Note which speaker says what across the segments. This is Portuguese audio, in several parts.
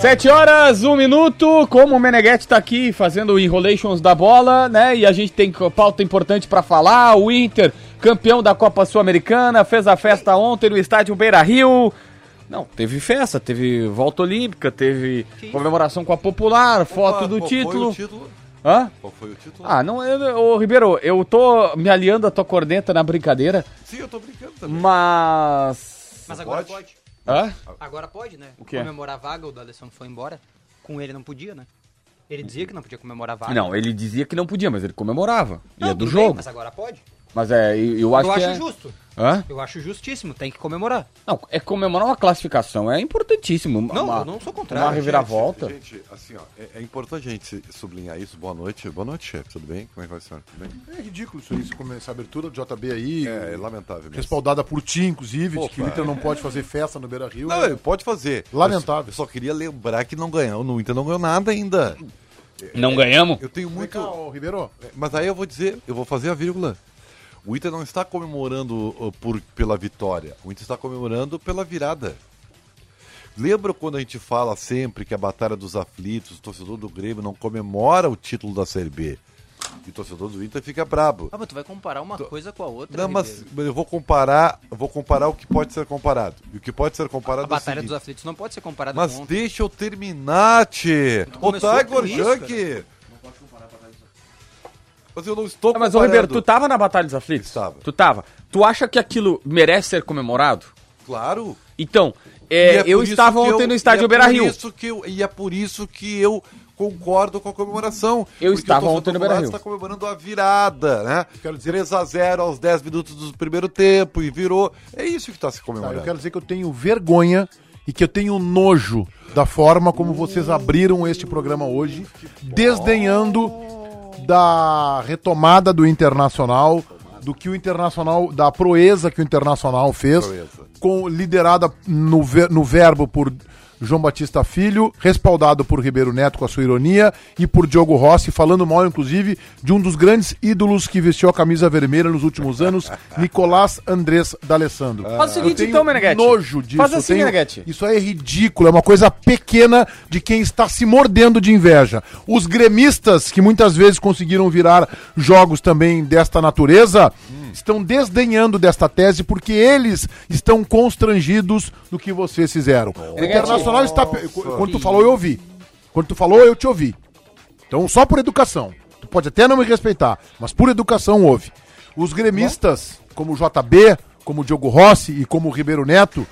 Speaker 1: Sete horas, um minuto, como o Meneghetti tá aqui fazendo o Enrolations da bola, né? E a gente tem pauta importante pra falar, o Inter, campeão da Copa Sul-Americana, fez a festa ontem no estádio Beira-Rio. Não, teve festa, teve volta olímpica, teve comemoração com a popular, foto do título. Hã?
Speaker 2: Qual foi o título?
Speaker 1: Ah, não, eu, ô, Ribeiro, eu tô me aliando à tua corneta na brincadeira,
Speaker 2: Sim, eu tô brincando também.
Speaker 1: mas...
Speaker 3: Mas agora
Speaker 2: Pode?
Speaker 3: pode.
Speaker 1: Hã?
Speaker 3: Agora pode, né?
Speaker 1: quê?
Speaker 3: Comemorar a vaga, o D'Alessandro foi embora. Com ele não podia, né? Ele dizia que não podia comemorar a vaga.
Speaker 1: Não, ele dizia que não podia, mas ele comemorava,
Speaker 3: Não,
Speaker 1: ia do
Speaker 3: tudo bem,
Speaker 1: jogo.
Speaker 3: mas agora pode.
Speaker 1: Mas é, eu, eu acho
Speaker 3: eu
Speaker 1: que é...
Speaker 3: acho justo.
Speaker 1: Hã?
Speaker 3: Eu acho justíssimo, tem que comemorar.
Speaker 1: Não, é comemorar uma classificação, é importantíssimo.
Speaker 3: Não,
Speaker 1: uma,
Speaker 3: eu não sou contrário.
Speaker 1: Uma reviravolta.
Speaker 2: Gente, gente, assim, ó, é, é importante a gente sublinhar isso. Boa noite. Boa noite, chefe. Tudo bem? Como é que vai, senhor? Tudo bem?
Speaker 4: É ridículo isso aí, se comer essa abertura do JB aí,
Speaker 2: É, é lamentável mesmo.
Speaker 4: respaldada por ti, inclusive, de que o
Speaker 2: Opa. é.
Speaker 4: Inter não pode fazer festa no Beira Rio.
Speaker 2: Não, é ele pode fazer.
Speaker 4: Lamentável.
Speaker 2: Eu só, eu só queria lembrar que não ganhou. O Inter não ganhou nada ainda.
Speaker 1: Não ganhamos?
Speaker 2: Eu tenho muito...
Speaker 4: Ribeiro.
Speaker 2: Mas aí eu vou dizer, eu vou fazer a vírgula. O Inter não está comemorando uh, por, pela vitória, o Inter está comemorando pela virada. Lembra quando a gente fala sempre que a Batalha dos Aflitos, o torcedor do Grêmio não comemora o título da Série B? E o torcedor do Inter fica brabo.
Speaker 3: Ah, mas tu vai comparar uma coisa com a outra.
Speaker 2: Não, mas
Speaker 3: Ribeiro.
Speaker 2: mas eu vou comparar, eu vou comparar o que pode ser comparado. E o que pode ser
Speaker 3: A
Speaker 2: comparado é o
Speaker 3: Batalha
Speaker 2: seguinte.
Speaker 3: dos Aflitos não pode ser comparada
Speaker 2: Mas
Speaker 3: com ontem.
Speaker 2: deixa eu terminar, Tchê. Ô,
Speaker 3: começou com
Speaker 2: Tiger
Speaker 3: isso,
Speaker 2: Junk. Mas eu não estou
Speaker 1: Ah, Mas, ô Ribeiro, tu tá-
Speaker 2: comparando.
Speaker 1: tava na Batalha dos Aflitos?
Speaker 2: Estava.
Speaker 1: Tu tava. Tu acha que aquilo merece ser comemorado?
Speaker 2: Claro.
Speaker 1: Então,
Speaker 2: E
Speaker 1: é,
Speaker 2: é
Speaker 1: eu
Speaker 2: por isso
Speaker 1: estava
Speaker 2: que
Speaker 1: ontem
Speaker 2: eu-
Speaker 1: no
Speaker 2: e
Speaker 1: estádio
Speaker 2: é
Speaker 1: Beira
Speaker 2: por
Speaker 1: Rio.
Speaker 2: isso que eu- E é por isso que eu concordo com a comemoração.
Speaker 1: Eu estava
Speaker 2: o torcedor
Speaker 1: ontem no
Speaker 2: do
Speaker 1: Beira-Rio.
Speaker 2: Fluminense está comemorando a virada, né?
Speaker 4: Quero dizer-
Speaker 2: 3 a 0 aos 10 minutos do primeiro tempo e virou. É isso que está se comemorando.
Speaker 4: Tá, eu quero dizer que eu tenho vergonha e que eu tenho nojo da forma como vocês abriram este programa hoje, desdenhando da retomada do Internacional, do que o Internacional, da proeza que o Internacional fez, com liderada no, ver- no verbo por João Batista Filho, respaldado por Ribeiro Neto com a sua ironia e por Diogo Rossi, falando mal, inclusive, de um dos grandes ídolos que vestiu a camisa vermelha nos últimos anos, Nicolás Andrés D'Alessandro.
Speaker 1: Faz o
Speaker 4: Eu
Speaker 1: seguinte,
Speaker 4: tenho
Speaker 1: então, Meneghetti.
Speaker 4: nojo disso.
Speaker 1: Faz
Speaker 4: eu
Speaker 1: assim,
Speaker 4: tenho-
Speaker 1: Meneghetti.
Speaker 4: Isso aí é ridículo, é uma coisa pequena de quem está se mordendo de inveja. Os gremistas, que muitas vezes conseguiram virar jogos também desta natureza, estão desdenhando desta tese porque eles estão constrangidos do que vocês fizeram. O Internacional está... pe- Quando tu falou, eu ouvi. Quando tu falou, eu te ouvi. Então, só por educação. Tu pode até não me respeitar, mas por educação houve. Os gremistas, como o JB, como o Diogo Rossi e como o Ribeiro Neto,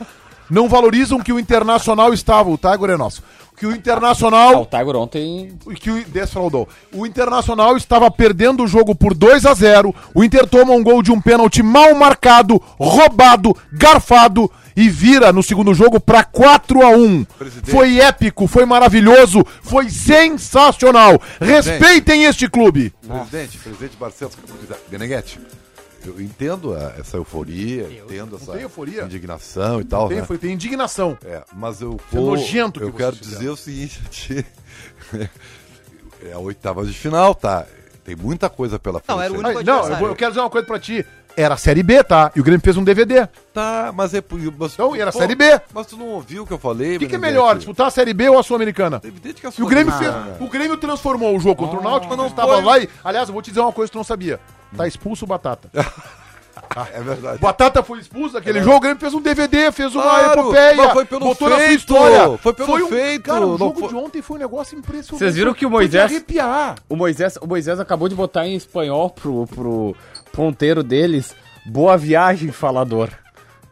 Speaker 4: não valorizam que o Internacional estava, o Tiger é nosso, que o
Speaker 1: Ah, o
Speaker 4: Internacional,
Speaker 1: Tiger ontem...
Speaker 4: que o desfraudou, o Internacional estava perdendo o jogo por 2 a 0 o Inter toma um gol de um pênalti mal marcado, roubado, garfado e vira no segundo jogo para 4 a 1
Speaker 2: Presidente.
Speaker 4: Foi épico, foi maravilhoso, foi sensacional. Respeitem este clube.
Speaker 2: Presidente, presidente Barcelos, Beneguete, eu entendo a- essa euforia, entendo essa
Speaker 4: tem euforia.
Speaker 2: indignação e tal.
Speaker 4: Tem,
Speaker 2: né?
Speaker 4: foi, tem indignação.
Speaker 2: É, mas eu
Speaker 4: é
Speaker 2: vou-
Speaker 4: nojento que
Speaker 2: Eu
Speaker 4: vocês
Speaker 2: quero
Speaker 4: fizeram.
Speaker 2: dizer o seguinte, Tchê. é a oitava de final, tá? Tem muita coisa pela frente.
Speaker 3: Não, era o
Speaker 2: ainda.
Speaker 3: único
Speaker 4: Ai, não,
Speaker 3: adversário.
Speaker 4: eu, vou- eu quero dizer uma coisa pra ti. Era a Série B, tá? E o Grêmio fez um DVD.
Speaker 2: Tá, mas é por. Mas,
Speaker 4: Então, e era Série B.
Speaker 2: Mas tu não ouviu o que eu falei?
Speaker 4: O que, que é
Speaker 2: Benedetti?
Speaker 4: melhor, disputar a Série B ou a Sul-Americana?
Speaker 2: Evidente que a
Speaker 4: E o Grêmio fez,
Speaker 2: Sul-Americana.
Speaker 4: o Grêmio transformou o jogo contra o Náutico, mas não estava
Speaker 2: foi.
Speaker 4: lá e, aliás, eu vou te dizer uma coisa que tu não sabia. Tá expulso o Batata.
Speaker 2: É verdade.
Speaker 4: O Batata foi expulso daquele jogo, o Grêmio fez um DVD, fez uma
Speaker 2: É. Claro,
Speaker 4: epopeia,
Speaker 2: mas foi pelo feito, foi pelo feito,
Speaker 4: um- Cara, o
Speaker 2: não
Speaker 4: jogo
Speaker 2: foi-
Speaker 4: de ontem foi um negócio impressionante.
Speaker 1: Vocês viram que o
Speaker 4: Foi de
Speaker 1: Moisés-
Speaker 4: arrepiar.
Speaker 1: O Moisés, o Moisés acabou de botar em espanhol pro, pro ponteiro deles, boa viagem, falador.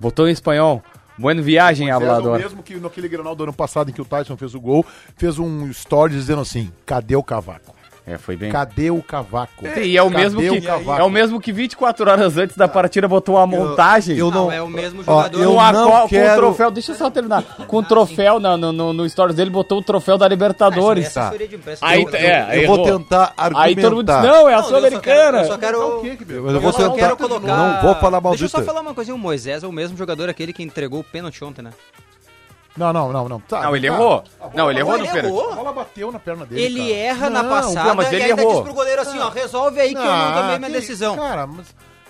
Speaker 1: Botou em espanhol. Buen viagem,
Speaker 2: É,
Speaker 4: é o
Speaker 1: hablador.
Speaker 4: mesmo que naquele Grenal do ano passado em que o Tyson fez o gol, fez um story dizendo assim: cadê o cavaco?
Speaker 1: É, foi bem.
Speaker 4: Cadê o cavaco?
Speaker 1: E é o,
Speaker 4: Cadê
Speaker 1: mesmo que,
Speaker 4: cavaco?
Speaker 1: é o mesmo que 24 horas antes da partida botou uma montagem.
Speaker 2: eu
Speaker 3: Não,
Speaker 2: não.
Speaker 3: é o mesmo
Speaker 2: Ó,
Speaker 3: jogador. é
Speaker 2: eu
Speaker 1: com, a
Speaker 2: não
Speaker 1: co- com
Speaker 2: quero-
Speaker 1: o troféu, deixa eu só terminar. Com o troféu na- no, no, no Stories dele, botou o troféu da Libertadores.
Speaker 3: assim, Essa assessoria de imprensa.
Speaker 1: é tá? Aí,
Speaker 3: Eu- eu-
Speaker 1: é,
Speaker 2: Eu vou
Speaker 1: errou.
Speaker 2: tentar argumentar.
Speaker 1: Aí todo mundo disse, não, é a
Speaker 3: Não, eu só quero- Eu só
Speaker 1: Sul-Americana.
Speaker 3: quero.
Speaker 2: Mas eu vou
Speaker 3: Eu só
Speaker 4: tá
Speaker 2: tentar.
Speaker 3: quero colocar.
Speaker 2: Não vou falar mal
Speaker 3: Deixa eu
Speaker 2: disso.
Speaker 3: só falar uma coisinha. O Moisés é o mesmo jogador aquele que entregou o pênalti ontem, né?
Speaker 4: Não, não, não, não. Tá,
Speaker 1: Não, ele
Speaker 4: tá.
Speaker 1: errou. Não, ele errou
Speaker 3: Ele
Speaker 1: no pênalti.
Speaker 3: errou.
Speaker 4: A bola bateu na perna dele.
Speaker 3: Ele
Speaker 4: cara.
Speaker 3: erra na
Speaker 4: tá. Não,
Speaker 3: passada
Speaker 1: não, mas ele
Speaker 3: e ainda
Speaker 1: errou.
Speaker 3: diz pro goleiro assim, ó, resolve aí que eu não tomei minha
Speaker 4: Ah, que-
Speaker 3: decisão.
Speaker 4: Cara, mas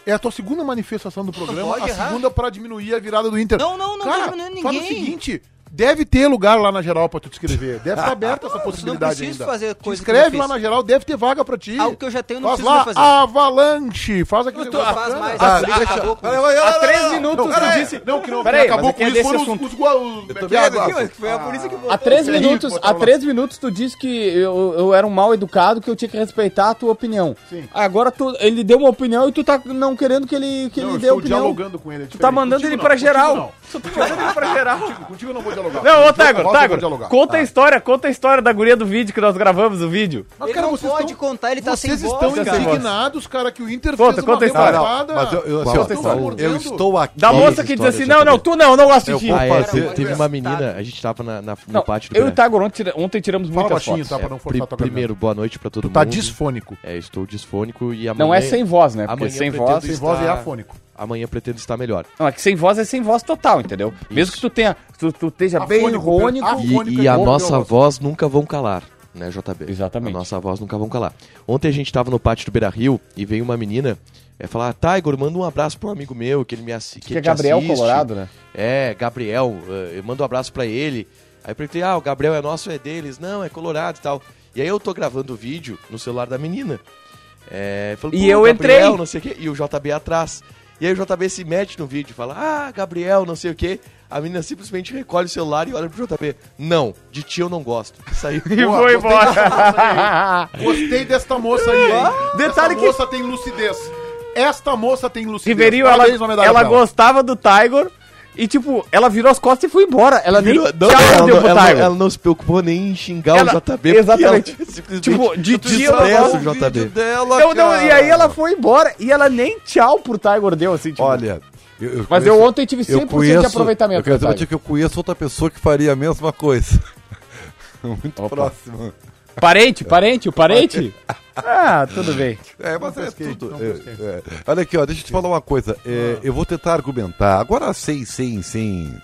Speaker 4: é a tua segunda manifestação do programa,
Speaker 3: pode
Speaker 4: a
Speaker 3: errar.
Speaker 4: segunda pra diminuir a virada do Inter.
Speaker 3: Não, não, não
Speaker 4: cara,
Speaker 3: tá diminuindo
Speaker 4: Faz o
Speaker 3: ninguém.
Speaker 4: seguinte, deve ter lugar lá na geral pra tu te escrever. Deve estar aberta essa possibilidade
Speaker 3: preciso
Speaker 4: ainda.
Speaker 3: fazer
Speaker 4: Te
Speaker 3: coisa que
Speaker 4: escreve
Speaker 3: eu não
Speaker 4: lá
Speaker 3: fiz.
Speaker 4: na geral, deve ter vaga pra ti.
Speaker 3: Algo que eu já tenho, não
Speaker 4: Faz
Speaker 3: preciso
Speaker 4: lá,
Speaker 3: mais fazer.
Speaker 4: avalanche. Faz aquele
Speaker 3: Não
Speaker 4: negócio
Speaker 3: faz
Speaker 4: bacana.
Speaker 3: mais.
Speaker 2: Ah,
Speaker 3: Assim,
Speaker 2: deixa-
Speaker 3: acabou com
Speaker 2: Peraí,
Speaker 3: isso.
Speaker 2: peraí,
Speaker 1: Há
Speaker 2: peraí,
Speaker 1: três
Speaker 2: peraí.
Speaker 3: Ah,
Speaker 1: minutos
Speaker 2: Não,
Speaker 1: tu
Speaker 2: peraí.
Speaker 1: disse.
Speaker 4: Não, que não
Speaker 1: Peraí,
Speaker 4: acabou
Speaker 1: mas é
Speaker 4: com
Speaker 1: que é
Speaker 4: isso,
Speaker 1: desse
Speaker 4: foram os,
Speaker 1: assunto.
Speaker 4: os, gua- os,
Speaker 2: Eu
Speaker 4: que
Speaker 2: também
Speaker 4: é,
Speaker 2: acho.
Speaker 4: agora?
Speaker 3: Foi a polícia que
Speaker 1: Há
Speaker 3: botou.
Speaker 1: três
Speaker 4: Terrível,
Speaker 1: minutos,
Speaker 4: botar
Speaker 1: há
Speaker 4: lá.
Speaker 1: três minutos tu disse que eu, eu era um mal educado, que eu tinha que respeitar a tua opinião.
Speaker 4: Sim.
Speaker 1: Agora tu, ele deu uma opinião e tu tá não querendo que ele, que
Speaker 4: Não,
Speaker 1: ele
Speaker 4: eu
Speaker 1: dê
Speaker 4: estou
Speaker 1: opinião.
Speaker 4: dialogando com ele, é
Speaker 1: Tu tá
Speaker 4: diferente.
Speaker 1: mandando
Speaker 4: Contigo
Speaker 1: ele
Speaker 4: não,
Speaker 1: pra
Speaker 4: contigo
Speaker 1: geral.
Speaker 4: não.
Speaker 1: Tu tá mandando ele pra geral.
Speaker 4: Contigo eu não vou dialogar.
Speaker 1: Não, ô
Speaker 4: Contigo eu
Speaker 1: Tiger,
Speaker 4: gosto, eu vou
Speaker 1: Tiger,
Speaker 4: dialogar.
Speaker 1: conta
Speaker 4: Ah.
Speaker 1: a história, conta a história da guria do vídeo que nós gravamos o vídeo.
Speaker 4: Mas,
Speaker 3: Ele
Speaker 4: cara,
Speaker 3: não
Speaker 4: vocês
Speaker 3: pode
Speaker 4: estão-
Speaker 3: contar, ele tá
Speaker 4: Vocês
Speaker 3: sem
Speaker 4: estão
Speaker 3: bola, cara.
Speaker 4: indignados, cara, que o Inter
Speaker 1: Conta, conta a
Speaker 2: Não,
Speaker 1: história.
Speaker 2: não,
Speaker 4: remontada.
Speaker 2: mas eu, eu, assim,
Speaker 4: Vocês
Speaker 2: ó,
Speaker 4: estão
Speaker 2: Paulo,
Speaker 4: mordendo.
Speaker 2: eu estou aqui.
Speaker 1: Da moça que diz assim, não, não, tu não, não gosto de ti.
Speaker 2: Eu vou-
Speaker 5: Ah, é,
Speaker 2: Rapaz,
Speaker 5: te-
Speaker 2: eu-
Speaker 5: teve
Speaker 3: eu-
Speaker 5: uma menina, a gente tava na, na- no
Speaker 1: Não,
Speaker 5: pátio do
Speaker 1: eu e o
Speaker 5: Grenal.
Speaker 1: Tagoron ontem tiramos
Speaker 4: Fala
Speaker 1: muitas
Speaker 4: baixinho,
Speaker 1: fotos.
Speaker 4: tá? Pra não
Speaker 5: Pri-
Speaker 4: forçar a tua garganta.
Speaker 5: Primeiro, boa noite pra todo
Speaker 4: Tá
Speaker 5: mundo.
Speaker 4: disfônico.
Speaker 5: É, estou disfônico e amanhã...
Speaker 1: Não é sem voz, né? Porque
Speaker 5: amanhã
Speaker 1: sem
Speaker 5: pretendo
Speaker 1: voz.
Speaker 4: Sem voz é
Speaker 5: Está-
Speaker 4: afônico.
Speaker 5: Amanhã pretendo estar melhor.
Speaker 1: Não, é que sem voz é sem voz total, entendeu? Mesmo que tu tenha. Tu, tu esteja bem
Speaker 4: Afônico,
Speaker 1: irônico.
Speaker 4: Pedro. Afônico
Speaker 5: E,
Speaker 4: é
Speaker 5: e a
Speaker 4: bom,
Speaker 5: nossa
Speaker 4: meu Deus.
Speaker 5: voz nunca vão calar, né, JB?
Speaker 1: Exatamente.
Speaker 5: A nossa voz nunca vão calar. Ontem a gente tava no pátio do Beira-Rio e veio uma menina é, falar, ah, Tiger, manda um abraço pro amigo meu, que ele me assi que
Speaker 1: Que é
Speaker 5: te
Speaker 1: Gabriel
Speaker 5: assiste."
Speaker 1: Colorado, né?
Speaker 5: É, Gabriel, eh, eu mando um abraço pra ele. Aí eu perguntei, ah, o Gabriel é nosso ou é deles? Não, é colorado e tal. E aí eu tô gravando o vídeo no celular da menina. É, falando,
Speaker 1: E
Speaker 5: "Pô,
Speaker 1: eu
Speaker 5: Gabriel,
Speaker 1: entrei.
Speaker 5: não sei o quê. E o JB atrás. E aí o JB se mete no vídeo, fala, ah, Gabriel, não sei o quê. A menina simplesmente recolhe o celular e olha pro JB. Não, de ti eu não gosto. Saiu.
Speaker 1: E
Speaker 4: Boa,
Speaker 1: foi
Speaker 4: gostei
Speaker 1: embora.
Speaker 4: Gostei desta moça aí, hein?
Speaker 1: Detalhe
Speaker 4: Ah, Essa
Speaker 1: que-
Speaker 4: moça tem lucidez. Esta moça tem lucidez.
Speaker 1: Ribeirinho, ela,
Speaker 4: Parabéns, uma medalha
Speaker 1: ela
Speaker 4: pra
Speaker 1: gostava do Tiger e, tipo, ela virou as costas e foi embora. Ela nem
Speaker 5: Virou- não,
Speaker 1: tchau
Speaker 5: ela,
Speaker 1: deu
Speaker 5: não,
Speaker 1: pro
Speaker 5: ela,
Speaker 1: Tiger.
Speaker 5: ela não se preocupou nem em xingar
Speaker 1: Ela-
Speaker 5: o JB. porque
Speaker 1: exatamente.
Speaker 5: ela simplesmente
Speaker 1: Tipo, de ti eu não
Speaker 5: despreza
Speaker 1: gosto.
Speaker 5: o JB.
Speaker 2: Tá Dela,
Speaker 1: Não, não,
Speaker 2: cara.
Speaker 1: e aí ela foi embora e ela nem tchau pro Tiger deu, assim, tipo.
Speaker 2: Olha. Eu, eu
Speaker 1: Mas eu ontem tive 100% de aproveitamento.
Speaker 2: Eu quero
Speaker 1: do
Speaker 2: dizer pra ti
Speaker 1: Tiger.
Speaker 2: que eu conheço outra pessoa que faria a mesma coisa. Muito próximo.
Speaker 1: Parente, parente, o parente? ah, tudo bem.
Speaker 2: É, mas é
Speaker 4: pesquei,
Speaker 2: tudo.
Speaker 4: não
Speaker 2: é,
Speaker 4: pesquei.
Speaker 2: é. Olha aqui, ó, deixa eu te falar uma coisa. É, Eu vou tentar argumentar. Agora sem, sem, sem.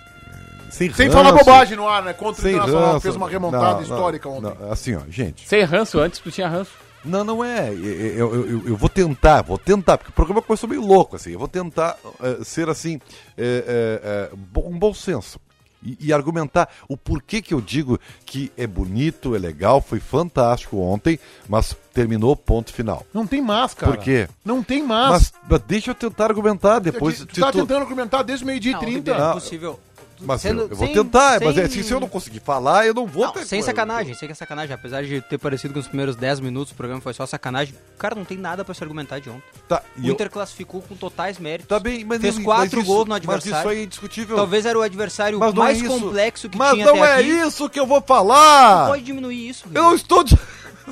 Speaker 2: Sem,
Speaker 4: Sem
Speaker 2: ranço,
Speaker 4: falar bobagem no ar, né? Contra o
Speaker 2: Sem
Speaker 4: Internacional
Speaker 2: ranço.
Speaker 4: fez uma remontada
Speaker 2: Não, não,
Speaker 4: histórica ontem.
Speaker 2: não, assim, ó, gente.
Speaker 1: Sem ranço, antes tu tinha ranço.
Speaker 2: Não, não é. Eu, eu- eu- eu vou tentar, vou tentar, porque o programa começou meio louco, assim. Eu vou tentar eh, ser assim, eh, eh, eh, bo- um bom senso. E, e argumentar o porquê que eu digo que é bonito, é legal, foi fantástico ontem, mas terminou ponto final.
Speaker 4: Não tem mais,
Speaker 3: Tá
Speaker 4: cara.
Speaker 2: Por quê?
Speaker 4: Não tem
Speaker 3: Ah.
Speaker 4: mais.
Speaker 2: Mas, mas deixa eu tentar argumentar depois.
Speaker 4: tu,
Speaker 2: de
Speaker 4: tá
Speaker 2: tu-
Speaker 4: tentando argumentar desde meio-dia e
Speaker 3: Não,
Speaker 4: 30.
Speaker 3: Ribeiro,
Speaker 2: Ah,
Speaker 3: é possível.
Speaker 2: Mas
Speaker 3: Sendo-
Speaker 2: eu, eu vou
Speaker 3: sem-
Speaker 2: tentar, mas é,
Speaker 3: sem-
Speaker 2: se, se eu não conseguir falar, eu não vou
Speaker 3: Não,
Speaker 2: ter-
Speaker 3: sem sacanagem, sem sacanagem. Apesar de ter parecido que nos primeiros 10 minutos o programa foi só sacanagem, cara, não tem nada pra se argumentar de ontem.
Speaker 2: Tá,
Speaker 3: O
Speaker 2: e eu-
Speaker 3: Inter classificou com totais méritos.
Speaker 2: tá bem, mas
Speaker 3: Fez
Speaker 2: mas
Speaker 3: quatro
Speaker 2: isso-
Speaker 3: gols no
Speaker 2: Mas isso
Speaker 3: adversário.
Speaker 2: aí é indiscutível.
Speaker 3: Talvez era o adversário
Speaker 2: mas não é
Speaker 3: mais
Speaker 2: isso.
Speaker 3: complexo que
Speaker 2: Mas
Speaker 3: tinha
Speaker 2: não
Speaker 3: até
Speaker 2: é
Speaker 3: aqui.
Speaker 2: isso que eu vou falar.
Speaker 3: Pode diminuir isso.
Speaker 2: Eu não
Speaker 3: Ribeiro.
Speaker 2: estou. de-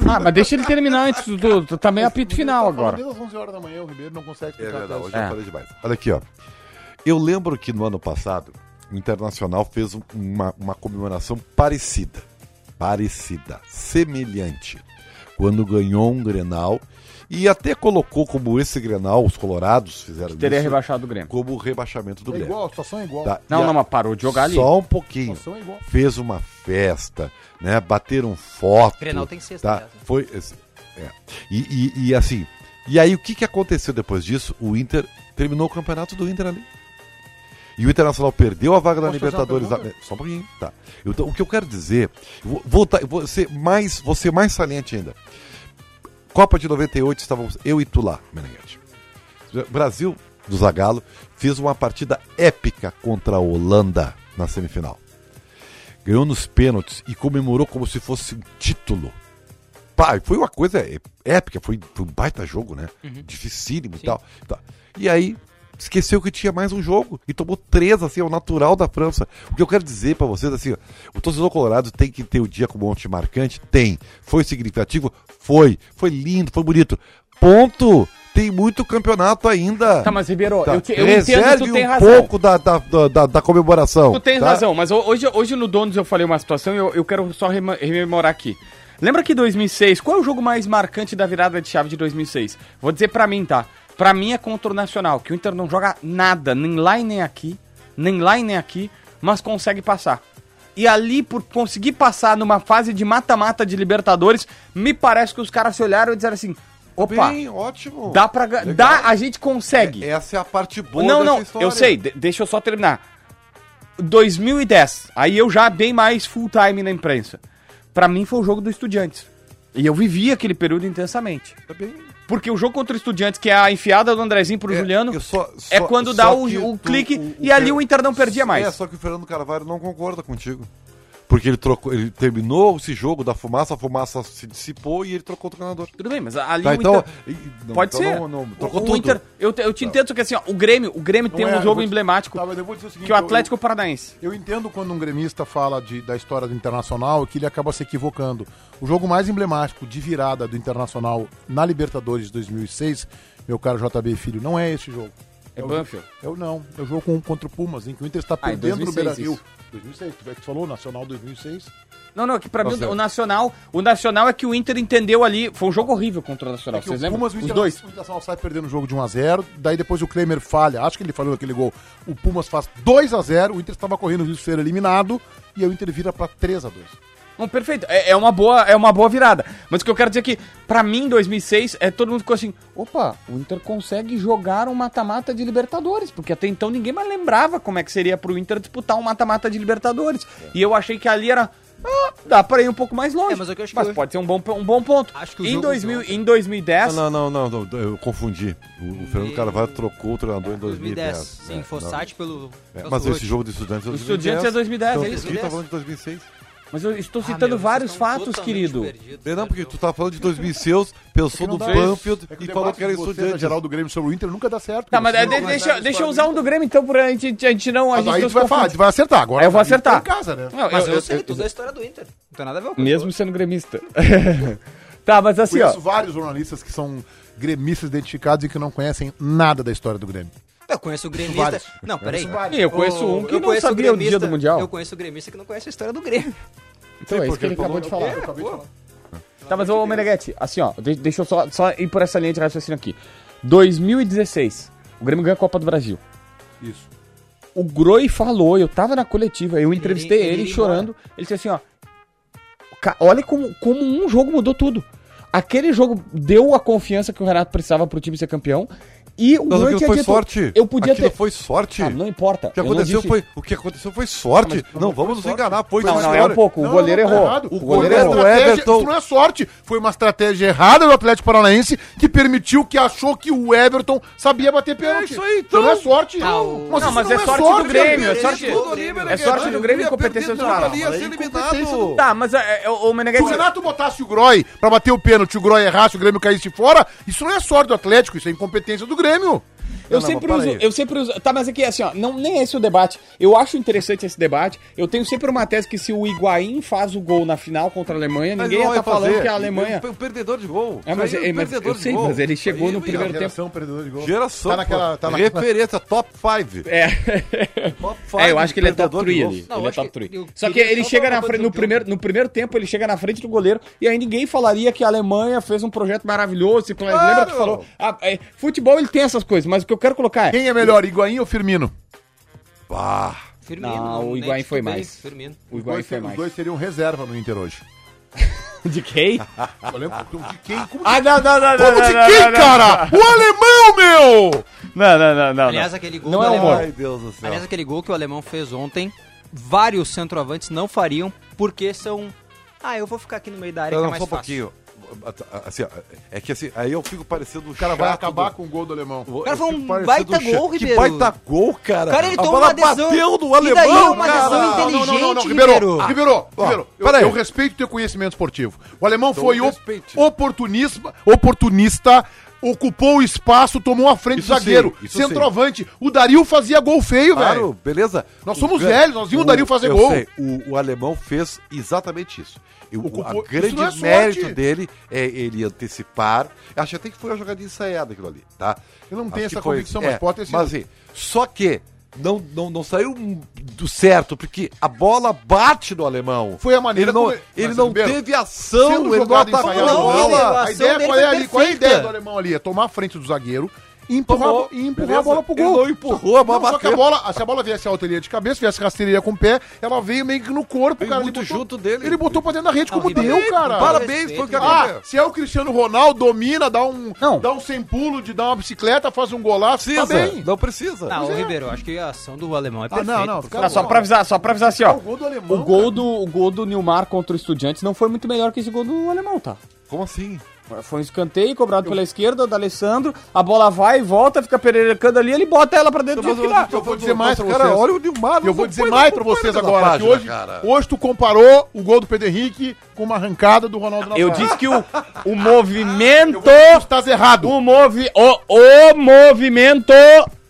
Speaker 1: Ah, mas deixa ele terminar antes do. do- Tá meio apito final
Speaker 4: Ele tá falando
Speaker 1: agora.
Speaker 4: Desde as 11 horas da manhã, o Ribeiro não consegue
Speaker 2: É
Speaker 4: explicar
Speaker 2: verdade,
Speaker 4: atrás.
Speaker 2: hoje eu falei demais. Olha aqui, ó. Eu lembro que no ano passado, o Internacional fez um- uma, uma comemoração parecida. Parecida, semelhante. Quando ganhou um Grenal e até colocou como esse Grenal, os Colorados fizeram
Speaker 1: Teria
Speaker 2: isso,
Speaker 1: rebaixado o Grêmio.
Speaker 2: como o rebaixamento do
Speaker 4: É
Speaker 2: Grêmio.
Speaker 4: igual, a situação é igual.
Speaker 2: Tá, e
Speaker 1: Não,
Speaker 2: a-
Speaker 1: não, mas parou de jogar ali.
Speaker 2: Só um
Speaker 4: A
Speaker 2: pouquinho.
Speaker 4: situação é igual.
Speaker 2: Fez uma festa, né? Bateram foto.
Speaker 3: Grenal tem sexta,
Speaker 2: tá?
Speaker 3: aliás, né?
Speaker 2: Foi. esse- é. E, e- e assim. E aí o que, que aconteceu depois disso? O Inter terminou o campeonato do Inter ali. E o Internacional perdeu a vaga da
Speaker 4: Posso fazer uma
Speaker 2: Libertadores. da-
Speaker 4: pergunta?
Speaker 2: Só um pouquinho, tá. Eu tô- o que eu quero dizer, eu vou, vou, tá- eu vou ser mais, vou ser mais saliente ainda. Copa de 98 estávamos eu e tu lá, Meneghete. Brasil do Zagalo fez uma partida épica contra a Holanda na semifinal. Ganhou nos pênaltis e comemorou como se fosse um título. Pá, foi uma
Speaker 1: Uhum.
Speaker 2: coisa é- épica, foi, foi um baita jogo, né? Dificílimo e tal. Tá. E aí, esqueceu que tinha mais um jogo e tomou três, assim, ao natural da França. O que eu quero dizer pra vocês, assim, ó, o torcedor colorado tem que ter o dia com um monte marcante? Tem. Foi significativo? Foi. Foi lindo, foi bonito. Ponto! Tem muito campeonato ainda.
Speaker 1: Tá, mas Ribeiro,
Speaker 2: Tá.
Speaker 1: eu, te, eu entendo,
Speaker 2: Reserve
Speaker 1: tu tem
Speaker 2: um
Speaker 1: razão.
Speaker 2: pouco da, da, da, da- da comemoração.
Speaker 1: Tu tem
Speaker 2: tá?
Speaker 1: razão, mas ho- hoje, hoje no Donos eu falei uma situação e eu, eu quero só rema- rememorar aqui. Lembra que 2006, qual é o jogo mais marcante da virada de chave de 2006? Vou dizer pra mim, tá? Pra mim é contra o Nacional, que o Inter não joga nada, nem lá e nem aqui, nem lá e nem aqui, mas consegue passar. E ali, por conseguir passar numa fase de mata-mata de Libertadores, me parece que os caras se olharam e disseram assim, opa,
Speaker 2: Bem, ótimo.
Speaker 1: dá pra... ga-
Speaker 2: Legal.
Speaker 1: Dá, a gente consegue.
Speaker 2: Essa é a parte boa
Speaker 1: Não,
Speaker 2: dessa
Speaker 1: não,
Speaker 2: história.
Speaker 1: eu sei, de- deixa eu só terminar. 2010, aí eu já bem mais full time na imprensa. Pra mim foi o jogo do Estudiantes. E eu vivi aquele período intensamente.
Speaker 2: Tá bem.
Speaker 1: Porque o jogo contra o Estudiantes, que é a enfiada do Andrezinho pro
Speaker 2: É,
Speaker 1: Juliano,
Speaker 2: eu só- só-
Speaker 1: é quando
Speaker 2: só
Speaker 1: dá o,
Speaker 2: que
Speaker 1: o
Speaker 2: tu-
Speaker 1: clique e ali o Inter não perdia
Speaker 2: É,
Speaker 1: mais.
Speaker 2: só que o Fernando Carvalho não concorda contigo. Porque ele trocou, ele terminou esse jogo da fumaça, a fumaça se dissipou e ele trocou o treinador.
Speaker 1: Tudo bem, mas ali
Speaker 2: Tá,
Speaker 1: o
Speaker 2: então,
Speaker 1: Inter...
Speaker 2: e- e- não,
Speaker 1: Pode
Speaker 2: então
Speaker 1: ser.
Speaker 2: Não, não,
Speaker 1: o,
Speaker 2: trocou
Speaker 1: o
Speaker 2: tudo.
Speaker 1: Inter, eu, te- eu te entendo, só que assim, ó, o Grêmio, o Grêmio tem
Speaker 4: é,
Speaker 1: um
Speaker 4: eu
Speaker 1: jogo
Speaker 4: vou te-
Speaker 1: emblemático,
Speaker 4: Tá, mas eu vou dizer o seguinte,
Speaker 1: que é o
Speaker 4: eu-
Speaker 1: Atlético Paranaense.
Speaker 4: Eu entendo quando um gremista fala de- da história do Internacional que ele acaba se equivocando. O jogo mais emblemático de virada do Internacional na Libertadores de 2006, meu caro JB Filho, não é esse jogo.
Speaker 1: É
Speaker 4: o-
Speaker 1: Banfield.
Speaker 4: Eu não. É o jogo com- contra o Pumas, em que o Inter está
Speaker 1: Ah, em
Speaker 4: perdendo no
Speaker 1: 2006
Speaker 4: Brasil.
Speaker 1: isso.
Speaker 4: 2006, tu é que tu falou, Nacional 2006.
Speaker 1: Não, não, que pra mim
Speaker 2: certo.
Speaker 1: o Nacional, o Nacional é que o Inter entendeu ali, foi um jogo horrível contra o Nacional,
Speaker 4: É que
Speaker 1: vocês
Speaker 4: o
Speaker 1: lembram?
Speaker 4: Pumas, o
Speaker 1: Os
Speaker 4: Inter-
Speaker 1: dois.
Speaker 4: O Internacional sai perdendo o jogo de 1x0, daí depois o Klemer falha, acho que ele falhou aquele gol. O Pumas faz 2x0, o Inter estava correndo o risco de ser eliminado, e aí o Inter vira para 3x2.
Speaker 1: Não, perfeito. É, é uma boa, é uma boa virada. Mas o que eu quero dizer é que, pra mim, 2006, é, todo mundo ficou assim: opa, o Inter consegue jogar um mata-mata de Libertadores. Porque até então ninguém mais lembrava como é que seria pro Inter disputar um mata-mata de Libertadores. E eu achei que ali era. Ah, dá pra ir um pouco mais longe.
Speaker 3: É, mas é que eu acho que hoje-
Speaker 1: pode ser um bom, um bom ponto.
Speaker 3: Acho que o
Speaker 1: em,
Speaker 3: jogo
Speaker 1: 2000,
Speaker 3: de ontem-
Speaker 1: em 2010.
Speaker 2: Não, não, não, não, não, eu confundi. O, o Fernando Carvalho trocou o treinador em 2010.
Speaker 3: 2010. Sim,
Speaker 2: É,
Speaker 3: Fossati pelo.
Speaker 2: não. É,
Speaker 3: pelo
Speaker 2: mas esse
Speaker 3: Rotti.
Speaker 2: jogo de estudantes é
Speaker 1: O Estudiantes é 2010, é isso?
Speaker 2: Então, tu tá falando de 2006.
Speaker 1: Mas eu estou
Speaker 3: Ah,
Speaker 1: citando
Speaker 3: meu, vocês
Speaker 1: vários
Speaker 3: estão
Speaker 1: fatos,
Speaker 3: totalmente
Speaker 1: querido.
Speaker 3: perdidos,
Speaker 2: É, Não, porque tu
Speaker 3: perdeu.
Speaker 2: tá falando de 2006, pensou no Banfield
Speaker 4: É
Speaker 2: e falou que era
Speaker 4: estudiante.
Speaker 2: estudiante.
Speaker 4: geral do Grêmio sobre o Inter nunca dá certo.
Speaker 1: Tá, mas
Speaker 4: Isso
Speaker 1: é,
Speaker 4: não
Speaker 1: de-
Speaker 4: vai dar
Speaker 1: deixa, deixa eu
Speaker 4: resultado.
Speaker 1: usar um do Grêmio então, pra gente, a gente não. A
Speaker 4: Ah, Mas
Speaker 1: gente
Speaker 4: aí
Speaker 1: não
Speaker 4: tu
Speaker 1: se
Speaker 4: vai, falar,
Speaker 1: confunde.
Speaker 4: tu vai acertar agora.
Speaker 1: É, eu vou
Speaker 4: tá em-
Speaker 1: acertar. Assim,
Speaker 4: tá em casa, né?
Speaker 1: Não,
Speaker 3: Mas eu,
Speaker 1: eu-
Speaker 3: sei
Speaker 1: eu-
Speaker 3: toda a história do Inter. Não tem nada a ver com
Speaker 1: Mesmo sendo gremista. tá, mas assim,
Speaker 4: Conheço
Speaker 1: ó.
Speaker 4: vários jornalistas que são gremistas identificados e que não conhecem nada da história do Grêmio.
Speaker 3: Eu conheço o gremista.
Speaker 4: vários.
Speaker 3: Não, peraí.
Speaker 1: Ih, Eu conheço
Speaker 3: O-
Speaker 1: um que
Speaker 3: eu
Speaker 1: não
Speaker 3: conheço
Speaker 1: sabia o dia
Speaker 3: gremista-
Speaker 1: do Mundial.
Speaker 3: Eu conheço o gremista que não conhece a história do Grêmio.
Speaker 1: Então é isso que ele acabou de falar.
Speaker 3: Pô,
Speaker 1: Tá, mas ô Meneghetti, assim, ó, de- deixa eu só, só ir por essa linha de raciocínio aqui. 2016, o Grêmio ganha a Copa do Brasil.
Speaker 4: Isso.
Speaker 1: O Groi falou, eu tava na coletiva, eu entrevistei ele,
Speaker 3: ele ia
Speaker 1: chorando. Ele disse assim, ó. "Ca- Olha como, como um jogo mudou tudo. Aquele jogo deu a confiança que o Renato precisava pro time ser campeão. E o
Speaker 2: Mas
Speaker 1: Groi
Speaker 2: aquilo
Speaker 1: tinha
Speaker 2: foi
Speaker 1: dito,
Speaker 2: sorte.
Speaker 1: Eu podia
Speaker 2: aquilo
Speaker 1: ter.
Speaker 2: foi sorte.
Speaker 1: Ah, não importa.
Speaker 2: O que
Speaker 1: eu não
Speaker 2: aconteceu
Speaker 1: disse-
Speaker 2: foi, o que aconteceu foi sorte. Não, vamos nos enganar, foi
Speaker 1: Não, não, é um
Speaker 2: história.
Speaker 1: pouco. O goleiro errou.
Speaker 4: O
Speaker 1: O goleiro
Speaker 4: goleiro
Speaker 1: errou.
Speaker 2: errou. Everton-
Speaker 4: Isso não é sorte. Foi uma estratégia errada do Atlético Paranaense que permitiu que achou que o Everton sabia bater pênalti.
Speaker 2: isso aí, então.
Speaker 4: não é sorte.
Speaker 3: Ah, o-
Speaker 4: isso
Speaker 1: Não, mas
Speaker 4: não
Speaker 1: é sorte do Grêmio, é sorte- é sorte do Grêmio e competência do cara.
Speaker 2: Ali ia ser eliminado.
Speaker 1: Tá, mas é, é, o
Speaker 4: Se
Speaker 1: Meneghetti.
Speaker 4: o Renato botasse o Groy pra bater o pênalti, o Groy errasse, o Grêmio caísse fora, isso não é sorte do Atlético, isso é incompetência do Grêmio.
Speaker 1: Eu
Speaker 2: Não, não,
Speaker 1: sempre
Speaker 2: mas
Speaker 1: uso,
Speaker 2: para aí.
Speaker 1: eu sempre uso. Tá, mas aqui assim, ó, não, nem esse é o debate. Eu acho interessante esse debate. Eu tenho sempre uma tese que se o Higuaín faz o gol na final contra a Alemanha,
Speaker 2: Mas
Speaker 1: ninguém
Speaker 2: não
Speaker 1: ia tá
Speaker 2: vai fazer.
Speaker 1: falando que a Alemanha.
Speaker 2: Foi um perdedor de gol.
Speaker 1: É, mas-
Speaker 2: Isso aí
Speaker 1: é, mas
Speaker 2: perdedor
Speaker 1: eu
Speaker 2: de
Speaker 1: sei,
Speaker 2: gol.
Speaker 1: mas ele chegou
Speaker 2: Aí,
Speaker 1: no primeiro tempo.
Speaker 4: perdedor de gol.
Speaker 2: Geração,
Speaker 4: Tá naquela-
Speaker 2: pô.
Speaker 4: tá naquela-
Speaker 2: referência top 5.
Speaker 1: É.
Speaker 2: Top five
Speaker 1: é, eu acho que ele é
Speaker 2: perdedor
Speaker 1: top 3
Speaker 2: de
Speaker 1: ali.
Speaker 2: gols.
Speaker 3: Não,
Speaker 1: ele é
Speaker 3: acho
Speaker 1: top
Speaker 3: que
Speaker 1: 3.
Speaker 3: eu
Speaker 1: Só que
Speaker 3: queria
Speaker 1: ele
Speaker 3: só
Speaker 1: chega
Speaker 3: falar
Speaker 1: na
Speaker 3: uma
Speaker 1: frente,
Speaker 3: coisa
Speaker 1: no,
Speaker 3: do
Speaker 1: primeiro, no primeiro tempo, ele chega na frente do goleiro e aí ninguém falaria que a Alemanha fez um projeto maravilhoso. se plan- Lembra que falou? Ah, é, futebol ele tem essas coisas, mas o que eu quero colocar é.
Speaker 4: Quem é melhor, Higuaín ou Firmino?
Speaker 2: Bah.
Speaker 3: Firmino.
Speaker 1: Não, o
Speaker 3: nem
Speaker 1: Higuaín foi
Speaker 3: titubeiro,
Speaker 1: mais.
Speaker 3: Firmino.
Speaker 1: O
Speaker 4: Os
Speaker 1: Higuaín
Speaker 4: dois-
Speaker 1: foi
Speaker 4: Os
Speaker 1: mais.
Speaker 4: dois seriam reserva no Inter hoje.
Speaker 1: De quem?
Speaker 4: Eu lembro de quem? Como de,
Speaker 1: Ah, não, não, não, não.
Speaker 4: como de
Speaker 1: não, não,
Speaker 4: quem,
Speaker 1: não, não.
Speaker 4: cara? O alemão, meu!
Speaker 1: Não, não, não, não. não.
Speaker 3: Aliás, aquele gol
Speaker 1: Não
Speaker 3: do
Speaker 1: é humor.
Speaker 3: Alemão.
Speaker 2: Ai, Deus do céu.
Speaker 3: Aliás, aquele gol que o alemão fez ontem, vários centroavantes não fariam porque são. Ah, eu vou ficar aqui no meio da área que é
Speaker 2: Não, não,
Speaker 3: mais
Speaker 2: só um
Speaker 3: fácil.
Speaker 2: pouquinho. Assim, ó, é que assim, aí eu fico parecendo o
Speaker 4: O cara vai acabar com o gol do alemão.
Speaker 2: O
Speaker 3: cara foi um baita gol,
Speaker 2: Que
Speaker 3: Ribeiro.
Speaker 2: baita gol, cara.
Speaker 3: Cara, ele
Speaker 2: a
Speaker 3: tomou
Speaker 2: bola
Speaker 3: uma decisão-
Speaker 2: bateu no
Speaker 3: e daí
Speaker 2: alemão,
Speaker 3: uma
Speaker 2: cara.
Speaker 3: decisão
Speaker 4: Não, não, não, não, não,
Speaker 3: Inteligente,
Speaker 4: Ribeiro. Ribeiro,
Speaker 3: Ribeiro.
Speaker 4: Ribeiro,
Speaker 2: Ah. ó,
Speaker 4: eu,
Speaker 2: pera aí.
Speaker 4: eu respeito o teu conhecimento esportivo. O alemão
Speaker 2: Então
Speaker 4: foi op
Speaker 2: respeite.
Speaker 4: oportunismo- oportunista ocupou o espaço, tomou a frente
Speaker 2: Isso
Speaker 4: do zagueiro,
Speaker 2: sim, isso
Speaker 4: centroavante. O Dario fazia gol feio,
Speaker 2: Claro,
Speaker 4: velho.
Speaker 2: beleza.
Speaker 4: Nós somos velhos, nós vimos o Dario fazer
Speaker 2: eu
Speaker 4: gol.
Speaker 2: sei, o, o alemão fez exatamente isso. E o,
Speaker 4: Ocupou-
Speaker 2: a
Speaker 4: isso
Speaker 2: grande
Speaker 4: não é sorte.
Speaker 2: mérito dele é ele antecipar. Acho até que foi uma jogadinha ensaiada aquilo ali, tá?
Speaker 4: Eu não
Speaker 2: Acho
Speaker 4: tenho
Speaker 2: que
Speaker 4: essa
Speaker 2: foi-
Speaker 4: convicção, mas pode ter sido.
Speaker 2: Mas assim, só que não, não, não saiu do certo, porque a bola bate no alemão.
Speaker 4: Foi a maneira
Speaker 2: Ele não,
Speaker 4: como-
Speaker 2: ele
Speaker 4: mas,
Speaker 2: não
Speaker 4: Ribeiro,
Speaker 2: teve ação,
Speaker 4: Sendo
Speaker 2: ele não
Speaker 4: jogado
Speaker 2: atacou Então, a
Speaker 4: ensaiado,
Speaker 2: bola.
Speaker 3: Ribeiro.
Speaker 4: A
Speaker 3: ação
Speaker 4: ideia
Speaker 3: dele
Speaker 4: qual é
Speaker 3: foi
Speaker 4: ali? Qual é a
Speaker 3: perfeita.
Speaker 4: ideia do alemão ali? É tomar a frente do zagueiro e empurrar,
Speaker 2: Tomou,
Speaker 4: e empurrar
Speaker 2: beleza.
Speaker 4: a bola pro
Speaker 2: Ele
Speaker 4: gol.
Speaker 2: não empurrou, a bola
Speaker 4: Não, Só que a
Speaker 2: bateu.
Speaker 4: bola, se a bola viesse alteria de cabeça, viesse rasteirinha com o pé, ela veio meio que no corpo,
Speaker 2: Veio
Speaker 4: cara.
Speaker 2: muito junto dele.
Speaker 4: Ele botou pra dentro da rede
Speaker 3: Não,
Speaker 4: como
Speaker 3: Ribeiro,
Speaker 4: deu, cara.
Speaker 2: Parabéns, foi o que
Speaker 4: Ah,
Speaker 2: aconteceu.
Speaker 4: se é o Cristiano Ronaldo, domina, dá um,
Speaker 1: Não.
Speaker 4: dá um sem pulo, de dar uma bicicleta, faz um golaço, tá
Speaker 2: Precisa,
Speaker 4: bem.
Speaker 2: não precisa.
Speaker 3: Ah,
Speaker 1: é.
Speaker 3: o Ribeiro, eu acho que a ação do alemão é
Speaker 4: Ah,
Speaker 3: perfeita.
Speaker 4: não, não.
Speaker 3: pô.
Speaker 4: cara,
Speaker 1: Tá só pra avisar, só pra avisar assim, ó.
Speaker 4: O gol do alemão,
Speaker 1: O gol do, o gol do Nilmar contra o Estudiantes não foi muito melhor que esse gol do alemão, tá?
Speaker 2: Como assim?
Speaker 1: Foi um escanteio cobrado pela esquerda do Alessandro, a bola vai e volta, fica pererecando ali, ele bota ela pra dentro do que dá.
Speaker 4: eu vou dizer mais pra
Speaker 2: cara,
Speaker 4: vocês.
Speaker 2: olha o Neymar.
Speaker 4: Eu vou dizer mais pra vocês agora, que hoje,
Speaker 2: Cara.
Speaker 4: hoje tu comparou o gol do Pedro Henrique com uma arrancada do Ronaldo Então,
Speaker 1: Eu disse que o, o movimento,
Speaker 4: tu estás errado.
Speaker 1: o, movi, o, o movimento,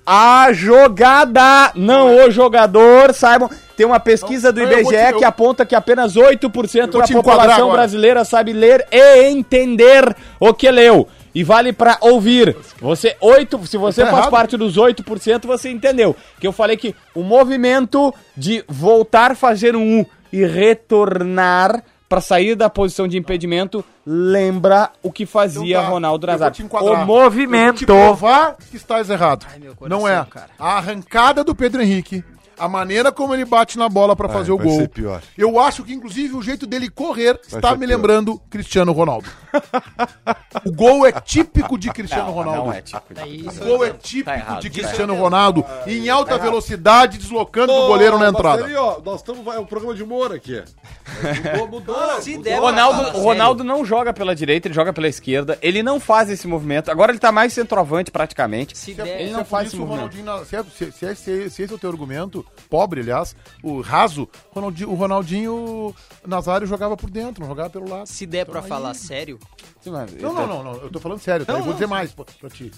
Speaker 1: a jogada, não o jogador, saibam. Tem uma pesquisa do
Speaker 4: é. Não, é, eu vou te-
Speaker 1: IBGE
Speaker 4: eu-
Speaker 1: que aponta que apenas
Speaker 4: Eu
Speaker 1: 8%
Speaker 4: vou
Speaker 1: da
Speaker 4: te enquadrar
Speaker 1: população
Speaker 4: agora.
Speaker 1: brasileira sabe ler e entender o que leu. E vale pra ouvir. Você, 8, se você
Speaker 4: Tá
Speaker 1: faz
Speaker 4: errado.
Speaker 1: parte dos 8%, você entendeu. Que eu falei que o movimento de voltar, fazer um U e retornar pra sair da posição de impedimento lembra o que fazia
Speaker 4: Então tá,
Speaker 1: Ronaldo
Speaker 4: eu vou
Speaker 1: Nazar.
Speaker 4: te enquadrar.
Speaker 1: O movimento.
Speaker 4: Te provar que estás errado.
Speaker 3: meu coração,
Speaker 4: Não é.
Speaker 3: cara.
Speaker 4: A arrancada do Pedro Henrique, a maneira como ele bate na bola pra fazer o
Speaker 2: vai
Speaker 4: gol.
Speaker 2: ser pior.
Speaker 4: Eu acho que, inclusive, o jeito dele correr está
Speaker 2: ser
Speaker 4: me
Speaker 2: pior.
Speaker 4: lembrando Cristiano Ronaldo. o gol é típico de Cristiano
Speaker 3: é
Speaker 4: Ronaldo. O gol
Speaker 3: tá
Speaker 4: é típico de Cristiano Ronaldo, em alta velocidade, deslocando do goleiro na entrada.
Speaker 2: nós estamos. É um programa de humor aqui. mudou.
Speaker 3: Se
Speaker 2: mudou.
Speaker 3: der
Speaker 1: O
Speaker 3: pra
Speaker 1: Ronaldo,
Speaker 3: falar
Speaker 1: o Ronaldo não joga pela direita, ele joga pela esquerda. Ele não faz esse movimento. Agora ele tá mais centroavante praticamente.
Speaker 3: sério, Se
Speaker 4: Se é-
Speaker 3: der,
Speaker 1: Ele
Speaker 4: se
Speaker 1: não
Speaker 4: é por
Speaker 1: faz
Speaker 4: isso
Speaker 1: esse
Speaker 4: o
Speaker 1: movimento.
Speaker 4: Ronaldinho na- se, é- se- se é- se- se esse é o teu argumento, pobre, aliás, o raso, Ronaldi- o Ronaldinho Nazário jogava por dentro, não jogava pelo lado.
Speaker 3: se der pra
Speaker 4: aí-
Speaker 3: falar sério,
Speaker 4: Não, não, não, não, eu tô falando sério, tá?
Speaker 3: Não,
Speaker 4: eu vou
Speaker 3: não.
Speaker 4: dizer mais pra, pra ti.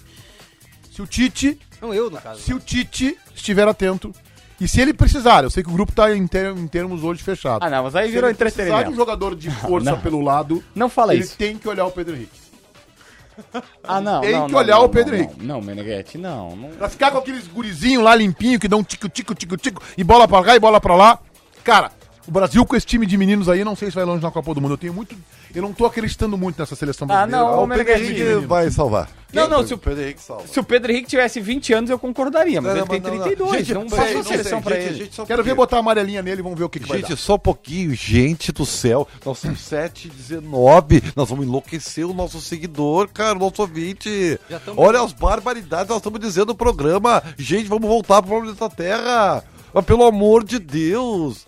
Speaker 4: Se o Tite,
Speaker 3: não eu, no caso.
Speaker 4: se o Tite estiver atento, e se ele precisar, eu sei que o grupo tá em, ter- em termos hoje fechado.
Speaker 1: Ah, não, mas aí
Speaker 4: Se
Speaker 1: virou
Speaker 4: ele precisar de um
Speaker 1: entretenimento. Ah,
Speaker 4: jogador de força pelo lado,
Speaker 1: Não fala
Speaker 4: ele
Speaker 1: isso.
Speaker 4: tem que olhar o Pedro Henrique.
Speaker 1: Ah, não.
Speaker 4: Tem
Speaker 1: não,
Speaker 4: que
Speaker 1: não,
Speaker 4: olhar
Speaker 1: não,
Speaker 4: o Pedro
Speaker 1: não,
Speaker 4: Henrique.
Speaker 1: Não, não Meneghetti, não, não.
Speaker 4: Pra ficar com aqueles gurizinhos lá limpinho que dão um tico, tico, tico, tico, e bola pra cá e bola pra lá. Cara, o Brasil com esse time de meninos aí, não sei se vai longe na Copa do Mundo. Eu tenho muito. Eu não tô acreditando muito nessa seleção
Speaker 1: Ah,
Speaker 4: brasileira.
Speaker 1: não,
Speaker 2: O
Speaker 1: o
Speaker 2: Pedro
Speaker 1: Meneghetti.
Speaker 2: Henrique vai salvar.
Speaker 1: Não, não, se
Speaker 2: se
Speaker 1: o-
Speaker 2: o Pedro Henrique salva.
Speaker 1: Se o Pedro Henrique tivesse 20 anos, eu concordaria, mas
Speaker 2: Não,
Speaker 1: ele tem
Speaker 2: não, não, não.
Speaker 1: 32.
Speaker 2: Gente,
Speaker 1: não
Speaker 2: só-
Speaker 1: passou
Speaker 2: não sei,
Speaker 1: seleção pra
Speaker 2: gente,
Speaker 1: ele.
Speaker 2: gente, só um
Speaker 4: Quero ver
Speaker 2: pouquinho.
Speaker 4: botar a amarelinha nele, vamos ver o que, que vai
Speaker 2: Gente,
Speaker 4: dar.
Speaker 2: só um pouquinho, gente do céu. Nós somos 7 19 Nós vamos enlouquecer o nosso seguidor, cara, o nosso ouvinte.
Speaker 3: Já tamo-
Speaker 2: Olha as barbaridades, nós estamos dizendo no programa. Gente, vamos voltar pro planeta Terra. Mas pelo amor de Deus.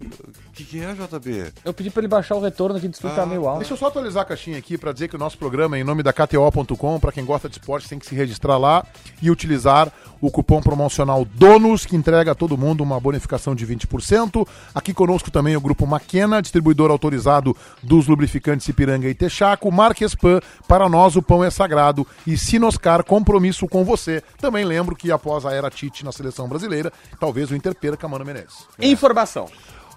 Speaker 2: O que, que é, JB?
Speaker 1: Eu pedi pra ele baixar o retorno aqui, disse que tá meio alto.
Speaker 4: Deixa eu só atualizar a caixinha aqui pra dizer que o nosso programa é em nome da KTO.com. Pra quem gosta de esporte, tem que se registrar lá e utilizar o cupom promocional DONOS, que entrega a todo mundo uma bonificação de 20%. Aqui conosco também o grupo Maquena, distribuidor autorizado dos lubrificantes Ipiranga e Texaco. Marquespan, para nós o pão é sagrado. E Sinoscar, compromisso com você. Também lembro que após a era Tite na seleção brasileira, talvez o Inter perca Mano Menezes.
Speaker 1: Informação.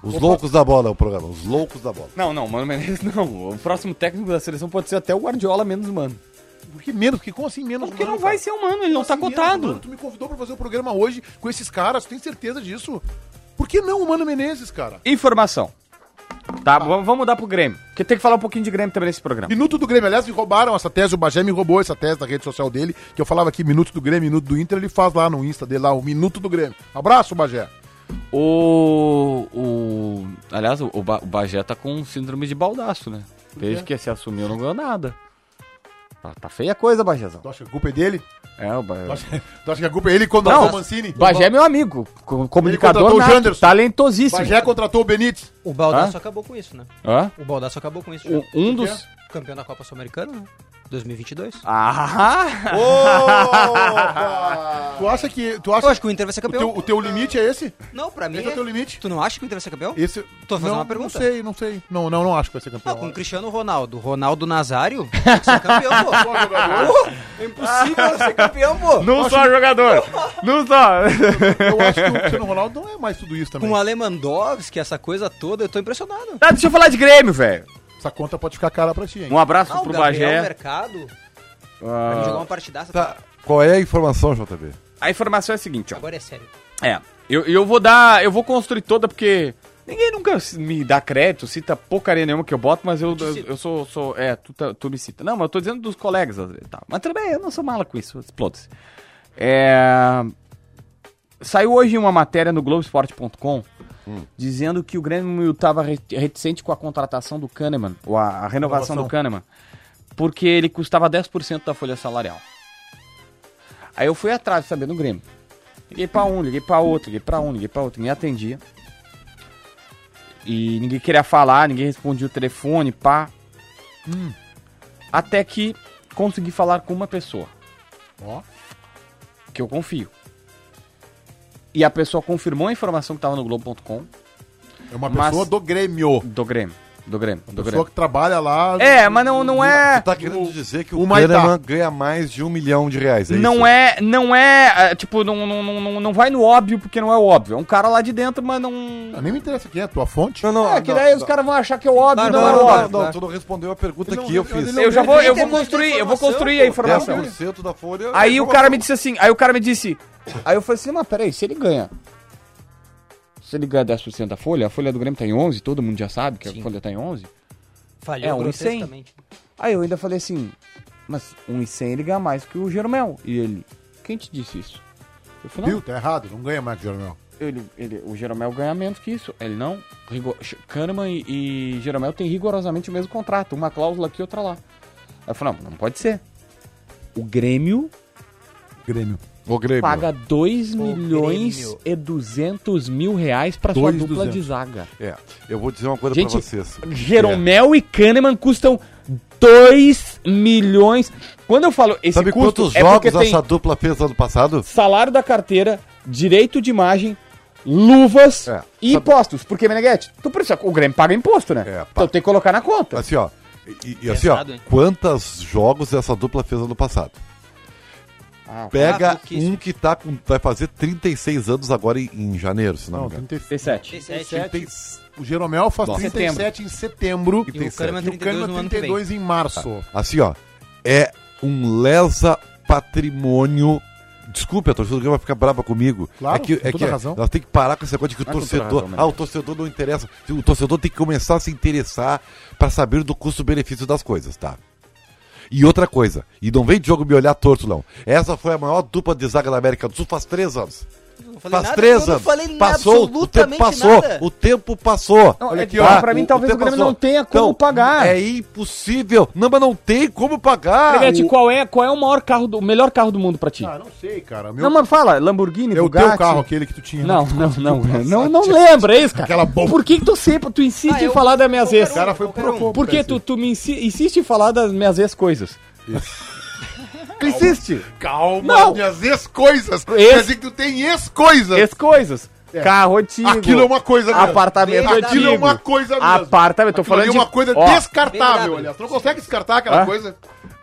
Speaker 2: Os loucos da bola é o programa. Os loucos da bola.
Speaker 1: Não, não, Mano Menezes não. O próximo técnico da seleção pode ser até o Guardiola menos Mano.
Speaker 4: Porque menos, porque como assim menos?
Speaker 1: Porque
Speaker 4: Mano,
Speaker 1: não vai
Speaker 4: cara?
Speaker 1: ser o Mano, ele não tá
Speaker 4: Nossa, Mano,
Speaker 1: cotado.
Speaker 4: tu me convidou pra fazer o programa hoje com esses caras, tu tem certeza disso? Por que não o Mano Menezes, cara?
Speaker 1: Informação. Tá, vamos vamos mudar pro Grêmio. Porque tem que falar um pouquinho de Grêmio também nesse programa.
Speaker 4: Minuto do Grêmio, aliás, me roubaram essa tese, o Bagé me roubou essa tese da rede social dele, que eu falava aqui, minuto do Grêmio, minuto do Inter, ele faz lá no Insta dele, lá, o minuto do Grêmio. Abraço, Bagé.
Speaker 1: O. o aliás, o, o Ba- o Bagé tá com síndrome de baldaço, né? Desde que se assumiu, não ganhou nada. Tá, tá feia a coisa, Bagézão.
Speaker 4: Tu acha que a culpa é dele?
Speaker 1: É, o Bagé.
Speaker 4: Tu acha que a culpa é ele quando
Speaker 1: Não,
Speaker 4: o Mancini?
Speaker 1: Bagé é meu amigo. co- Comunicador
Speaker 4: contratou o
Speaker 1: nato,
Speaker 4: Janderson.
Speaker 1: talentosíssimo.
Speaker 4: Bagé contratou o Benítez.
Speaker 3: O Baldaço
Speaker 1: Hã?
Speaker 3: acabou com isso, né?
Speaker 1: Hã?
Speaker 3: O Baldaço acabou com isso. já.
Speaker 1: O- um dos.
Speaker 3: Campeão da Copa Sul-Americana, né? 2022.
Speaker 1: Ah!
Speaker 4: Tu acha que. Tu acha
Speaker 3: Eu acho que o Inter vai ser
Speaker 4: o, teu,
Speaker 3: campeão.
Speaker 4: o teu limite é esse?
Speaker 3: Não, pra mim.
Speaker 4: Esse é o teu limite.
Speaker 3: Tu não acha que o Inter vai ser campeão?
Speaker 4: Esse.
Speaker 3: Tô fazendo
Speaker 4: não,
Speaker 3: uma pergunta.
Speaker 4: Não sei, não sei. Não, não, não acho que vai ser campeão.
Speaker 3: Não, com o Cristiano Ronaldo. Ronaldo Nazário tem que ser campeão, pô. Pô, é impossível ser campeão, pô.
Speaker 1: Num só jogador. Num só.
Speaker 4: Eu acho que o Cristiano Ronaldo não é mais tudo isso também.
Speaker 3: Com o Alemandowski, essa coisa toda, eu tô impressionado.
Speaker 1: Tá, deixa eu falar de Grêmio, velho.
Speaker 4: Essa conta pode ficar cara pra ti, hein?
Speaker 1: Um abraço
Speaker 3: Ah, o
Speaker 1: pro
Speaker 3: Gabriel
Speaker 1: Bagé.
Speaker 3: Mercado,
Speaker 1: Ah,
Speaker 3: jogar uma partidaça.
Speaker 2: Tá, qual é a informação, JB?
Speaker 1: a informação é a seguinte, ó.
Speaker 3: Agora é sério.
Speaker 1: É, eu, eu vou dar, eu vou construir toda porque ninguém nunca s- me dá crédito, cita porcaria nenhuma que eu boto, mas eu, eu,
Speaker 3: cito.
Speaker 1: eu sou, sou, é, tu, tá- tu me cita. Não, mas eu tô dizendo dos colegas, às vezes, tá. mas também eu não sou mala com isso, explode-se. É, saiu hoje uma matéria no Globoesporte.com dizendo que o Grêmio estava reticente com a contratação do Kahneman, ou a, a renovação do Kahneman, porque ele custava 10% da folha salarial. Aí eu fui atrás de saber no Grêmio. Liguei pra um, liguei pra outro, liguei pra um, liguei pra outro, ninguém atendia. E ninguém queria falar, ninguém respondia o telefone, pá.
Speaker 4: Hum.
Speaker 1: Até que consegui falar com uma pessoa.
Speaker 4: Ó.
Speaker 1: Que eu confio. E a pessoa confirmou a informação que tava no Globo.com
Speaker 4: É uma
Speaker 1: Mas-
Speaker 4: pessoa do Grêmio.
Speaker 1: do Grêmio. Do Grêmio. Do
Speaker 4: Pessoa
Speaker 1: Grêmio.
Speaker 4: que tá trabalha lá.
Speaker 1: É, mas não, não é.
Speaker 2: Tu tá querendo dizer que o,
Speaker 4: o
Speaker 2: o
Speaker 4: Maitá.
Speaker 2: ganha mais de um milhão de reais, é
Speaker 1: não
Speaker 2: isso?
Speaker 1: é, não é, ah, tipo, não, não, não, não- não vai no óbvio porque não é óbvio. É um cara lá de dentro, mas não.
Speaker 4: Ah, Nem me interessa quem é a tua fonte.
Speaker 2: Não, não,
Speaker 1: é, que daí os caras vão achar que é óbvio,
Speaker 2: Não,
Speaker 1: não, é
Speaker 2: não, não,
Speaker 1: óbvio.
Speaker 2: não, tu não respondeu a pergunta
Speaker 4: Ele
Speaker 2: que
Speaker 4: não-
Speaker 2: eu fiz.
Speaker 4: ele
Speaker 1: Eu já vou, eu
Speaker 3: Tem
Speaker 1: vou
Speaker 3: muita
Speaker 1: construir,
Speaker 2: é
Speaker 1: eu vou
Speaker 3: informação,
Speaker 1: construir a
Speaker 3: pô.
Speaker 1: informação.
Speaker 2: 10% da folha. é
Speaker 1: Aí o
Speaker 2: informação.
Speaker 1: cara me disse assim, aí o cara me disse. Aí eu falei assim, mas peraí, se ele ganha. Se ele ganha 10% da folha, a folha do Grêmio tá em 11, todo mundo já sabe que a folha tá em 11. É,
Speaker 3: Falhou
Speaker 1: um e cem.
Speaker 3: grotescamente.
Speaker 1: Aí eu ainda falei assim, mas 1,100 ele ganha mais que o Jeromel. E ele, quem te disse isso? Eu falei, não,
Speaker 4: Viu? Tá errado. Não ganha mais que o jornal.
Speaker 1: ele, ele- o Jeromel ganha menos que isso. Ele não. Rigor, Ch- Kahneman e, e Jeromel têm rigorosamente o mesmo contrato. Uma cláusula aqui, outra lá. Aí eu falei, não, não pode ser. O Grêmio
Speaker 4: Grêmio.
Speaker 2: O Grêmio.
Speaker 1: paga 2
Speaker 3: Grêmio.
Speaker 1: milhões e 200 mil reais pra sua
Speaker 4: Dois
Speaker 1: dupla
Speaker 4: 200.
Speaker 1: de zaga.
Speaker 2: É, eu vou dizer uma coisa
Speaker 1: Gente,
Speaker 2: pra vocês. É.
Speaker 1: Jeromel e Kahneman custam 2 milhões. Quando eu falo esse
Speaker 2: Sabe
Speaker 1: custo,
Speaker 2: quantos
Speaker 1: é porque
Speaker 2: jogos
Speaker 1: tem
Speaker 2: essa dupla fez ano passado?
Speaker 1: salário da carteira, direito de imagem, luvas
Speaker 2: É,
Speaker 1: e
Speaker 2: sabe-
Speaker 1: impostos. Porque, Meneghete, tu precisa, o Grêmio paga imposto, né?
Speaker 2: É, paga.
Speaker 1: então tem que colocar na conta.
Speaker 2: Assim, ó. E, e assim, ó,
Speaker 3: Pesado, hein?
Speaker 2: quantos jogos essa dupla fez ano passado?
Speaker 1: Ah,
Speaker 2: Pega
Speaker 3: pouquíssimo.
Speaker 2: um que tá com, vai fazer 36 anos agora em, em janeiro, se não,
Speaker 4: Não,
Speaker 2: me engano.
Speaker 4: 37.
Speaker 1: 37.
Speaker 4: O Jeromel faz
Speaker 2: Nossa.
Speaker 4: 37 em setembro.
Speaker 3: E o Kahneman
Speaker 4: E o
Speaker 3: 32 no
Speaker 4: Kahneman
Speaker 3: ano que vem.
Speaker 4: 32 em março.
Speaker 2: Assim, ó. É um lesa patrimônio. Desculpa, a torcida do Grêmio vai ficar braba comigo.
Speaker 4: Claro,
Speaker 2: é que,
Speaker 4: com
Speaker 2: é
Speaker 4: toda
Speaker 2: que
Speaker 4: razão.
Speaker 2: Ela tem que parar com essa coisa de que o
Speaker 1: Ah, com toda
Speaker 2: torcedor.
Speaker 1: razão, né?
Speaker 2: ah, o torcedor não interessa. O torcedor tem que começar a se interessar para saber do custo-benefício das coisas, tá? E outra coisa, e não vem de jogo me olhar torto, não. Essa foi a maior dupla de zaga da América do Sul faz três anos.
Speaker 3: Não falei
Speaker 2: Faz
Speaker 3: nada,
Speaker 2: três
Speaker 3: eu não
Speaker 2: anos.
Speaker 3: falei nada,
Speaker 2: passou, o tempo
Speaker 3: absolutamente
Speaker 2: passou.
Speaker 3: nada.
Speaker 2: O tempo passou.
Speaker 1: Não, é que,
Speaker 2: tá?
Speaker 1: ó, pra mim,
Speaker 2: O-
Speaker 1: talvez o
Speaker 2: tempo
Speaker 1: Grêmio não tenha como
Speaker 4: Então,
Speaker 1: pagar.
Speaker 2: É impossível. Não, mas não tem como pagar.
Speaker 1: Meneghete,
Speaker 2: O-
Speaker 1: qual é, qual é o maior carro do, o melhor carro do mundo pra ti?
Speaker 4: Ah, não sei, cara. Ah, Meu...
Speaker 1: não, mas fala, Lamborghini,
Speaker 4: é o
Speaker 1: Bugatti.
Speaker 4: teu carro, aquele que tu tinha.
Speaker 1: Não, não, não, não, não lembra é isso, cara.
Speaker 4: Aquela bomba.
Speaker 1: Por que, que tu sempre, tu insiste
Speaker 3: Ah,
Speaker 1: em
Speaker 3: eu-
Speaker 1: falar das minhas
Speaker 3: eu
Speaker 1: ex?
Speaker 3: quero-
Speaker 4: O cara foi
Speaker 3: Qualquer um.
Speaker 4: pro
Speaker 1: Por que tu, tu me insi- insiste em falar das minhas ex coisas? Tu insiste.
Speaker 4: Calma,
Speaker 1: Não.
Speaker 4: minhas ex-coisas. Quer dizer que tu tem ex-coisas.
Speaker 1: Ex coisas. Carro antigo.
Speaker 4: Aquilo é uma coisa mesmo.
Speaker 1: Apartamento
Speaker 3: Aquilo
Speaker 1: antigo.
Speaker 4: é uma coisa mesmo.
Speaker 1: Apartamento, tô
Speaker 4: Aquilo ali
Speaker 1: falando de...
Speaker 4: é uma coisa
Speaker 1: Ó,
Speaker 4: descartável,
Speaker 3: verdade.
Speaker 4: aliás. Tu não consegue descartar aquela
Speaker 1: Ah?
Speaker 4: coisa.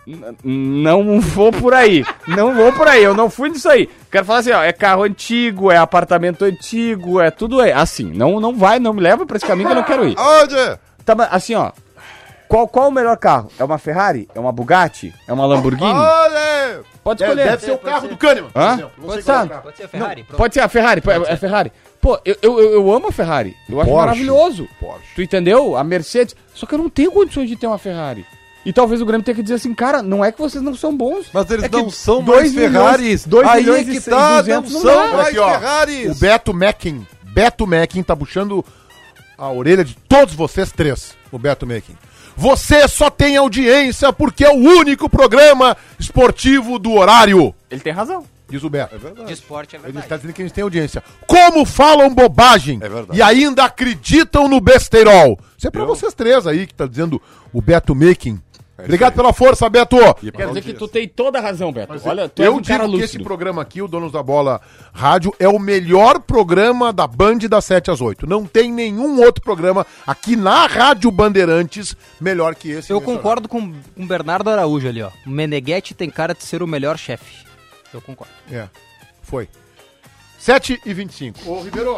Speaker 1: n- Não vou por aí. Não vou por aí. Eu não fui nisso aí. Quero falar assim, ó. É carro antigo, é apartamento antigo, é tudo aí. Assim, não, não vai, não me leva pra esse caminho que eu não quero ir.
Speaker 4: Onde?
Speaker 1: Tá, mas assim, ó. Qual, qual o melhor carro? É uma Ferrari? É uma Bugatti? É uma Lamborghini?
Speaker 4: Olha!
Speaker 1: Pode
Speaker 4: Ah, É,
Speaker 1: escolher.
Speaker 4: deve ser o
Speaker 3: Pode
Speaker 4: carro
Speaker 3: ser.
Speaker 4: do Kahneman,
Speaker 1: Hã?
Speaker 4: Não sei
Speaker 1: Pode
Speaker 4: qual é o
Speaker 1: ser.
Speaker 4: carro.
Speaker 3: Pode ser a Ferrari? pronto.
Speaker 1: Pode ser a Ferrari, é a Ferrari. Pô, eu, eu, eu- eu amo a Ferrari. Eu acho
Speaker 2: Porsche.
Speaker 1: maravilhoso.
Speaker 2: Porsche.
Speaker 1: Tu entendeu? A Mercedes. Só que eu não tenho condições de ter uma Ferrari. E talvez o Grêmio tenha que dizer assim, cara, não é que vocês não são bons.
Speaker 2: Mas eles
Speaker 1: é que
Speaker 2: não são
Speaker 1: dois
Speaker 2: mais
Speaker 1: milhões-
Speaker 2: Ferraris.
Speaker 1: dois
Speaker 2: Aí
Speaker 1: milhões
Speaker 2: é
Speaker 1: e
Speaker 2: que
Speaker 1: cem-
Speaker 2: tá, não
Speaker 1: 200 não
Speaker 2: são
Speaker 1: dá.
Speaker 2: mais
Speaker 4: Aqui, ó,
Speaker 2: Ferraris.
Speaker 4: O Beto Mecken. Beto Mecken tá puxando a orelha de todos vocês três. O Beto Mecken. Você só tem audiência porque é o único programa esportivo do horário.
Speaker 1: Ele tem razão.
Speaker 4: Diz o Beto.
Speaker 3: De esporte é
Speaker 4: Ele
Speaker 3: verdade.
Speaker 4: está dizendo que eles têm audiência. Como falam bobagem
Speaker 2: É verdade.
Speaker 4: e ainda acreditam no besteirol. Isso é pra vocês três aí que tá dizendo o Beto Making Obrigado pela força, Beto.
Speaker 1: Quer
Speaker 2: é
Speaker 1: dizer que tu tem toda a razão, Beto. Olha, tu é
Speaker 4: eu
Speaker 1: um
Speaker 4: digo
Speaker 1: cara
Speaker 4: que esse
Speaker 1: lúcido.
Speaker 4: programa aqui, o Donos da Bola Rádio, é o melhor programa da Band das 7 às 8. Não tem nenhum outro programa aqui na Rádio Bandeirantes melhor que esse. é
Speaker 3: Eu
Speaker 4: nesse
Speaker 3: concordo com com o Bernardo Araújo ali, ó. O Meneghetti tem cara de ser o melhor chefe. Eu concordo.
Speaker 4: horário. É, foi. 7 e 25. Ô, Ribeiro,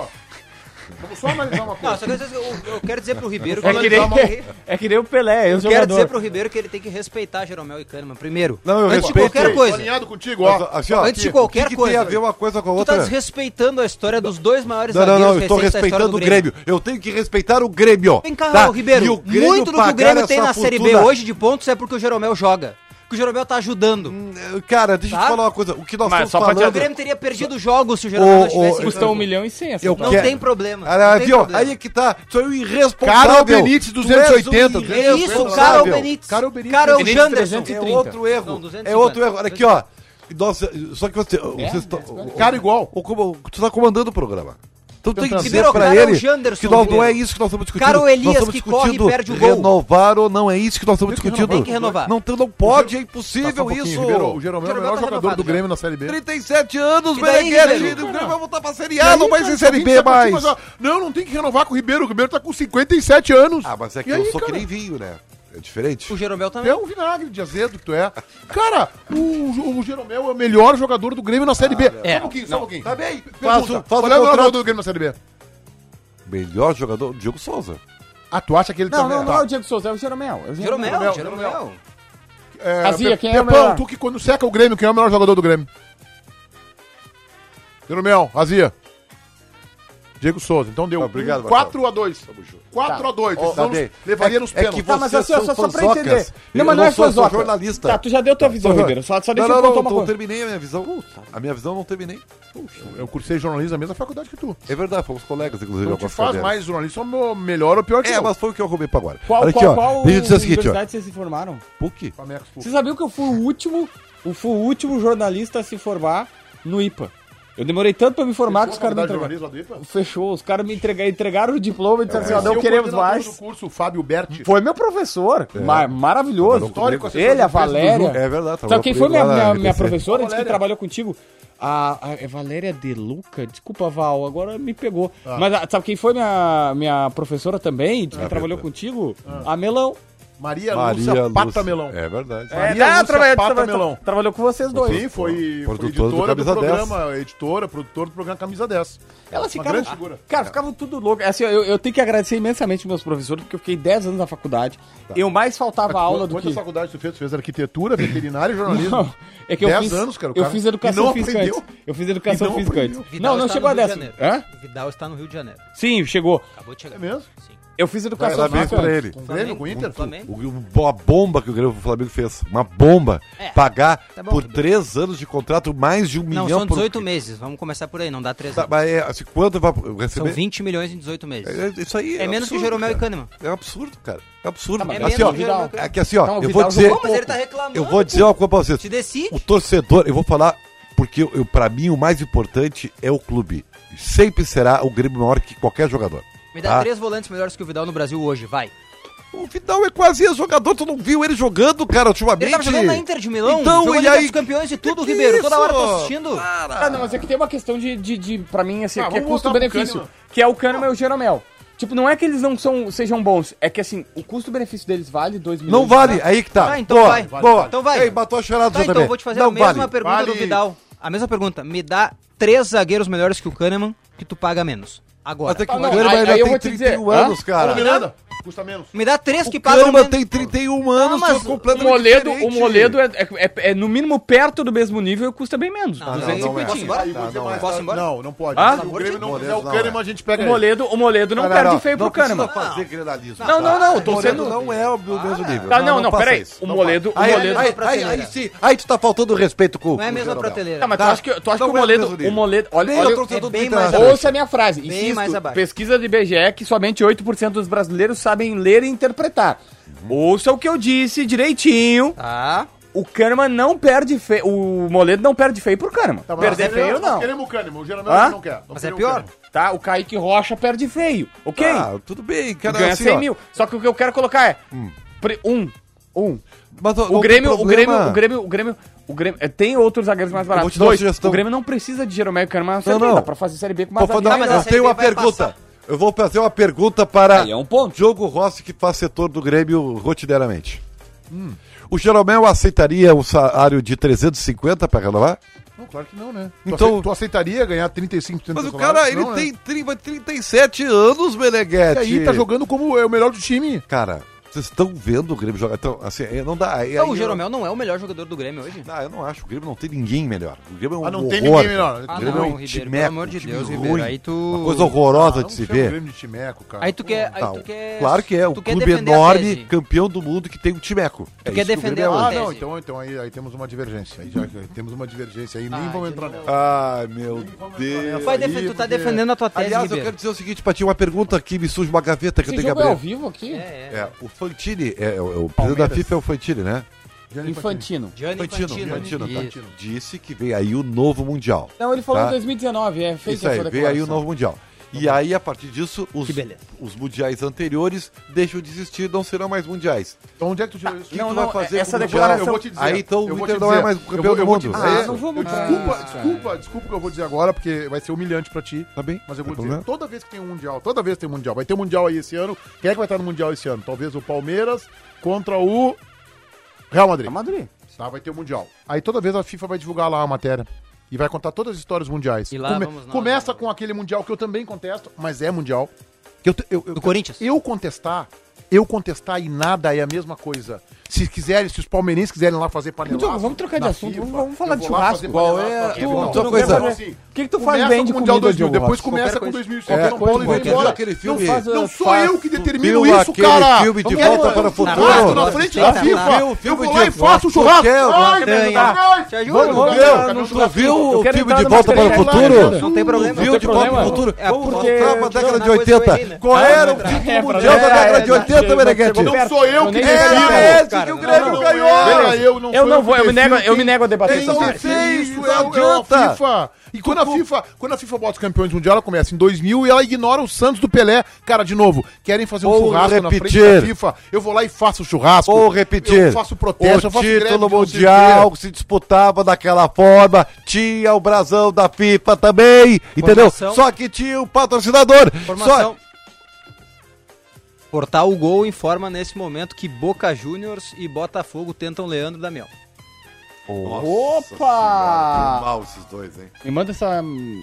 Speaker 4: vamos só analisar uma
Speaker 3: Não, só que às vezes eu, eu quero dizer pro Ribeiro que
Speaker 1: É
Speaker 3: ele
Speaker 1: que, nem,
Speaker 3: toma-
Speaker 1: é que nem o Pelé, eu
Speaker 3: Eu quero dizer
Speaker 1: jogador.
Speaker 3: pro Ribeiro que ele tem que respeitar Jeromel e Kahneman primeiro.
Speaker 2: Não, eu
Speaker 3: antes de
Speaker 2: respeito.
Speaker 3: qualquer
Speaker 4: Tô
Speaker 3: coisa.
Speaker 4: alinhado contigo, ó.
Speaker 2: Assim, ó,
Speaker 3: Antes de
Speaker 2: o
Speaker 3: qualquer
Speaker 2: que que
Speaker 3: coisa.
Speaker 2: tem a ver uma coisa com a
Speaker 3: Tu tá
Speaker 2: outra?
Speaker 3: desrespeitando a história dos dois maiores
Speaker 2: Não, não, não, eu
Speaker 3: recentes
Speaker 2: estou
Speaker 3: da história
Speaker 2: respeitando
Speaker 3: do
Speaker 2: o Grêmio. Eu tenho que respeitar o Grêmio.
Speaker 3: Vem cá,
Speaker 2: tá?
Speaker 3: ô, Ribeiro.
Speaker 2: E o Grêmio
Speaker 3: muito do que o
Speaker 2: pagar
Speaker 3: Grêmio tem
Speaker 2: essa
Speaker 3: na Série B
Speaker 2: fortuna-
Speaker 3: hoje de pontos é porque o Jeromel joga. Que o Jeromel tá ajudando.
Speaker 2: Hum, Cara, deixa eu
Speaker 3: Tá?
Speaker 2: te falar uma coisa. O que nós
Speaker 1: Mas
Speaker 2: estamos
Speaker 1: só pra te
Speaker 3: o
Speaker 2: falando...
Speaker 3: Grêmio teria perdido jogos se o Jeromel
Speaker 2: Ô,
Speaker 3: não tivesse.
Speaker 2: ô,
Speaker 3: em
Speaker 1: Custa um
Speaker 3: campo.
Speaker 1: milhão e cem essa
Speaker 2: Eu
Speaker 1: troca.
Speaker 3: Não
Speaker 2: quero-
Speaker 3: tem problema.
Speaker 2: é- Cara,
Speaker 3: não tem
Speaker 2: viu?
Speaker 3: problema.
Speaker 2: Aí é que tá. Tu é um irresponsável.
Speaker 4: Carol Benítez, 280.
Speaker 2: Tu
Speaker 3: É
Speaker 2: és um
Speaker 3: isso,
Speaker 2: irresponsável.
Speaker 3: cara, o Benítez.
Speaker 4: Cara, o Benítez.
Speaker 3: Cara, o
Speaker 1: Benítez,
Speaker 3: Janderson.
Speaker 1: 300.
Speaker 2: É
Speaker 1: 130.
Speaker 2: outro erro.
Speaker 3: Não,
Speaker 2: é
Speaker 3: 250.
Speaker 2: outro erro. Olha aqui, ó. Nossa, só que você.
Speaker 3: É?
Speaker 2: vocês tão-
Speaker 4: Cara igual.
Speaker 2: o- como- tu tá comandando o programa. Então tem que
Speaker 4: Tentando.
Speaker 2: dizer
Speaker 3: Ribeiro,
Speaker 2: pra
Speaker 3: cara, é o
Speaker 2: ele
Speaker 3: Janderson,
Speaker 2: que nós, não é
Speaker 3: Ribeiro.
Speaker 2: isso que nós estamos discutindo.
Speaker 3: Cara, o Elias
Speaker 2: Nós estamos
Speaker 3: que corre e
Speaker 2: discutindo
Speaker 3: perde o gol.
Speaker 2: Renovar ou não, é isso que nós estamos discutindo.
Speaker 3: Tem que renovar. Tá,
Speaker 2: Não, tu não pode, é
Speaker 4: Passa
Speaker 2: impossível
Speaker 4: um pouquinho,
Speaker 2: isso.
Speaker 4: Ribeiro, o Jeromel é o melhor
Speaker 3: Jeromel tá
Speaker 4: jogador do
Speaker 3: renovado,
Speaker 4: Grêmio na Série B.
Speaker 2: né? 37 anos,
Speaker 3: E daí,
Speaker 2: Meneghete, o
Speaker 3: Ribeiro?
Speaker 2: Grêmio vai voltar pra Série
Speaker 4: E
Speaker 2: A,
Speaker 4: aí,
Speaker 2: não vai
Speaker 4: cara,
Speaker 2: ser Série
Speaker 4: alguém
Speaker 2: B
Speaker 4: sabe
Speaker 2: mais.
Speaker 4: fazer- Não, não tem que renovar com o Ribeiro. O Ribeiro tá com 57 anos.
Speaker 2: Ah, mas é que
Speaker 4: E
Speaker 2: eu
Speaker 4: aí,
Speaker 2: sou que
Speaker 4: cara?
Speaker 2: nem vinho, né? É diferente.
Speaker 3: O Jeromel
Speaker 4: Tu é
Speaker 3: também.
Speaker 4: um vinagre de azedo que tu é. Cara, o, o Jeromel é o melhor jogador do Grêmio na Série B. Só
Speaker 3: É.
Speaker 4: um pouquinho, só um pouquinho.
Speaker 2: Tá bem,
Speaker 4: Pergunta,
Speaker 2: faz o, faz
Speaker 4: qual
Speaker 2: o
Speaker 4: é o melhor jogador
Speaker 2: contrato.
Speaker 4: do Grêmio na Série B?
Speaker 2: Melhor jogador, Diego Souza.
Speaker 4: Ah, tu acha que ele
Speaker 1: Não,
Speaker 4: também
Speaker 1: não, não
Speaker 4: tá.
Speaker 1: é o Diego Souza, é o Jeromel. É o
Speaker 3: Jeromel,
Speaker 4: Jeromel,
Speaker 3: Jeromel.
Speaker 4: É,
Speaker 1: Azia,
Speaker 4: Pe-
Speaker 1: quem é o
Speaker 4: Pepão,
Speaker 1: melhor?
Speaker 4: tu que quando seca o Grêmio, quem é o melhor jogador do Grêmio? Jeromel, Azia. Diego Souza. Então deu
Speaker 2: Obrigado,
Speaker 4: 4x2. 4x2.
Speaker 2: Ó, Tadei,
Speaker 4: levaria
Speaker 2: é-
Speaker 4: nos
Speaker 2: é
Speaker 4: pênaltis.
Speaker 2: que
Speaker 1: Tá, mas
Speaker 2: Vocês
Speaker 1: assim, ó, só,
Speaker 2: são
Speaker 1: só pra
Speaker 2: fanzocas.
Speaker 1: entender.
Speaker 2: Eu
Speaker 1: Não, mas
Speaker 2: não
Speaker 1: não é
Speaker 2: sou- sou
Speaker 1: fanzoca.
Speaker 2: jornalista.
Speaker 1: Tá, tu já deu tua visão,
Speaker 2: Só-
Speaker 1: Ribeiro. Só, só deixa
Speaker 2: não,
Speaker 1: eu
Speaker 2: não,
Speaker 1: contar
Speaker 2: não,
Speaker 1: uma
Speaker 2: não
Speaker 1: coisa.
Speaker 2: terminei a minha visão. Uh, a minha visão não terminei.
Speaker 4: Eu cursei jornalismo na mesma faculdade que tu.
Speaker 2: É verdade, fomos colegas, inclusive.
Speaker 4: Não te
Speaker 2: algumas
Speaker 4: faz
Speaker 2: cadeiras.
Speaker 4: mais jornalista, ou melhor ou pior que
Speaker 2: É,
Speaker 4: eu.
Speaker 2: mas foi o que eu arrumei pra agora.
Speaker 1: Qual,
Speaker 2: Olha aqui,
Speaker 1: qual,
Speaker 2: ó.
Speaker 1: qual
Speaker 2: Deixa eu dizer o seguinte, ó.
Speaker 1: universidade vocês se formaram?
Speaker 2: PUC?
Speaker 1: Tipo, Você sabia que eu fui o último, eu fui o último jornalista a se formar no IPA. Eu demorei tanto pra me formar que os caras me entregaram. Fechou, os caras me entregaram, entregaram o diploma e disseram
Speaker 4: É,
Speaker 1: assim, ó, não queremos
Speaker 4: O
Speaker 1: mais.
Speaker 4: curso, o Fábio Berti.
Speaker 1: Foi meu professor,
Speaker 4: É.
Speaker 1: ma- maravilhoso.
Speaker 4: Histórico,
Speaker 1: Ele,
Speaker 4: essa coisa
Speaker 1: a
Speaker 4: que Tá fez um do
Speaker 1: Valéria.
Speaker 4: Ju.
Speaker 2: É verdade,
Speaker 1: Sabe
Speaker 2: trabalhou
Speaker 1: quem
Speaker 2: comigo
Speaker 1: foi minha,
Speaker 2: lá na
Speaker 1: minha, minha
Speaker 2: RPC?
Speaker 1: professora? Diz que
Speaker 4: Valéria.
Speaker 1: trabalhou contigo. A, a- é Valéria De Luca? Desculpa, Val, agora me pegou.
Speaker 4: Ah.
Speaker 1: Mas a- sabe quem foi minha, minha professora também? Diz que trabalhou
Speaker 2: verdade.
Speaker 1: contigo?
Speaker 4: Ah.
Speaker 1: A Melão.
Speaker 4: Maria,
Speaker 2: Maria
Speaker 4: Lúcia Pata
Speaker 2: Lúcia.
Speaker 4: Melão.
Speaker 2: É verdade.
Speaker 4: É. Maria Lúcia Pata Melão.
Speaker 1: Ah, trabalhou com vocês dois.
Speaker 4: Sim, foi, foi
Speaker 2: Produtora do
Speaker 4: editora do,
Speaker 2: Camisa
Speaker 4: programa, editora, produtora do programa Camisa 10.
Speaker 1: Elas
Speaker 4: Uma
Speaker 1: ficavam.
Speaker 4: grande figura.
Speaker 1: Cara, ficavam tudo louco. Assim, ó, eu, eu tenho que agradecer imensamente meus professores, porque eu fiquei 10 anos na faculdade.
Speaker 4: Tá.
Speaker 1: Eu mais faltava aula do que.
Speaker 4: Quantas faculdades tu fez? Tu fez arquitetura, veterinária e jornalismo.
Speaker 1: Não, é que eu
Speaker 4: 10
Speaker 1: fiz,
Speaker 4: anos, cara, o
Speaker 1: eu
Speaker 4: cara-
Speaker 1: fiz
Speaker 4: e
Speaker 1: educação
Speaker 4: não
Speaker 1: física
Speaker 4: aprendeu.
Speaker 1: antes. Eu fiz educação
Speaker 4: E não
Speaker 1: física
Speaker 4: aprendeu.
Speaker 1: antes. não, não
Speaker 3: está
Speaker 1: chegou a
Speaker 3: tá no Rio
Speaker 1: 10.
Speaker 3: de Janeiro.
Speaker 1: Hã?
Speaker 3: Vidal está no Rio de Janeiro.
Speaker 1: Sim, chegou.
Speaker 3: Acabou de chegar.
Speaker 4: É mesmo?
Speaker 3: Sim.
Speaker 1: Eu fiz
Speaker 2: Vai,
Speaker 1: educação
Speaker 2: Parabéns
Speaker 1: física.
Speaker 2: pra
Speaker 1: antes.
Speaker 2: ele.
Speaker 4: Com o Grêmio, com o Inter?
Speaker 3: Flamengo.
Speaker 2: O- a bomba que o Grêmio- o Flamengo fez. Uma bomba.
Speaker 3: É.
Speaker 2: Pagar
Speaker 3: Tá bom,
Speaker 2: por
Speaker 3: Ribeiro.
Speaker 2: três anos de contrato mais de um
Speaker 3: Não,
Speaker 2: milhão
Speaker 3: são
Speaker 2: por-
Speaker 3: 18 meses. Vamos começar por aí, não dá 3
Speaker 2: Tá, mas é, assim, quanto vai
Speaker 3: São
Speaker 2: receber?
Speaker 3: 20 milhões em 18 meses.
Speaker 2: É, é, isso aí
Speaker 3: É menos que
Speaker 2: absurdo,
Speaker 3: Jeromel e
Speaker 2: cara.
Speaker 3: Kahneman. Tá,
Speaker 2: É um absurdo, cara. É um absurdo.
Speaker 1: mas
Speaker 2: cara.
Speaker 1: é
Speaker 2: assim, ó,
Speaker 1: menos que o
Speaker 2: é que assim, ó,
Speaker 1: Não, o
Speaker 2: eu
Speaker 1: Vidal
Speaker 2: vou dizer,
Speaker 1: jogou,
Speaker 3: mas ele tá reclamando.
Speaker 2: eu vou dizer uma coisa pra vocês.
Speaker 3: Te decide.
Speaker 2: O torcedor, eu vou falar porque eu, pra mim o mais importante é o clube. Sempre será o Grêmio maior que qualquer jogador.
Speaker 3: Me dá
Speaker 2: tá?
Speaker 3: três volantes melhores que o Vidal no Brasil hoje, vai.
Speaker 2: O Vidal é quase jogador, tu não viu ele jogando, cara, ultimamente.
Speaker 3: Ele tava jogando na Inter de Milão,
Speaker 2: Então,
Speaker 3: jogando
Speaker 2: e aí?
Speaker 3: dos campeões e tudo,
Speaker 2: Que é
Speaker 3: Ribeiro. Toda
Speaker 2: isso?
Speaker 3: hora eu tô assistindo.
Speaker 1: Ah, não, mas é que tem uma questão de, de, de pra mim, assim,
Speaker 4: Ah,
Speaker 1: que é
Speaker 4: vamos voltar pro
Speaker 1: custo-benefício.
Speaker 4: Kahneman.
Speaker 1: Que é o Kahneman e o Jeromel. Tipo, não é que eles não são, sejam bons, é que assim, o custo-benefício deles vale 2 milhões.
Speaker 2: Não vale, aí que tá.
Speaker 3: Tá, então
Speaker 2: boa,
Speaker 3: vai.
Speaker 2: Boa.
Speaker 3: Então vai.
Speaker 2: Ei, matou a chorada
Speaker 3: Tá, então,
Speaker 2: também.
Speaker 3: vou te fazer
Speaker 2: não
Speaker 3: a mesma
Speaker 2: vale.
Speaker 3: pergunta do
Speaker 4: Vale.
Speaker 3: Vidal. A mesma pergunta. Me dá três zagueiros melhores que o Kahneman que tu paga menos. Agora.
Speaker 2: Até que
Speaker 1: Ah,
Speaker 2: o
Speaker 1: não,
Speaker 2: Kahneman
Speaker 1: aí-
Speaker 2: ainda
Speaker 1: aí eu
Speaker 2: tem
Speaker 1: vou te dizer,
Speaker 2: 31
Speaker 1: hã?
Speaker 2: anos,
Speaker 4: Ô,
Speaker 2: cara.
Speaker 4: Miranda, custa menos.
Speaker 3: Me dá três que
Speaker 2: O
Speaker 3: pagam
Speaker 2: Kahneman
Speaker 3: menos.
Speaker 2: tem 31 anos,
Speaker 3: mas
Speaker 2: tu é completamente
Speaker 1: O Moledo, o
Speaker 2: diferente.
Speaker 1: Moledo é, é- é, é no mínimo perto do mesmo nível e custa bem menos.
Speaker 3: Não,
Speaker 2: não,
Speaker 3: aí
Speaker 2: não é.
Speaker 3: posso ir
Speaker 4: Aí,
Speaker 3: embora?
Speaker 4: vou dizer
Speaker 2: não,
Speaker 4: mais,
Speaker 2: é.
Speaker 3: Posso ir embora?
Speaker 4: Não, não pode.
Speaker 1: Ah?
Speaker 4: Se o Grêmio não
Speaker 2: Moledo
Speaker 4: fizer o
Speaker 2: não,
Speaker 4: Kahneman,
Speaker 2: é.
Speaker 4: a gente pega
Speaker 1: O
Speaker 4: ele.
Speaker 1: Moledo, o Moledo não,
Speaker 2: Não,
Speaker 1: perde
Speaker 2: não,
Speaker 1: feio
Speaker 2: não
Speaker 1: pro Kahneman.
Speaker 2: precisa fazer granalismo.
Speaker 1: Não, não, não, eu tô
Speaker 2: O Moledo
Speaker 1: sendo-
Speaker 2: não é o mesmo nível.
Speaker 1: Tá, não, não,
Speaker 2: passa
Speaker 1: peraí.
Speaker 2: isso.
Speaker 1: O Moledo, o
Speaker 2: Aí,
Speaker 1: Moledo.
Speaker 2: aí, aí, aí, sim. Aí tu tá faltando respeito com
Speaker 3: Não é a
Speaker 2: com o
Speaker 3: mesma
Speaker 2: Jeromel.
Speaker 3: prateleira.
Speaker 1: Tá, mas tu
Speaker 2: Tá.
Speaker 1: acha que, tu acha
Speaker 2: Não
Speaker 1: que o
Speaker 2: é
Speaker 1: Moledo,
Speaker 2: mesmo nível.
Speaker 1: o Moledo, olha,
Speaker 2: Nem
Speaker 1: olha
Speaker 2: eu tô sendo
Speaker 3: é bem
Speaker 2: muito
Speaker 3: mais
Speaker 2: interessante.
Speaker 1: ouça a minha frase,
Speaker 3: Bem
Speaker 1: insisto,
Speaker 3: mais abaixo.
Speaker 1: pesquisa do IBGE que somente 8% dos brasileiros sabem ler e interpretar. Ouça o que eu disse direitinho.
Speaker 3: Tá.
Speaker 1: O Kahneman não perde feio, o Moledo não perde feio pro Kahneman.
Speaker 4: Tá, mas
Speaker 1: Perder
Speaker 4: nós
Speaker 1: feio
Speaker 4: queremos- nós
Speaker 1: não,
Speaker 4: Queremos o Kahneman, o Jeromel
Speaker 1: Hã?
Speaker 4: a gente não quer. Não
Speaker 3: Mas é
Speaker 4: queremos
Speaker 3: pior.
Speaker 4: o Kahneman.
Speaker 1: tá? O Kaique Rocha perde feio, ok?
Speaker 2: Ah, tudo bem, cara.
Speaker 1: ganha
Speaker 2: assim,
Speaker 1: 100
Speaker 2: ó.
Speaker 1: mil. Só que o que eu quero colocar é. pre- Um,
Speaker 4: Um.
Speaker 2: Mas, ó, não
Speaker 1: O
Speaker 2: tem
Speaker 1: Grêmio, o
Speaker 2: problema.
Speaker 1: Grêmio, o Grêmio, o Grêmio, o Grêmio. é, Tem outros zagueiros mais
Speaker 2: vou
Speaker 1: baratos.
Speaker 2: te dar uma
Speaker 1: Dois,
Speaker 2: sugestão.
Speaker 1: o Grêmio não precisa de Jeromel e Carmar Série
Speaker 2: Não,
Speaker 1: B,
Speaker 2: não.
Speaker 1: dá pra fazer Série B com mais
Speaker 2: Vou fazer-
Speaker 1: zagueiro.
Speaker 3: mas a
Speaker 2: eu
Speaker 3: Série
Speaker 2: tenho
Speaker 3: B
Speaker 2: uma
Speaker 3: vai
Speaker 2: pergunta.
Speaker 3: passar.
Speaker 2: Eu vou fazer uma pergunta para
Speaker 1: Aí é um ponto.
Speaker 2: Diogo Rossi, que faz setor do Grêmio rotineiramente. O Jeromel aceitaria um salário de 350 para renovar?
Speaker 4: Não, claro que não, né?
Speaker 2: Então-
Speaker 4: Então, tu aceitaria ganhar 35%
Speaker 2: Mas
Speaker 4: do
Speaker 2: o
Speaker 4: salário?
Speaker 2: cara, ele
Speaker 4: Não, né?
Speaker 2: tem 30, 37 anos,
Speaker 4: E
Speaker 2: Meneghete.
Speaker 4: aí tá jogando como é o melhor do time.
Speaker 2: Cara, vocês estão vendo o Grêmio jogar? Então, assim, é, não dá. aí-
Speaker 3: Então,
Speaker 2: aí
Speaker 3: o
Speaker 2: eu-
Speaker 3: Jeromel não é o melhor jogador do Grêmio hoje?
Speaker 2: Ah, eu não acho. O Grêmio não tem ninguém melhor. O Grêmio é um
Speaker 4: Ah, não
Speaker 2: horror,
Speaker 4: tem ninguém
Speaker 2: cara.
Speaker 4: melhor.
Speaker 2: O
Speaker 3: Ah,
Speaker 2: Grêmio
Speaker 3: não,
Speaker 2: é um
Speaker 3: Ribeiro,
Speaker 2: timeco,
Speaker 3: pelo amor
Speaker 2: um
Speaker 3: de
Speaker 2: time
Speaker 3: Deus,
Speaker 2: ruim, É
Speaker 3: Ribeiro, aí tu-
Speaker 2: Uma coisa horrorosa de
Speaker 4: Ah, não
Speaker 2: se
Speaker 4: chama o
Speaker 2: ver.
Speaker 4: Grêmio de timeco, cara.
Speaker 3: Aí tu quer. Aí
Speaker 2: Não,
Speaker 3: tu quer
Speaker 2: Claro que é. Um
Speaker 3: tu quer
Speaker 2: clube
Speaker 3: defender a
Speaker 2: enorme,
Speaker 3: tese.
Speaker 2: campeão do mundo, que tem um timeco.
Speaker 3: Tu quer
Speaker 2: isso que o
Speaker 3: defender
Speaker 2: Grêmio é
Speaker 3: a
Speaker 2: hoje.
Speaker 4: Ah,
Speaker 3: tese.
Speaker 4: não, então, então aí, aí temos uma divergência. Aí já, já temos uma divergência aí, nem
Speaker 3: Ah,
Speaker 4: vamos
Speaker 3: de
Speaker 4: entrar
Speaker 3: novo.
Speaker 4: nela.
Speaker 2: Ai, meu Deus.
Speaker 3: Tu, vai defen-
Speaker 4: aí,
Speaker 3: tu tá
Speaker 4: porque-
Speaker 3: defendendo a tua tese,
Speaker 2: Aliás, eu
Speaker 3: Ribeiro.
Speaker 2: quero dizer o seguinte, Patinho, uma pergunta aqui, me surge uma gaveta que eu
Speaker 1: Esse
Speaker 2: tenho que
Speaker 1: jogo é ao
Speaker 2: abrir.
Speaker 1: vivo aqui?
Speaker 3: É, é.
Speaker 2: É, o Fantini, é, é, o presidente da FIFA é o Fantini, né?
Speaker 4: Gianni Infantino.
Speaker 1: Infantino.
Speaker 3: Gianni né?
Speaker 2: Infantino, Infantino,
Speaker 3: Infantino.
Speaker 2: tá? Disse que vem aí o novo Mundial.
Speaker 1: Não, ele falou
Speaker 2: Tá.
Speaker 1: em 2019, é, fez
Speaker 2: Isso aí,
Speaker 1: essa
Speaker 2: vem aí o
Speaker 1: declaração.
Speaker 2: novo Mundial. E aí, a partir disso, os,
Speaker 3: Tá Que beleza.
Speaker 2: os mundiais anteriores deixam de existir, não serão mais mundiais.
Speaker 4: Então onde é que tu tirou isso?
Speaker 2: O que tu
Speaker 1: não,
Speaker 2: vai fazer
Speaker 1: é- essa
Speaker 2: com o
Speaker 1: declaração-
Speaker 2: Mundial? Aí então
Speaker 4: eu
Speaker 2: o
Speaker 4: vou
Speaker 2: Inter
Speaker 4: te
Speaker 2: não é
Speaker 4: dizer,
Speaker 2: mais o campeão do
Speaker 4: eu vou te
Speaker 2: mundo.
Speaker 4: dizer,
Speaker 2: Aí-
Speaker 1: Ah, não vamos
Speaker 4: eu-
Speaker 1: pra
Speaker 4: desculpa,
Speaker 1: isso,
Speaker 4: desculpa, desculpa que eu vou dizer agora, porque vai ser humilhante pra ti.
Speaker 2: Tá bem,
Speaker 4: Mas eu
Speaker 2: não
Speaker 4: vou
Speaker 2: tem
Speaker 4: dizer,
Speaker 2: problema.
Speaker 4: toda vez que tem um Mundial, toda vez tem um Mundial, vai ter um Mundial aí esse ano. Quem é que vai estar no Mundial esse ano? Talvez o Palmeiras contra o Real Madrid.
Speaker 1: Real Madrid.
Speaker 4: Tá, vai ter o Mundial. Aí toda vez a FIFA vai divulgar lá a matéria. E vai contar todas as histórias mundiais.
Speaker 3: E lá
Speaker 4: Come-
Speaker 3: vamos nós,
Speaker 4: começa
Speaker 3: né?
Speaker 4: com aquele Mundial que eu também contesto, mas é Mundial. Que eu, te- eu, eu,
Speaker 3: Do Corinthians.
Speaker 4: eu contestar, eu contestar e nada é a mesma coisa. Se quiserem, se os palmeirenses quiserem lá fazer panelaço...
Speaker 1: Diogo, vamos trocar de
Speaker 4: na
Speaker 1: assunto,
Speaker 4: FIFA,
Speaker 1: vamos- vamos falar
Speaker 4: eu
Speaker 1: de
Speaker 4: vou lá
Speaker 1: churrasco.
Speaker 4: fazer
Speaker 2: Qual
Speaker 4: panelaço
Speaker 2: é-
Speaker 4: na FIFA.
Speaker 2: tu-
Speaker 4: Não,
Speaker 2: tu-
Speaker 4: não,
Speaker 2: coisa-
Speaker 4: não,
Speaker 2: o
Speaker 4: assim,
Speaker 1: que que tu faz
Speaker 4: começa
Speaker 1: bem
Speaker 4: com
Speaker 1: de
Speaker 4: o Mundial
Speaker 1: comida,
Speaker 4: 2000,
Speaker 1: Diogo
Speaker 4: depois
Speaker 1: Rossi?
Speaker 4: começa
Speaker 3: Qualquer
Speaker 4: com
Speaker 3: coisa.
Speaker 4: 2005,
Speaker 2: Qualquer
Speaker 4: São
Speaker 2: É, coisa,
Speaker 4: Paulo e vai
Speaker 2: qualquer-
Speaker 4: embora.
Speaker 2: aquele filme-
Speaker 4: Não, faz- não
Speaker 1: faz-
Speaker 4: sou eu que determino
Speaker 2: viu
Speaker 4: isso,
Speaker 2: aquele
Speaker 4: cara.
Speaker 2: filme de
Speaker 4: Eu quero-
Speaker 2: Volta para o
Speaker 4: Churrasco
Speaker 3: Futuro?
Speaker 4: na frente da
Speaker 3: Tá,
Speaker 4: FIFA.
Speaker 2: viu o
Speaker 4: Eu
Speaker 2: filme
Speaker 4: vou lá
Speaker 2: de um.
Speaker 4: e faço
Speaker 2: Volta,
Speaker 4: o churrasco.
Speaker 2: quer-
Speaker 4: Ai, me ajuda.
Speaker 3: Te ajuda?
Speaker 4: Vamos,
Speaker 2: Meu,
Speaker 4: cara,
Speaker 2: não
Speaker 4: churrasco.
Speaker 2: viu
Speaker 1: Eu
Speaker 2: o
Speaker 1: quero
Speaker 2: filme
Speaker 1: entrar
Speaker 2: de
Speaker 1: na
Speaker 2: Volta para o
Speaker 1: matéria,
Speaker 2: futuro?
Speaker 1: cara.
Speaker 3: Não tem problema.
Speaker 2: Viu
Speaker 1: tem
Speaker 2: de Volta para o
Speaker 1: problema.
Speaker 2: futuro?
Speaker 3: É
Speaker 2: Vamos
Speaker 3: porque-
Speaker 2: voltar para a década
Speaker 3: Não,
Speaker 2: de
Speaker 3: coisa que eu
Speaker 2: 80.
Speaker 3: errei, né?
Speaker 2: Qual
Speaker 1: Não,
Speaker 2: era o
Speaker 1: pra-
Speaker 2: título
Speaker 1: é, pra-
Speaker 2: mundial da
Speaker 1: é,
Speaker 2: década de
Speaker 1: é,
Speaker 2: 80,
Speaker 1: chegou
Speaker 2: Meneghete?
Speaker 1: perto.
Speaker 4: Não sou eu que
Speaker 1: nem
Speaker 2: É
Speaker 1: sei.
Speaker 4: defino.
Speaker 2: esse que
Speaker 3: cara,
Speaker 2: o
Speaker 3: não,
Speaker 2: Grêmio
Speaker 4: não, é.
Speaker 2: ganhou!
Speaker 4: Beleza, eu não,
Speaker 1: Eu
Speaker 4: sou
Speaker 1: não
Speaker 4: eu
Speaker 1: vou,
Speaker 4: que
Speaker 1: eu me
Speaker 4: defino
Speaker 1: nego- eu
Speaker 4: quem-
Speaker 1: me nego a debater
Speaker 4: quem
Speaker 1: isso
Speaker 4: são
Speaker 1: aí.
Speaker 4: os seis,
Speaker 2: Isso,
Speaker 4: é o- é o
Speaker 2: adianta.
Speaker 4: FIFA. E quando a FIFA, quando a FIFA bota os campeões mundial, ela começa em 2000 e ela ignora o Santos do Pelé. Cara, de novo, querem fazer um
Speaker 2: Vou
Speaker 4: churrasco na
Speaker 2: repetir.
Speaker 4: frente da FIFA. Eu vou lá e faço o churrasco.
Speaker 2: Vou repetir.
Speaker 4: Eu faço protesto, eu
Speaker 2: o
Speaker 4: faço
Speaker 2: título
Speaker 4: de não sei o
Speaker 2: mundial
Speaker 4: quê.
Speaker 2: que se disputava daquela forma, tinha o brasão da FIFA também, entendeu?
Speaker 3: Formação.
Speaker 2: Só que tinha o patrocinador.
Speaker 3: Informação. Portal O Gol informa nesse momento que Boca Juniors e Botafogo tentam Leandro Damião.
Speaker 2: Só...
Speaker 1: Opa!
Speaker 2: mal esses dois, hein?
Speaker 1: Me manda essa... hum,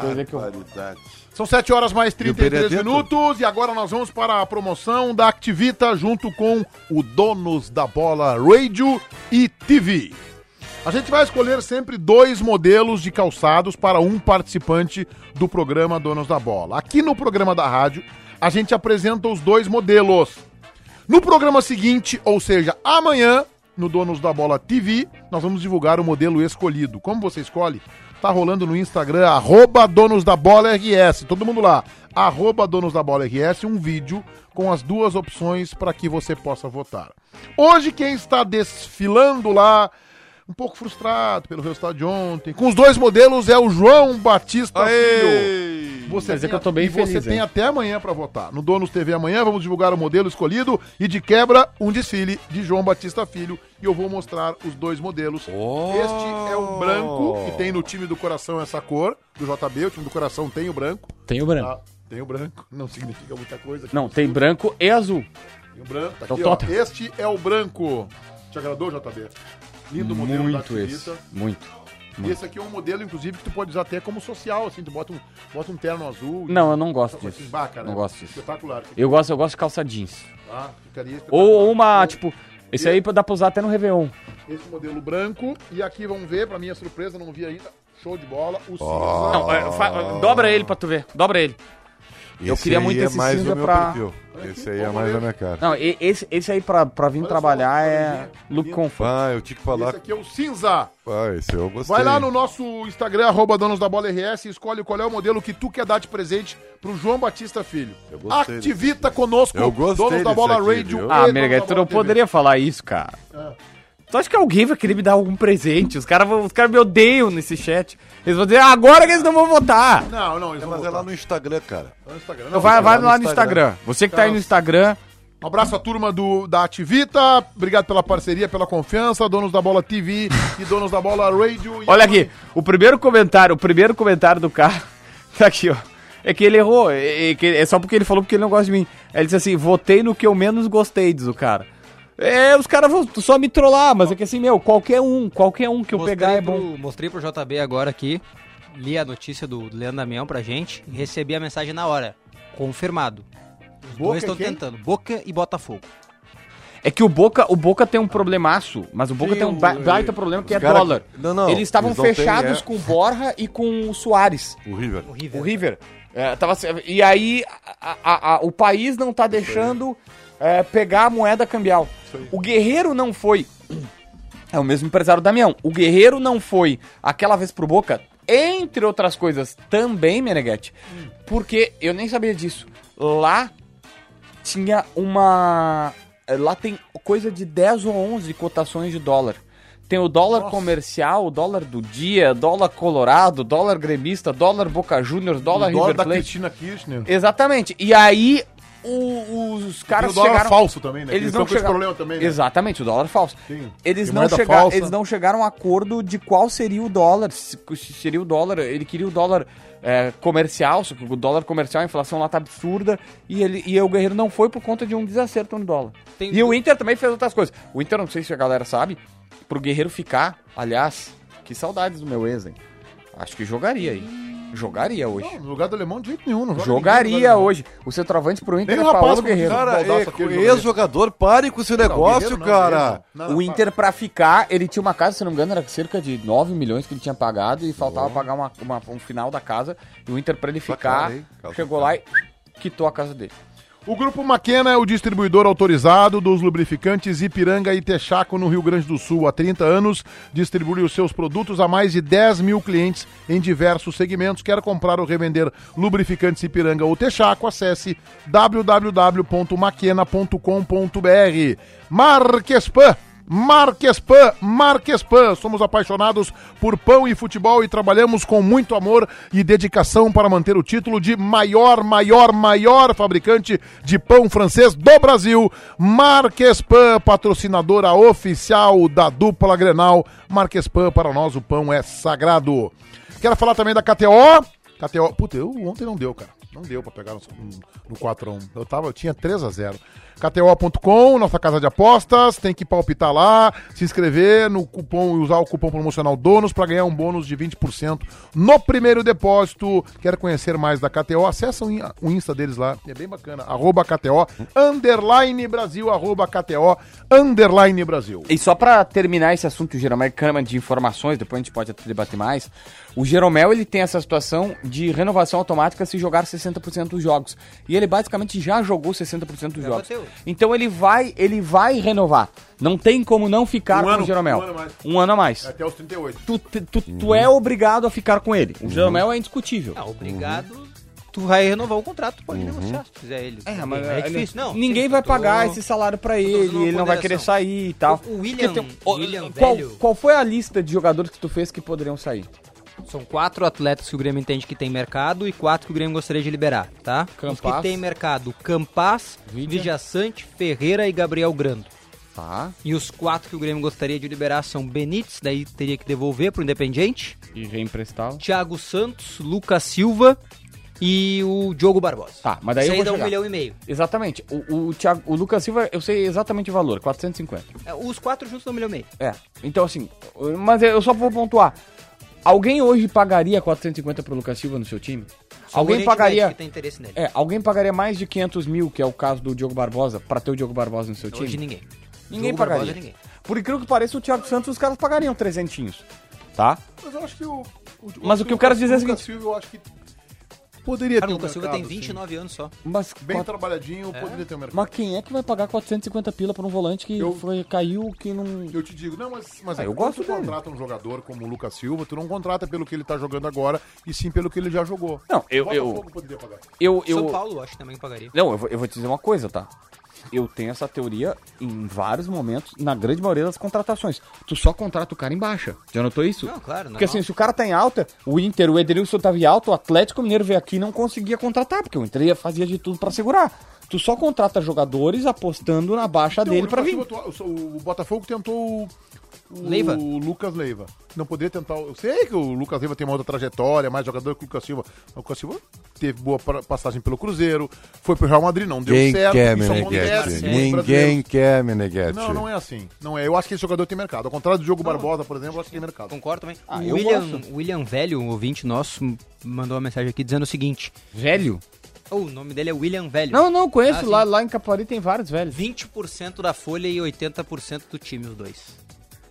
Speaker 1: coisa que eu-
Speaker 4: São 7 horas mais 33
Speaker 2: Benedetto?
Speaker 4: minutos e agora nós vamos para a promoção da Activita junto com o Donos da Bola Radio e TV. A gente vai escolher sempre dois modelos de calçados para um participante do programa Donos da Bola. Aqui no programa da rádio, a gente apresenta os dois modelos. No programa seguinte, ou seja, amanhã, no Donos da Bola TV, nós vamos divulgar o modelo escolhido. Como você escolhe? Tá rolando no Instagram, arroba Donos da Bola RS. Todo mundo lá, arroba Donos da Bola RS, um vídeo com as duas opções para que você possa votar. Hoje, quem está desfilando lá, um pouco frustrado pelo resultado de ontem, com os dois modelos é o João Batista Filho. Você
Speaker 1: Mas é
Speaker 4: tem
Speaker 1: que eu tô
Speaker 4: a-
Speaker 1: bem
Speaker 4: e você
Speaker 1: feliz,
Speaker 4: tem
Speaker 1: hein?
Speaker 4: até amanhã pra votar. No Donos TV amanhã vamos divulgar o modelo escolhido e de quebra um desfile de João Batista Filho e eu vou mostrar os dois modelos.
Speaker 1: Oh!
Speaker 4: Este é o branco que tem no time do coração essa cor do JB, o time do coração tem o branco.
Speaker 1: Tem o branco.
Speaker 4: tá? Tem o branco, não significa muita coisa.
Speaker 1: Não, tem branco e azul.
Speaker 4: Tem o branco, tá
Speaker 1: Então
Speaker 4: aqui, ó.
Speaker 1: tota.
Speaker 4: Este é o branco. Te agradou, JB? Lindo modelo da
Speaker 1: Muito esse.
Speaker 4: Ativita.
Speaker 1: Muito.
Speaker 4: E esse aqui é um modelo, inclusive, que tu pode usar até como social, assim, tu bota um, bota um terno azul.
Speaker 1: Não, eu não gosto
Speaker 4: Essa
Speaker 1: disso.
Speaker 4: baca, né?
Speaker 1: Não gosto disso.
Speaker 4: Espetacular.
Speaker 1: Eu gosto, eu gosto de calça jeans.
Speaker 4: Ah, ficaria espetacular.
Speaker 1: Ou uma, tipo, esse aí dá pra usar até no Réveillon.
Speaker 4: Esse modelo branco. E aqui, vamos ver, pra minha surpresa, não vi ainda. Show de bola. O cinza.
Speaker 1: Não, é, fa- dobra ele pra tu ver. Dobra ele. Eu queria muito esse
Speaker 2: é mais
Speaker 1: cinza
Speaker 2: o meu
Speaker 1: pra-
Speaker 2: perfil. Esse aí é mais a minha cara.
Speaker 1: Não, e- esse, esse aí pra, pra vir
Speaker 4: Olha
Speaker 1: trabalhar
Speaker 4: só,
Speaker 1: é look comfort.
Speaker 2: Ah, eu tinha que
Speaker 4: Esse
Speaker 2: falar.
Speaker 4: aqui é o cinza.
Speaker 2: Ah, esse eu gostei.
Speaker 4: Vai lá no nosso Instagram, arroba donos da bola RS, e escolhe qual é o modelo que tu quer dar de presente pro João Batista Filho.
Speaker 2: Eu gostei
Speaker 4: Activita conosco,
Speaker 2: Eu gostei
Speaker 4: donos da
Speaker 2: desse
Speaker 4: bola
Speaker 2: aqui,
Speaker 4: radio.
Speaker 2: viu?
Speaker 4: e
Speaker 1: Ah,
Speaker 4: Donos
Speaker 1: Merga,
Speaker 4: da
Speaker 1: tu
Speaker 4: Bola
Speaker 1: não
Speaker 4: TV.
Speaker 1: poderia falar isso, cara.
Speaker 4: Ah.
Speaker 1: Tu acha que alguém vai querer me dar algum presente? Os caras vão- os cara me odeiam nesse chat. Eles vão dizer, "Ah, agora que eles não vão votar.
Speaker 4: Não, não, eles
Speaker 2: É,
Speaker 4: vão
Speaker 2: mas é
Speaker 4: botar
Speaker 2: lá no Instagram, cara.
Speaker 4: no Instagram.
Speaker 1: Então vai,
Speaker 2: vai
Speaker 1: vai
Speaker 2: lá
Speaker 1: lá
Speaker 2: no
Speaker 1: no Instagram. Você que tá aí no
Speaker 4: Então,
Speaker 1: Instagram,
Speaker 4: Um abraço à turma do, da Ativita, obrigado pela parceria, pela confiança, donos da bola TV e donos da bola radio. E
Speaker 1: Olha aqui, o primeiro comentário, o primeiro comentário do cara, tá aqui, ó. É que ele errou, é, é que- é só porque ele falou porque ele não gosta de mim. Aí ele disse assim, votei no que eu menos gostei, diz o cara. É, os caras vão só me trollar, mas é que assim, meu, qualquer um, qualquer um que eu pegar é bom.
Speaker 3: Pro, mostrei pro JB agora aqui, li a notícia do Leandro Damião pra gente, e recebi a mensagem na hora. Confirmado. Os
Speaker 4: Boca
Speaker 3: dois estão
Speaker 4: e quem?
Speaker 3: tentando, Boca e Botafogo.
Speaker 1: É que o Boca, o Boca tem um problemaço, mas o Boca
Speaker 2: Sim,
Speaker 1: tem um
Speaker 2: o-
Speaker 1: ba- baita problema que
Speaker 2: os
Speaker 1: é
Speaker 2: cara-
Speaker 1: dólar.
Speaker 2: Não, não,
Speaker 1: eles estavam
Speaker 2: eles não têm,
Speaker 1: fechados
Speaker 2: é.
Speaker 1: com o Borja e com o Soares.
Speaker 2: O River.
Speaker 3: O River.
Speaker 1: O River. É, tava, se- e aí a- a- a- o país não tá deixando é, pegar a moeda cambial. O Guerreiro não foi. É o mesmo empresário do Damião. O Guerreiro não foi aquela vez pro Boca, entre outras coisas, também, Meneghetti, porque eu nem sabia disso. Lá tinha uma. eh, Lá tem coisa de 10 ou 11 cotações de dólar. Tem o dólar comercial, o dólar do dia, dólar colorado, dólar gremista, dólar Boca Juniors, dólar
Speaker 4: o dólar
Speaker 1: Tá River
Speaker 4: da
Speaker 1: Plate.
Speaker 4: Cristina Kirchner.
Speaker 1: Exatamente. E aí o- os
Speaker 4: E
Speaker 1: caras
Speaker 4: o dólar
Speaker 1: chegaram
Speaker 4: falso também, né?
Speaker 1: Eles
Speaker 4: Eles
Speaker 1: não
Speaker 4: estão com esse
Speaker 1: chegaram.
Speaker 4: problema também, né?
Speaker 1: Exatamente, o dólar é falso.
Speaker 4: Sim.
Speaker 1: Eles
Speaker 4: Tem
Speaker 1: não,
Speaker 4: moeda
Speaker 1: chega...
Speaker 4: falsa.
Speaker 1: eles não chegaram a um acordo de qual seria o dólar. Se se seria o dólar. Ele queria o dólar é, comercial, só que o dólar comercial, a inflação lá tá absurda. E, ele... e o Guerreiro não foi por conta de um desacerto no dólar.
Speaker 3: Tem-
Speaker 4: um-
Speaker 1: E o Inter também fez outras coisas. O Inter, não sei se a galera sabe, pro Guerreiro ficar, aliás, que saudades do meu ex, hein? Acho que jogaria aí. Jogaria hoje.
Speaker 4: Não, no lugar do alemão de jeito nenhum. Não joga ninguém no
Speaker 1: Jogaria
Speaker 4: lugar
Speaker 1: hoje. O centroavante pro Inter
Speaker 4: Nem
Speaker 1: é
Speaker 4: o rapaz
Speaker 1: Paulo
Speaker 4: como diz,
Speaker 1: Guerreiro.
Speaker 4: Cara,
Speaker 2: Cara,
Speaker 4: Baldaço,
Speaker 2: é,
Speaker 1: né?
Speaker 4: aquele jogador.
Speaker 2: ex-jogador, pare com esse
Speaker 4: do alemão. Não,
Speaker 2: negócio,
Speaker 4: Guerreiro não,
Speaker 2: cara.
Speaker 4: Guerreiro não. Não,
Speaker 1: O Inter, pra ficar, ele tinha uma casa, se não me engano, era cerca de 9 milhões que ele tinha pagado e faltava pagar uma, uma- um final da casa. E o Inter, pra ele ficar,
Speaker 2: cara, hein? Casa
Speaker 1: chegou
Speaker 2: do
Speaker 1: lá e quitou a casa dele.
Speaker 4: O Grupo Maquena é o distribuidor autorizado dos lubrificantes Ipiranga e Texaco no Rio Grande do Sul. Há 30 anos, distribui os seus produtos a mais de 10 mil clientes em diversos segmentos. Quer comprar ou revender lubrificantes Ipiranga ou Texaco? Acesse www.maquena.com.br. Marquespan. Marquespan, Marquespan, somos apaixonados por pão e futebol e trabalhamos com muito amor e dedicação para manter o título de maior, maior, maior fabricante de pão francês do Brasil. Marquespan, patrocinadora oficial da dupla Grenal. Marquespan, para nós o pão é sagrado. Quero falar também da KTO. KTO, puta, eu, ontem não deu, cara. Não deu pra pegar no, no 4x1. Eu, tava, eu tinha 3x0. KTO.com, nossa casa de apostas. Tem que palpitar lá, se inscrever no cupom e usar o cupom promocional DONOS pra ganhar um bônus de 20% no primeiro depósito. Quer conhecer mais da KTO? Acessa o in- o Insta deles lá. É bem bacana. Arroba KTO, underline Brasil, arroba KTO, underline Brasil.
Speaker 1: E só pra terminar esse assunto, o Jeromel Cama de informações, depois a gente pode até debater mais. O Jeromel, ele tem essa situação de renovação automática se jogar 60% dos jogos. E ele basicamente já jogou 60% dos jogos.
Speaker 3: bateu.
Speaker 1: Então ele vai, ele vai renovar. Não tem como não ficar
Speaker 4: Um
Speaker 1: com
Speaker 4: ano-
Speaker 1: o Jeromel.
Speaker 4: um ano a mais. É,
Speaker 1: Um ano a mais.
Speaker 4: Até os 38.
Speaker 1: tu, te- tu, tu é obrigado a ficar com ele. O Jeromel é indiscutível.
Speaker 3: Ah, obrigado. Uhum. Tu vai renovar o contrato, pode negociar se quiser ele. é difícil, não.
Speaker 1: Ninguém
Speaker 3: Sim,
Speaker 1: vai
Speaker 3: tô-
Speaker 1: pagar esse salário pra ele,
Speaker 3: fazendo uma
Speaker 1: ele não vai
Speaker 3: ponderação.
Speaker 1: querer sair e tal.
Speaker 3: O- o William-
Speaker 1: Porque tem- um-
Speaker 3: William
Speaker 1: qual,
Speaker 3: velho.
Speaker 1: qual foi a lista de jogadores que tu fez que poderiam sair?
Speaker 3: São quatro atletas que o Grêmio entende que tem mercado e quatro que o Grêmio gostaria de liberar, tá? Os
Speaker 1: Campas.
Speaker 3: que tem mercado, Campas,
Speaker 1: Vidia.
Speaker 3: Vidiaçante, Ferreira e Gabriel Grando.
Speaker 1: Tá.
Speaker 3: E os quatro que o Grêmio gostaria de liberar são Benítez, daí teria que devolver pro Independiente,
Speaker 1: E reemprestar?
Speaker 3: Thiago Santos, Lucas Silva e o Diogo Barbosa.
Speaker 1: Tá, mas daí
Speaker 3: Isso
Speaker 1: eu
Speaker 3: aí
Speaker 1: vou
Speaker 3: dá um
Speaker 1: chegar.
Speaker 3: milhão e meio.
Speaker 1: Exatamente. O, o, Thiago- o Lucas Silva, eu sei exatamente o valor, 450.
Speaker 3: É, Os quatro juntos dão um milhão e meio.
Speaker 1: É. Então, assim, mas eu só vou pontuar. Alguém hoje pagaria 450 pro Lucas Silva no seu time?
Speaker 3: Só o
Speaker 1: Alguém
Speaker 3: Oriente Médio
Speaker 1: pagaria...
Speaker 3: Que tem interesse nele.
Speaker 1: É, alguém pagaria mais de 500 mil, que é o caso do Diogo Barbosa, pra ter o Diogo Barbosa no seu É, time?
Speaker 3: Hoje ninguém.
Speaker 1: Ninguém
Speaker 3: Diogo
Speaker 1: pagaria.
Speaker 3: Barbosa, ninguém.
Speaker 1: Por incrível que pareça, o Thiago Santos, os caras pagariam 300. Tá?
Speaker 4: Mas eu acho que o.
Speaker 1: Mas o que eu quero dizer é o seguinte-
Speaker 4: Silvio, eu acho que poderia
Speaker 3: Cara,
Speaker 4: ter
Speaker 3: o
Speaker 4: um
Speaker 3: Lucas Silva tem
Speaker 4: mercado, assim.
Speaker 3: 29 anos só.
Speaker 1: Mas,
Speaker 4: Bem
Speaker 1: quatro-
Speaker 4: trabalhadinho, poderia ter um mercado.
Speaker 1: mas quem é que vai pagar 450 pila pra um volante que
Speaker 4: Eu-
Speaker 1: foi, caiu, que não.
Speaker 4: Eu te digo, não, mas, mas
Speaker 1: Ah, eu
Speaker 4: quando
Speaker 1: gosto
Speaker 4: tu
Speaker 1: dele.
Speaker 4: contrata um jogador como o Lucas Silva, tu não contrata pelo que ele tá jogando agora, e sim pelo que ele já jogou.
Speaker 1: Não, eu- eu-
Speaker 4: Botafogo poderia pagar.
Speaker 1: Eu,
Speaker 3: São Paulo, acho que também pagaria.
Speaker 1: Não, eu vou, eu vou te dizer uma coisa, tá? Eu tenho essa teoria em vários momentos, na grande maioria das contratações. Tu só contrata o cara em baixa. Já notou isso?
Speaker 3: Não, é claro,
Speaker 1: Porque
Speaker 3: normal.
Speaker 1: assim, se o cara tá em alta, o Inter, o Edenilson tava em alta, o Atlético Mineiro veio aqui e não conseguia contratar, porque o Inter ia fazia de tudo pra segurar. Tu só contrata jogadores apostando na baixa
Speaker 4: Então,
Speaker 1: dele
Speaker 4: o
Speaker 1: pra vir.
Speaker 4: Botafogo atual- o, o Botafogo tentou o, o
Speaker 3: Leiva.
Speaker 4: Lucas Leiva. Não poderia tentar. o- Eu sei que o Lucas Leiva tem uma outra trajetória, mais jogador que o Lucas Silva. O Lucas Silva teve boa pra- passagem pelo Cruzeiro, foi pro Real Madrid, não deu
Speaker 2: Ninguém
Speaker 4: certo.
Speaker 2: quer
Speaker 4: isso é um
Speaker 2: Meneghete.
Speaker 4: acontece com os brasileiros.
Speaker 2: Ninguém quer Meneghete.
Speaker 4: Não, não é assim. Não é. Eu acho que esse jogador tem mercado. Ao contrário do Diogo Barbosa, por exemplo, eu acho que tem mercado.
Speaker 3: Concordo também.
Speaker 1: Ah,
Speaker 3: o
Speaker 1: eu
Speaker 3: William,
Speaker 1: gosto.
Speaker 3: William Velho, um ouvinte nosso, m- mandou uma mensagem aqui dizendo o seguinte.
Speaker 1: Velho?
Speaker 3: Oh, o nome dele é William Velho.
Speaker 1: Não, não, conheço.
Speaker 3: Ah,
Speaker 1: lá,
Speaker 3: sim.
Speaker 1: lá em Capivari tem vários velhos.
Speaker 3: 20% da folha e 80% do time, os dois.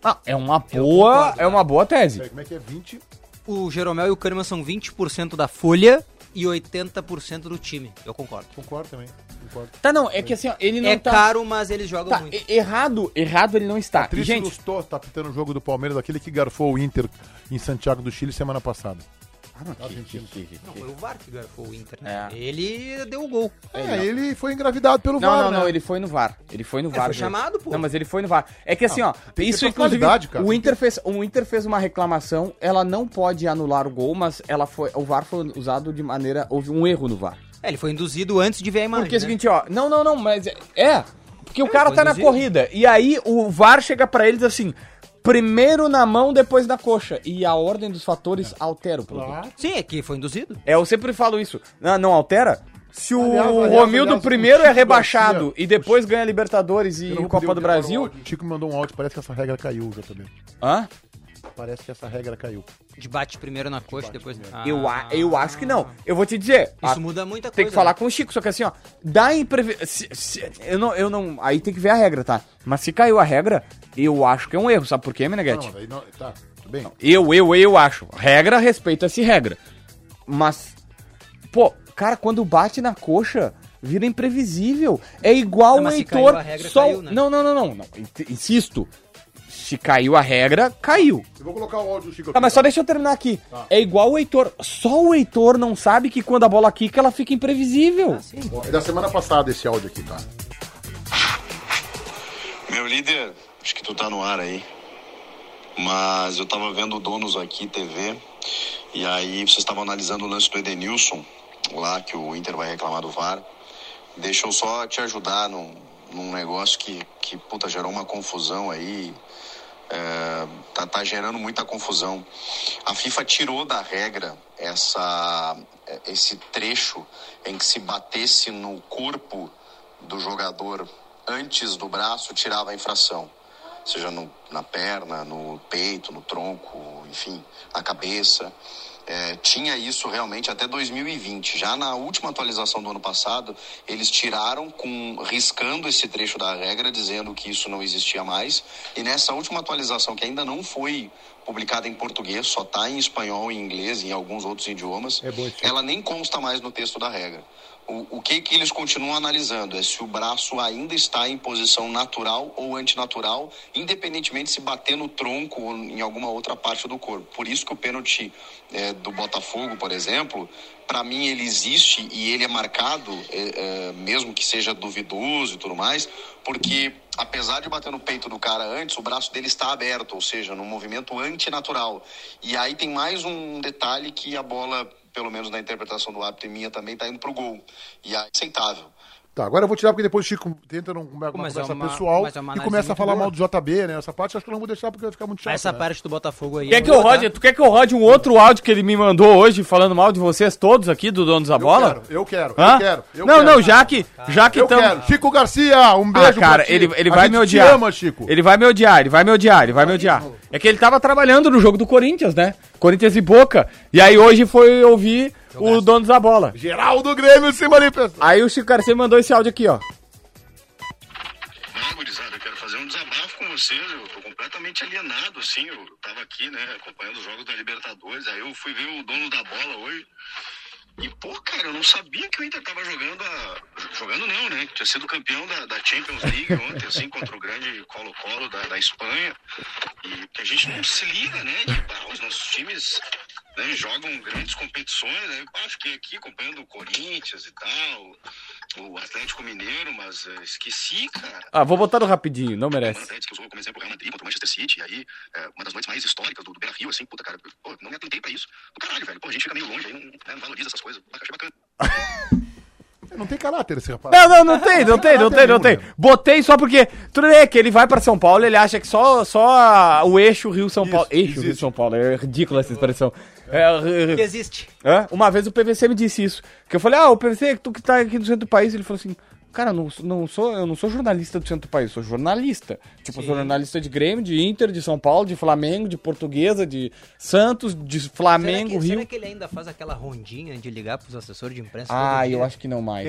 Speaker 1: Ah, é uma
Speaker 3: Eu
Speaker 1: boa,
Speaker 3: concordo,
Speaker 1: é uma boa tese.
Speaker 4: Peraí, como é que é 20?
Speaker 3: O Jeromel e o Kahneman são 20% da folha e 80% do time. Eu concordo.
Speaker 4: Concordo também. Concordo.
Speaker 1: Tá, não, é que assim, ó, ele não
Speaker 3: É
Speaker 1: tá...
Speaker 3: caro, mas eles jogam
Speaker 1: tá,
Speaker 3: muito.
Speaker 1: e- errado, errado ele não está. E,
Speaker 4: Triste
Speaker 1: gente,
Speaker 4: Lustó tá pitando o jogo do Palmeiras, aquele que garfou o Inter em Santiago do Chile semana passada. Argentino.
Speaker 3: Não, foi o VAR que garfou o Inter,
Speaker 1: né?
Speaker 3: Ele deu o gol.
Speaker 4: É, ele foi engravidado pelo
Speaker 1: Não,
Speaker 4: VAR,
Speaker 1: não,
Speaker 4: né?
Speaker 1: não, ele foi no VAR. Ele foi no
Speaker 3: É,
Speaker 1: VAr.
Speaker 3: foi
Speaker 1: gente.
Speaker 3: chamado, pô.
Speaker 1: Não, mas ele foi no VAR. É que assim, ó,
Speaker 4: que
Speaker 1: isso
Speaker 4: ter
Speaker 1: inclusive,
Speaker 4: qualidade, cara.
Speaker 1: o Inter fez, o Inter fez uma reclamação, ela não pode anular o gol, mas ela foi, o VAR foi usado de maneira houve um erro no VAR.
Speaker 3: É, ele foi induzido antes de ver a imagem.
Speaker 1: Porque é o
Speaker 3: né?
Speaker 1: seguinte, ó, não, não, não, mas é- é porque o cara
Speaker 3: foi
Speaker 1: tá na
Speaker 3: induzido.
Speaker 1: corrida e aí o VAR chega pra eles assim, primeiro na mão, depois na coxa e a ordem dos fatores altera um o produto.
Speaker 3: Sim, é que foi induzido.
Speaker 1: É, eu sempre falo isso. Não, não altera? Se o
Speaker 4: Aliás, aliás,
Speaker 1: Romildo
Speaker 4: aliás, o
Speaker 1: primeiro é
Speaker 4: Chico
Speaker 1: rebaixado
Speaker 4: Garcia-
Speaker 1: e depois ganha Libertadores e
Speaker 4: Eu não
Speaker 1: Copa
Speaker 4: podia
Speaker 1: do
Speaker 4: gravar um
Speaker 1: Brasil,
Speaker 4: áudio. O Chico me mandou um áudio, parece que essa regra caiu já também.
Speaker 3: Ah.
Speaker 1: Hã?
Speaker 4: Parece que essa regra caiu.
Speaker 3: De bate primeiro na coxa, depois... Ah,
Speaker 1: Eu, a- eu acho que não. Eu vou te dizer.
Speaker 3: Isso
Speaker 1: a-
Speaker 3: muda muita coisa. né?
Speaker 1: tem que falar com o Chico, só que assim, ó, dá imprevi... se- se- eu não, eu não, aí tem que ver a regra, tá? Mas se caiu a regra, eu acho que é um erro, sabe por quê, Meneghete?
Speaker 4: aí não, tá, tudo bem.
Speaker 1: Eu, eu, eu acho. Regra, respeita-se regra. Mas, pô, cara, quando bate na coxa, vira imprevisível. É igual
Speaker 3: Não,
Speaker 1: o
Speaker 3: mas se
Speaker 1: Heitor.
Speaker 3: caiu a regra,
Speaker 1: só...
Speaker 3: caiu, né?
Speaker 1: não, não, não, não, não. In- Insisto. Se caiu a regra, caiu.
Speaker 4: Eu vou colocar o áudio do Chico
Speaker 1: Tá, mas só deixa eu terminar aqui.
Speaker 3: Ah.
Speaker 1: É igual o Heitor. Só o Heitor não sabe que quando a bola quica, ela fica
Speaker 3: Ah,
Speaker 1: imprevisível.
Speaker 4: É da semana passada esse áudio aqui, tá?
Speaker 6: Meu líder, acho que tu tá no ar aí. Mas eu tava vendo o Donos aqui, TV, e aí vocês estavam analisando o lance do Edenilson, lá que o Inter vai reclamar do VAR. Deixa eu só te ajudar num, num negócio que, que, puta, gerou uma confusão aí. É, tá, tá gerando muita confusão. A FIFA tirou da regra essa, é, esse trecho em que se batesse no corpo do jogador antes do braço, tirava a infração. Seja no- na perna, no peito, no tronco, enfim, na cabeça. É, tinha isso realmente até 2020. Já na última atualização do ano passado, eles tiraram, com riscando esse trecho da regra, dizendo que isso não existia mais. E nessa última atualização, que ainda não foi publicada em português, só está em espanhol e inglês e em alguns outros idiomas, ela nem consta mais no texto da regra. O, o que, que eles continuam analisando é se o braço ainda está em posição natural ou antinatural, independentemente se bater no tronco ou em alguma outra parte do corpo. Por isso que o pênalti eh, do Botafogo, por exemplo, para mim ele existe e ele é marcado, eh, eh, mesmo que seja duvidoso e tudo mais, porque apesar de bater no peito do cara antes, o braço dele está aberto, ou seja, num movimento antinatural. E aí tem mais um detalhe que a bola pelo menos na interpretação do árbitro e minha também, tá indo pro gol. E é aceitável.
Speaker 4: Tá, agora eu vou tirar porque depois o Chico tenta numa uma
Speaker 3: Mas
Speaker 4: conversa
Speaker 3: é uma-
Speaker 4: pessoal
Speaker 3: mas é uma
Speaker 4: e
Speaker 3: análise
Speaker 4: começa a
Speaker 3: muito
Speaker 4: falar
Speaker 3: boa.
Speaker 4: mal do JB, né? Essa parte eu acho que eu não vou deixar porque vai ficar muito chato.
Speaker 3: Essa
Speaker 4: né?
Speaker 3: parte do Botafogo aí...
Speaker 1: Quer
Speaker 3: é
Speaker 1: é. que eu
Speaker 3: outra.
Speaker 1: rode? Tu quer que eu rode um outro áudio que ele me mandou hoje, falando mal de vocês todos aqui, do Donos da
Speaker 4: Eu
Speaker 1: Bola?
Speaker 4: quero, eu quero,
Speaker 1: Hã?
Speaker 4: eu quero. eu
Speaker 1: não,
Speaker 4: quero. tá?
Speaker 1: não, já que, já que
Speaker 4: Eu
Speaker 1: tamo-
Speaker 4: quero. Chico Garcia, um
Speaker 1: Ah,
Speaker 4: beijo pra
Speaker 1: cara,
Speaker 4: ti.
Speaker 1: ele, ele
Speaker 4: A
Speaker 1: vai
Speaker 4: gente
Speaker 1: me odiar.
Speaker 4: Te ama, Chico.
Speaker 1: Ele vai me odiar, ele vai me odiar, ele vai me odiar. É que ele tava trabalhando no jogo do Corinthians, né? Corinthians e Boca. E aí hoje foi ouvir o dono da bola.
Speaker 4: Geraldo Grêmio se manifestou.
Speaker 1: Aí o Chico Garcia mandou esse áudio aqui, ó.
Speaker 6: Ah, gurizada, eu quero fazer um desabafo com vocês. Eu tô completamente alienado, assim. Eu tava aqui, né, acompanhando os jogos da Libertadores. Aí eu fui ver o dono da bola hoje. E, pô, cara, eu não sabia que o Inter tava jogando a... Jogando não, né? Tinha sido campeão da, da Champions League ontem, assim, contra o grande Colo-Colo da, da Espanha. E que a gente não se liga, né? Que, pá, os nossos times né, jogam grandes competições. Aí, pá, fiquei aqui acompanhando o Corinthians e tal, o Atlético Mineiro, mas eh, esqueci, cara.
Speaker 1: Ah, vou botar no rapidinho, não merece.
Speaker 6: Atlético que usou como exemplo o Real Madrid contra o Manchester City, e aí é, uma das noites mais históricas do, do Beira Rio, assim, puta, cara, pô, não me atentei pra isso. Do caralho, velho, pô, a gente fica meio longe, aí não, né, não valoriza essas coisas. Mas eu Achei bacana.
Speaker 4: Não tem caráter esse rapaz.
Speaker 1: Não, não, não tem, não tem, não tem, não tem. Botei só porque. Tudo bem é que ele vai pra São Paulo, ele acha que só, só o eixo Rio-São Paulo. Eixo Rio-São Paulo, é ridícula essa expressão. É,
Speaker 3: Existe.
Speaker 1: Hã? Uma vez o PVC me disse isso. Que eu falei, ah, o PVC, tu que tá aqui do centro do país, ele falou assim. Cara, eu não, sou- não sou, eu não sou jornalista do centro do país, eu sou jornalista. Tipo, eu sou jornalista de Grêmio, de Inter, de São Paulo, de Flamengo, de Portuguesa, de Santos, de Flamengo,
Speaker 3: será que, é
Speaker 1: Rio.
Speaker 3: será que ele ainda faz aquela rondinha de ligar pros assessores de imprensa?
Speaker 1: Ah,
Speaker 3: todo dia?
Speaker 1: eu acho que não mais.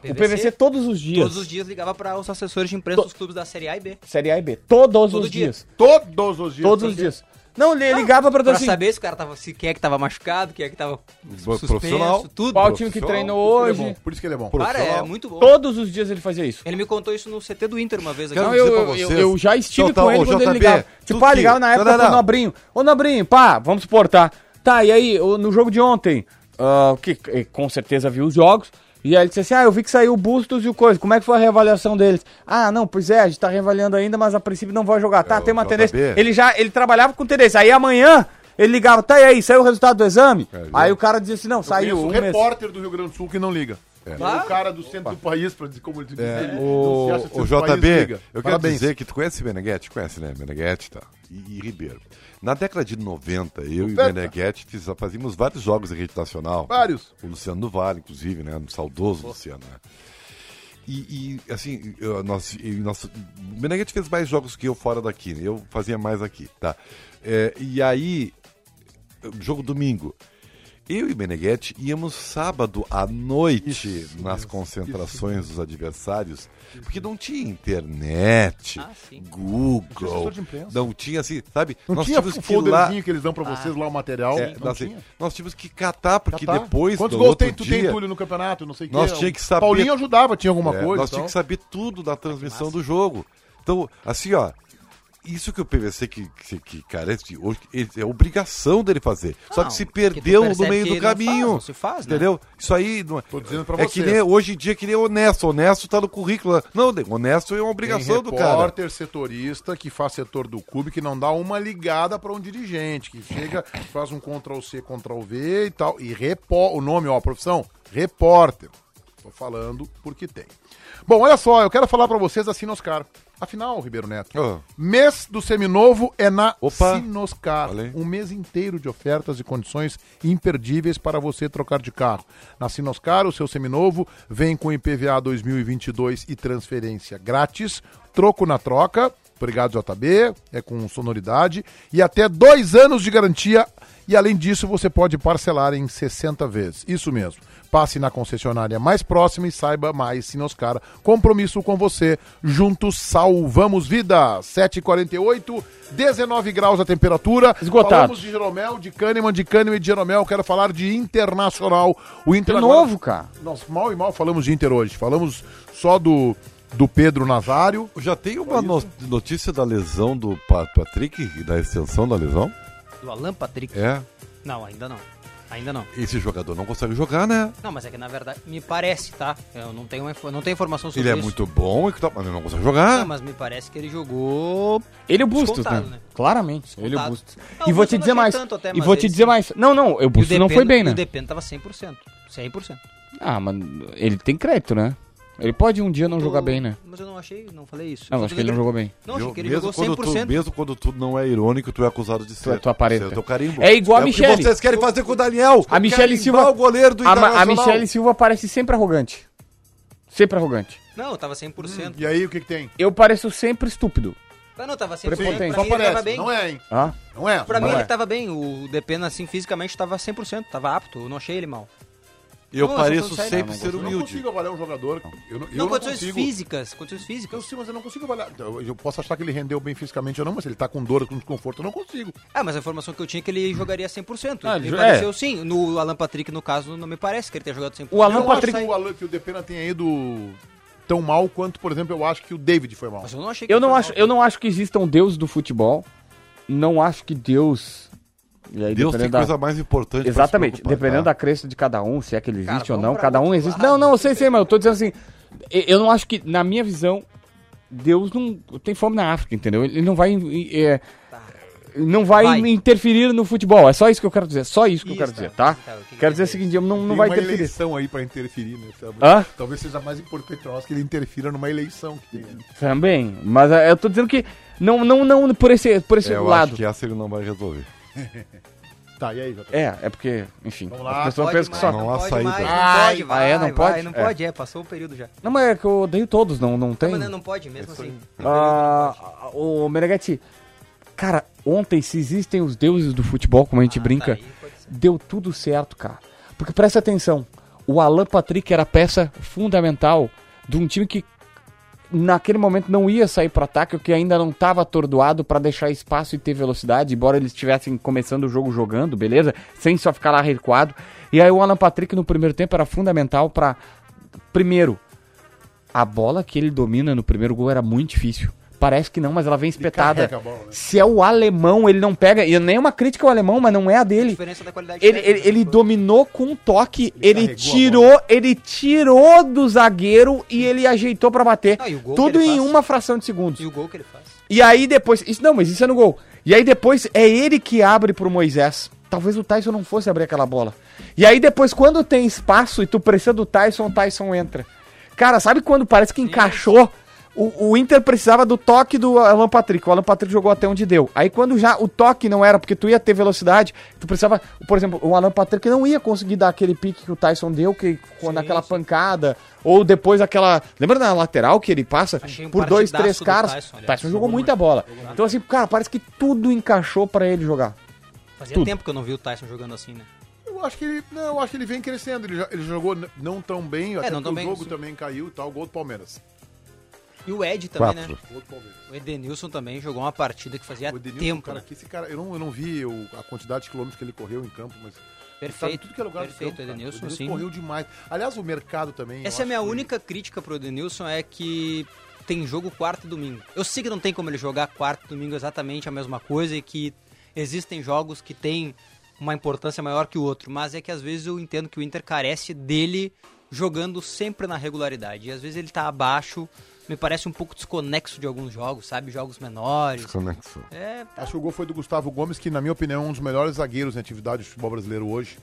Speaker 3: Quem?
Speaker 1: O PVC todos os dias.
Speaker 3: Todos os dias ligava para os assessores de imprensa dos clubes da Série A e B.
Speaker 1: Série A e B. Todos
Speaker 3: Todo
Speaker 1: os
Speaker 3: dia.
Speaker 1: dias.
Speaker 4: Todos os dias.
Speaker 1: Todos os dias. Não, ele ligava pra,
Speaker 3: Pra
Speaker 1: assim,
Speaker 3: saber se o cara tava, se quem é que tava machucado, quem é que tava suspenso,
Speaker 2: profissional.
Speaker 3: tudo.
Speaker 1: qual time que treinou hoje.
Speaker 4: Por isso que ele é bom.
Speaker 3: Cara, é muito bom.
Speaker 1: Todos os dias ele fazia isso.
Speaker 3: Ele me contou isso no CT do Inter uma vez aqui.
Speaker 2: Quero
Speaker 1: Não,
Speaker 2: dizer
Speaker 1: eu,
Speaker 2: pra
Speaker 1: eu,
Speaker 2: vocês-
Speaker 1: eu já estive
Speaker 2: Então
Speaker 1: com
Speaker 2: tá,
Speaker 1: ele
Speaker 2: ô,
Speaker 1: quando ele
Speaker 2: JB,
Speaker 1: ligava. Tipo,
Speaker 2: tu
Speaker 1: ah,
Speaker 2: que-
Speaker 1: ligava na
Speaker 2: Não,
Speaker 1: época
Speaker 2: não,
Speaker 1: do
Speaker 2: não.
Speaker 1: Nobrinho. Ô, Nobrinho, pá, vamos suportar. Tá, e aí, o- no jogo de ontem, ah, que eh, com certeza viu os jogos, e aí ele disse assim, ah, eu vi que saiu o Bustos e o Coisa, como é que foi a reavaliação deles? Ah, não, pois é, a gente tá reavaliando ainda, mas a princípio não vai jogar. Tá,
Speaker 2: É, o
Speaker 1: tem uma
Speaker 2: JB.
Speaker 1: tendência. Ele já, ele trabalhava com tendência. Aí amanhã, ele ligava, tá, e aí, saiu o resultado do exame?
Speaker 2: É,
Speaker 1: Aí o cara dizia assim, não, saiu
Speaker 4: o
Speaker 1: um mês.
Speaker 4: repórter do Rio Grande do Sul que não liga. É. O cara do centro do país, pra dizer como ele diz. ele
Speaker 2: É, O,
Speaker 4: não se acha
Speaker 2: o
Speaker 4: do centro do país,
Speaker 2: JB,
Speaker 4: liga.
Speaker 2: eu quero
Speaker 4: Parabéns.
Speaker 2: dizer que tu conhece Meneghetti? Conhece, né? Meneghetti, tá? E, e Ribeiro. Na década de 90, eu e o
Speaker 4: 90.
Speaker 2: Meneghetti fiz- fazíamos vários jogos em rede nacional.
Speaker 4: Vários.
Speaker 2: O Luciano do Vale, inclusive, né? Um saudoso Luciano, né? E, e, assim, eu- nós, e nós- o Meneghetti fez mais jogos que eu fora daqui, né? Eu fazia mais aqui, tá? É, e aí, jogo domingo. Eu e Meneghetti íamos sábado à noite nas concentrações dos adversários, porque não tinha internet,
Speaker 3: Ah, sim.
Speaker 2: Google,
Speaker 4: Assessor de imprensa.
Speaker 2: não tinha assim, sabe?
Speaker 4: Não
Speaker 2: nós
Speaker 4: tinha
Speaker 2: tivemos
Speaker 4: o
Speaker 2: que ir lá, Ah.
Speaker 4: folderzinho que eles dão pra vocês lá, o material.
Speaker 2: é,
Speaker 4: não
Speaker 2: nós,
Speaker 4: tinha.
Speaker 2: nós tivemos que catar porque
Speaker 4: Já tá.
Speaker 2: depois
Speaker 4: Quantos
Speaker 2: no
Speaker 4: gols
Speaker 2: outro
Speaker 4: tem, tu tem,
Speaker 2: dia,
Speaker 4: Túlio, no campeonato? Não sei o
Speaker 2: Nós tinha que saber-
Speaker 4: Paulinho ajudava, tinha alguma
Speaker 2: é,
Speaker 4: coisa. então.
Speaker 2: nós tínhamos que saber tudo da transmissão do jogo. Então, assim, ó, isso que o PVC que, que, que carece de hoje, ele- é obrigação dele fazer. Só
Speaker 3: Não,
Speaker 2: que se
Speaker 3: que tu
Speaker 2: perdeu no
Speaker 3: percebe
Speaker 2: meio
Speaker 3: que
Speaker 2: do
Speaker 3: não faz,
Speaker 2: caminho.
Speaker 3: não se faz, né?
Speaker 2: Entendeu? Isso aí. Não,
Speaker 4: Tô dizendo pra
Speaker 2: é
Speaker 4: vocês.
Speaker 2: que nem hoje em dia que nem onesto. Honesto tá no currículo. né? Não, de- honesto é uma obrigação do cara.
Speaker 4: repórter setorista que faz setor do clube que não dá uma ligada pra um dirigente, que chega, faz um Ctrl C, Ctrl V e tal. E repó, o nome, ó, a profissão, repórter. Tô falando porque tem. Bom, olha só, eu quero falar pra vocês da Sinoscar. Afinal, Ribeiro Neto,
Speaker 2: Ah.
Speaker 4: mês do Seminovo é na
Speaker 2: Opa.
Speaker 4: Sinoscar.
Speaker 2: Olha aí.
Speaker 4: Um mês inteiro de ofertas e condições imperdíveis para você trocar de carro. Na Sinoscar, o seu seminovo vem com IPVA 2022 e transferência grátis, troco na troca, obrigado JB, é com sonoridade, e até dois anos de garantia. E além disso, você pode parcelar em 60 vezes. Isso mesmo. Passe na concessionária mais próxima e saiba mais Sinoscar. Compromisso com você. Juntos salvamos vida. 7h48, 19 graus a temperatura.
Speaker 1: Esgotado.
Speaker 4: Falamos de Jeromel, de Kahneman, de Kahneman e de Jeromel. Quero falar de Internacional. O Inter
Speaker 1: De
Speaker 4: agora-
Speaker 1: é novo, cara.
Speaker 4: Nós mal e mal falamos de Inter hoje. Falamos só do, do Pedro Nazário.
Speaker 2: Já tem uma no- notícia da lesão do Pa- Patrick, da extensão da lesão?
Speaker 3: Do Alan Patrick.
Speaker 2: É.
Speaker 3: Não, ainda não. Ainda não.
Speaker 2: Esse jogador não consegue jogar, né?
Speaker 3: Não, mas é que na verdade, me parece, tá? Eu não tenho, uma info- não tenho informação sobre
Speaker 2: Ele é
Speaker 3: isso.
Speaker 2: muito bom, e que tal, mas ele não consegue
Speaker 3: Não,
Speaker 2: jogar.
Speaker 3: mas me parece que ele jogou.
Speaker 1: Ele e o Bustos, né?
Speaker 3: Descontado, né?
Speaker 1: Claramente,
Speaker 3: Descontado.
Speaker 1: ele e o Bustos.
Speaker 3: Não,
Speaker 1: e
Speaker 3: o
Speaker 1: vou
Speaker 3: Bustos
Speaker 1: te
Speaker 3: eu não
Speaker 1: dizer
Speaker 3: achei
Speaker 1: mais.
Speaker 3: tanto até,
Speaker 1: e
Speaker 3: mas
Speaker 1: vou te
Speaker 3: ele-
Speaker 1: dizer mais. Não, não, o
Speaker 3: E o
Speaker 1: Bustos não
Speaker 3: Depena-
Speaker 1: foi bem,
Speaker 3: e
Speaker 1: né?
Speaker 3: O Depena tava 100%. 100%.
Speaker 1: Ah, mas ele tem crédito, né? Ele pode um dia não jogar bem, né?
Speaker 3: Mas eu não achei, não falei isso.
Speaker 1: Não,
Speaker 3: Eu
Speaker 1: acho
Speaker 3: tô
Speaker 1: que ele não
Speaker 3: dizendo
Speaker 1: jogou bem.
Speaker 3: Não, achei que ele
Speaker 2: mesmo,
Speaker 3: jogou
Speaker 2: quando tu,
Speaker 3: 100%.
Speaker 2: mesmo quando tu não é irônico, tu é acusado de ser.
Speaker 1: tu aparenta.
Speaker 2: ser teu carimbo.
Speaker 1: É igual a
Speaker 2: o que
Speaker 1: Michele.
Speaker 2: vocês querem fazer com o Daniel.
Speaker 1: A Michele
Speaker 2: Querem
Speaker 1: Silva-
Speaker 2: limpar o goleiro do
Speaker 1: A, Ma- a
Speaker 2: Internacional.
Speaker 1: Michelle Silva parece sempre arrogante. Sempre arrogante.
Speaker 3: Não, eu tava 100%.
Speaker 4: E aí, o que, que tem?
Speaker 1: Eu pareço sempre estúpido.
Speaker 3: Ah, não, tava 100%.
Speaker 1: Prepotente.
Speaker 3: Pra
Speaker 4: Só
Speaker 3: mim ele tava
Speaker 4: parece.
Speaker 3: bem.
Speaker 4: Não é, hein?
Speaker 1: Ah?
Speaker 4: Não é.
Speaker 3: Pra
Speaker 4: Não
Speaker 3: mim
Speaker 4: é.
Speaker 3: ele tava bem. O Depena, assim, fisicamente tava 100%. Tava apto. Eu não achei ele mal.
Speaker 2: Eu
Speaker 3: Não, eu tô
Speaker 2: pareço
Speaker 3: falando sério.
Speaker 2: sempre
Speaker 4: Eu
Speaker 2: ser
Speaker 4: não
Speaker 2: humilde.
Speaker 4: consigo avaliar um jogador. Eu não, eu
Speaker 3: Não,
Speaker 4: não
Speaker 3: condições
Speaker 4: consigo.
Speaker 3: físicas. Condições
Speaker 4: Eu
Speaker 3: físicas.
Speaker 4: sei, mas eu não consigo avaliar. Eu, eu posso achar que ele rendeu bem fisicamente ou não, mas ele tá com dor, com desconforto, eu não consigo.
Speaker 3: Ah, mas a informação que eu tinha é que ele jogaria 100%.
Speaker 1: Ah,
Speaker 3: me
Speaker 1: jo-
Speaker 3: pareceu sim. No Alan Patrick, no caso, não me parece que ele tenha jogado 100%.
Speaker 1: O Alan
Speaker 4: eu não acho
Speaker 1: Patrick-
Speaker 4: que o, Alan, que o Depena tenha ido tão mal quanto, por exemplo, eu acho que o David foi mal.
Speaker 3: Mas eu não achei que
Speaker 1: Eu
Speaker 3: ele
Speaker 1: não
Speaker 3: foi
Speaker 1: acho,
Speaker 3: mal.
Speaker 1: eu não acho que exista um deus do futebol. Não acho que Deus. E aí,
Speaker 2: Deus tem
Speaker 1: dependendo da-
Speaker 2: coisa mais importante pra se
Speaker 1: Exatamente.
Speaker 2: preocupar,
Speaker 1: Dependendo
Speaker 2: tá?
Speaker 1: da crença de cada um, se é que ele
Speaker 3: Cara,
Speaker 1: existe ou
Speaker 3: vamos
Speaker 1: não,
Speaker 3: pra
Speaker 1: cada um
Speaker 3: outro
Speaker 1: existe.
Speaker 3: lado.
Speaker 1: Não, não, eu sei, sei, mas eu tô dizendo assim. e- Eu não acho que, na minha visão, Deus não tem fome na África, entendeu? Ele não vai. e- é, não vai,
Speaker 3: Tá. Vai.
Speaker 1: interferir no futebol. É só isso que eu quero dizer. Só isso que eu quero dizer, tá?
Speaker 3: Tá, o que que
Speaker 1: quero dizer o
Speaker 3: quer
Speaker 1: seguinte, eu não, não
Speaker 7: Tem
Speaker 1: vai
Speaker 7: uma
Speaker 1: interferir.
Speaker 7: eleição aí pra interferir, né? sabe?
Speaker 1: Hã?
Speaker 7: Talvez seja mais importante pra nós que ele interfira numa eleição que tem. né?
Speaker 1: Também. Mas eh, eu tô dizendo que não, não, não por esse, por esse
Speaker 2: É, eu
Speaker 1: lado.
Speaker 2: acho que essa ele não vai resolver.
Speaker 7: Tá, e aí, Jota?
Speaker 1: É, é porque, enfim,
Speaker 7: Vamos lá,
Speaker 1: a pessoa
Speaker 3: Pode
Speaker 1: pensa que
Speaker 3: mais,
Speaker 1: só.
Speaker 2: não
Speaker 3: Não
Speaker 2: há
Speaker 3: pode
Speaker 2: saída.
Speaker 3: mais,
Speaker 1: Ai,
Speaker 3: não pode,
Speaker 1: ah, é,
Speaker 3: vai,
Speaker 1: não
Speaker 3: não
Speaker 1: pode?
Speaker 3: pode? Não pode, é, passou o período já.
Speaker 1: Não, mas é que eu odeio todos, não, não tem.
Speaker 3: Não, mas não pode, mesmo assim.
Speaker 1: Ah, o Meneghetti, cara, ontem, se existem os deuses do futebol, como a gente brinca,
Speaker 3: Tá aí, pode ser.
Speaker 1: deu tudo certo, cara. Porque presta atenção, o Alan Patrick era peça fundamental de um time que naquele momento não ia sair para ataque, o que ainda não estava atordoado para deixar espaço e ter velocidade, embora eles estivessem começando o jogo jogando, beleza? Sem só ficar lá recuado. E aí o Alan Patrick no primeiro tempo era fundamental para primeiro a bola que ele domina no primeiro gol era muito difícil. Parece que não, mas ela vem espetada.
Speaker 7: carrega a bola, né?
Speaker 1: Se é o alemão, ele não pega. E nem é uma crítica ao alemão, mas não é a
Speaker 3: A
Speaker 1: dele.
Speaker 3: diferença da qualidade
Speaker 1: Ele,
Speaker 3: técnica,
Speaker 1: ele, ele
Speaker 3: né?
Speaker 1: dominou com um toque, ele,
Speaker 7: Ele carregou a
Speaker 1: tirou, ele tirou do zagueiro e ele ajeitou pra bater.
Speaker 3: Ah, e o gol
Speaker 1: Tudo
Speaker 3: que ele
Speaker 1: em
Speaker 3: faz?
Speaker 1: uma fração de segundos.
Speaker 3: E o gol que ele faz.
Speaker 1: E aí depois, isso não, mas isso é no gol. E aí depois é ele que abre pro Moisés. Talvez o Tyson não fosse abrir aquela bola. E aí depois quando tem espaço e tu precisa do Tyson, o Tyson entra. Cara, sabe quando parece que encaixou? O, o Inter precisava do toque do Alan Patrick. O Alan Patrick jogou até onde deu. Aí quando já o toque não era, porque tu ia ter velocidade, tu precisava. Por exemplo, o Alan Patrick não ia conseguir dar aquele pique que o Tyson deu, que quando aquela pancada, ou depois aquela. Lembra na lateral que ele passa
Speaker 3: Achei um
Speaker 1: por dois, três
Speaker 3: partidaço do
Speaker 1: caras?
Speaker 3: Tyson, aliás.
Speaker 1: Tyson jogou muita bola. Então, assim, cara, parece que tudo encaixou pra ele jogar.
Speaker 3: Fazia
Speaker 1: Tudo.
Speaker 3: tempo que eu não vi o Tyson jogando assim, né?
Speaker 7: Eu acho que ele. Não, eu acho que ele vem crescendo. Ele, já- ele jogou n- não tão bem, até
Speaker 3: É, não
Speaker 7: porque
Speaker 3: tão bem,
Speaker 7: o jogo
Speaker 3: sim.
Speaker 7: também caiu e tal. Gol do Palmeiras.
Speaker 3: E o Ed também, né?
Speaker 7: Gol do Palmeiras.
Speaker 3: O Edenilson também jogou uma partida que fazia
Speaker 7: O Edenilson, é um
Speaker 3: tempo,
Speaker 7: cara,
Speaker 3: né?
Speaker 7: que esse cara, eu não, eu não vi o- a quantidade de quilômetros que ele correu em campo, mas tá em
Speaker 3: Perfeito,
Speaker 7: tudo que é lugar do
Speaker 3: perfeito,
Speaker 7: campo, cara.
Speaker 3: Edenilson,
Speaker 7: O
Speaker 3: sim.
Speaker 7: correu demais. Aliás, o mercado também. eu
Speaker 3: Essa é a
Speaker 7: acho
Speaker 3: minha
Speaker 7: que-
Speaker 3: única crítica pro Edenilson, é que tem jogo quarto e domingo. Eu sei que não tem como ele jogar quarto e domingo exatamente a mesma coisa e que existem jogos que têm uma importância maior que o outro, mas é que às vezes eu entendo que o Inter carece dele jogando sempre na regularidade. E às vezes ele tá abaixo, me parece um pouco desconexo de alguns jogos, sabe? Jogos menores.
Speaker 2: Desconexo.
Speaker 3: É,
Speaker 7: Acho que o gol foi do Gustavo Gomes, que, na minha opinião, é um dos melhores zagueiros na atividade do futebol brasileiro hoje.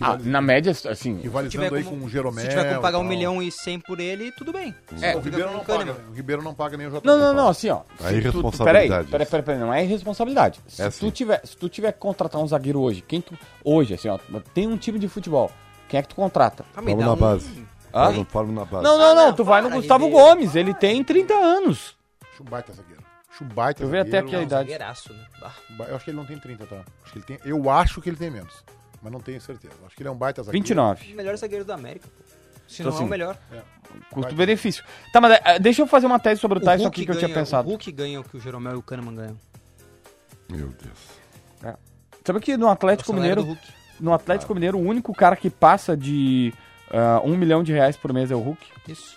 Speaker 1: Ah, na média, assim.
Speaker 7: Rivalizando aí com o Jeromel.
Speaker 3: se tiver como pagar um
Speaker 7: tal. É,
Speaker 3: milhão é, e cem por ele, tudo bem.
Speaker 1: Tá
Speaker 7: O Ribeiro não paga. O Ribeiro não paga nem o JP.
Speaker 1: Não, não, não, assim, ó.
Speaker 2: A
Speaker 1: Se tu- tu-
Speaker 2: irresponsabilidade.
Speaker 1: Peraí, peraí, peraí, peraí, não é assim. irresponsabilidade. Se,
Speaker 2: É
Speaker 1: tu
Speaker 2: sim.
Speaker 1: tiver, se tu tiver que contratar um zagueiro hoje, quem tu. Hoje, assim, ó, tem um time de futebol. Quem é que tu contrata?
Speaker 3: Ah, me
Speaker 2: Vamos
Speaker 3: dá
Speaker 2: na
Speaker 3: um-
Speaker 2: base.
Speaker 1: Hã?
Speaker 2: Vamos, vamos na base.
Speaker 1: Não, não, não,
Speaker 3: não,
Speaker 1: tu vai no
Speaker 3: para,
Speaker 1: Gustavo
Speaker 3: Ribeiro.
Speaker 1: Gomes, ele tem 30 anos.
Speaker 7: Chubaita zagueiro. Chubaita
Speaker 1: Eu vi até aqui a
Speaker 7: não.
Speaker 1: idade.
Speaker 3: Zagueiraço, né? Bah.
Speaker 7: Ba- Eu acho que ele não tem 30, tá? Acho que ele tem, eu acho que ele tem menos. Mas não tenho certeza. Eu Acho que ele é um baita zagueiro.
Speaker 1: 29.
Speaker 3: Melhor zagueiro da América, pô. Se
Speaker 1: Então,
Speaker 3: não
Speaker 1: assim,
Speaker 3: é o melhor.
Speaker 1: Custo-benefício. Tá, mas eh, deixa eu fazer uma tese sobre o
Speaker 3: O
Speaker 1: Tyson
Speaker 3: Hulk
Speaker 1: tá aqui que eu
Speaker 3: ganha-
Speaker 1: tinha pensado.
Speaker 3: O Hulk ganha o que o Jeromel e o Kahneman ganham.
Speaker 2: Meu Deus.
Speaker 1: Sabe que no
Speaker 3: É o
Speaker 1: Atlético
Speaker 3: salário
Speaker 1: Mineiro.
Speaker 3: do Hulk.
Speaker 1: No Atlético Mineiro, o único cara que passa de ah, um milhão de reais por mês é o Hulk.
Speaker 3: Isso.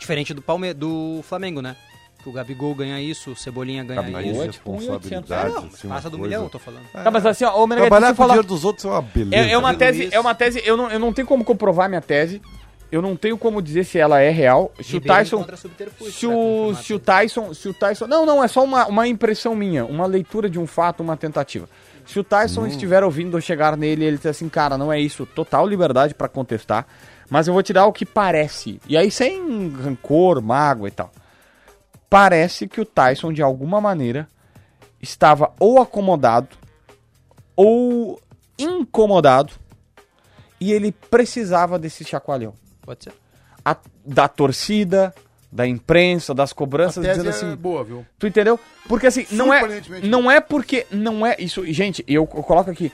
Speaker 3: Diferente do Palme... do Flamengo, né? Que o Gabigol ganha isso, o Cebolinha ganha
Speaker 2: A
Speaker 1: Gabigol,
Speaker 3: isso.
Speaker 1: é tipo 1.800.
Speaker 2: irresponsabilidade.
Speaker 3: Não, mas passa
Speaker 2: assim, uma
Speaker 3: do
Speaker 2: coisa-
Speaker 3: milhão, eu tô falando.
Speaker 1: Tá, mas assim, ó, ô, Meneghete,
Speaker 2: É. Trabalhar
Speaker 1: deixa eu
Speaker 2: com o dinheiro dos outros é uma beleza.
Speaker 1: É, é uma
Speaker 3: Tudo
Speaker 1: tese,
Speaker 3: isso.
Speaker 1: é uma tese, eu não, eu não tenho como comprovar minha tese. Eu não tenho como dizer se ela é real. Se o
Speaker 3: Ribeiro
Speaker 1: Tyson.
Speaker 3: encontra subterfúgio
Speaker 1: Se
Speaker 3: pra
Speaker 1: o,
Speaker 3: confirmar
Speaker 1: se o
Speaker 3: tudo.
Speaker 1: Tyson. Se o Tyson. Não, não, é só uma, uma impressão minha, uma leitura de um fato, uma tentativa. Se o Tyson estiver ouvindo eu chegar nele, ele diz assim, cara, não é isso, total liberdade pra contestar. Mas eu vou te dar o que parece. E aí, sem rancor, mágoa e tal. Parece que o Tyson, de alguma maneira, estava ou acomodado ou incomodado e ele precisava desse chacoalhão.
Speaker 3: Pode ser.
Speaker 1: A- da torcida, da imprensa, das
Speaker 7: A
Speaker 1: cobranças,
Speaker 7: tese
Speaker 1: dizendo
Speaker 7: é
Speaker 1: assim,
Speaker 7: boa, viu?
Speaker 1: tu entendeu? Porque assim, não é,
Speaker 7: Surpreendentemente.
Speaker 1: não é porque, não é isso, e, gente, eu, eu coloco aqui,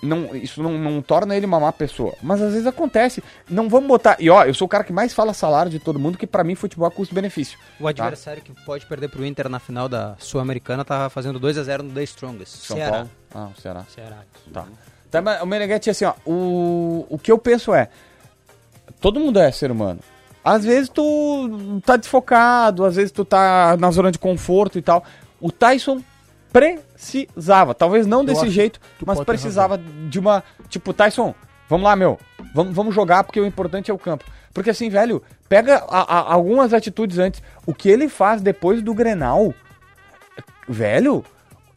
Speaker 1: não, isso não, não torna ele uma má pessoa, mas às vezes acontece, não vamos botar, e ó, eu sou o cara que mais fala salário de todo mundo, que pra mim futebol é custo-benefício.
Speaker 3: O adversário
Speaker 1: Tá.
Speaker 3: que pode perder pro Inter na final da Sul-Americana tá fazendo 2x0 no The Strongest.
Speaker 1: São
Speaker 3: Ceará.
Speaker 1: Paulo. Ah, o Ceará.
Speaker 3: Ceará.
Speaker 1: Tá. Tá, mas o Meneghetti, assim, ó, o, o que eu penso é, todo mundo é ser humano. Às vezes tu tá desfocado, às vezes tu tá na zona de conforto e tal. O Tyson precisava, talvez não desse
Speaker 7: acho
Speaker 1: jeito, mas
Speaker 7: pode ter
Speaker 1: precisava de uma, tipo, Tyson, vamos lá, meu, vamos, vamos jogar porque o importante é o campo. Porque assim, velho, pega a- a- algumas atitudes antes. O que ele faz depois do Grenal, velho,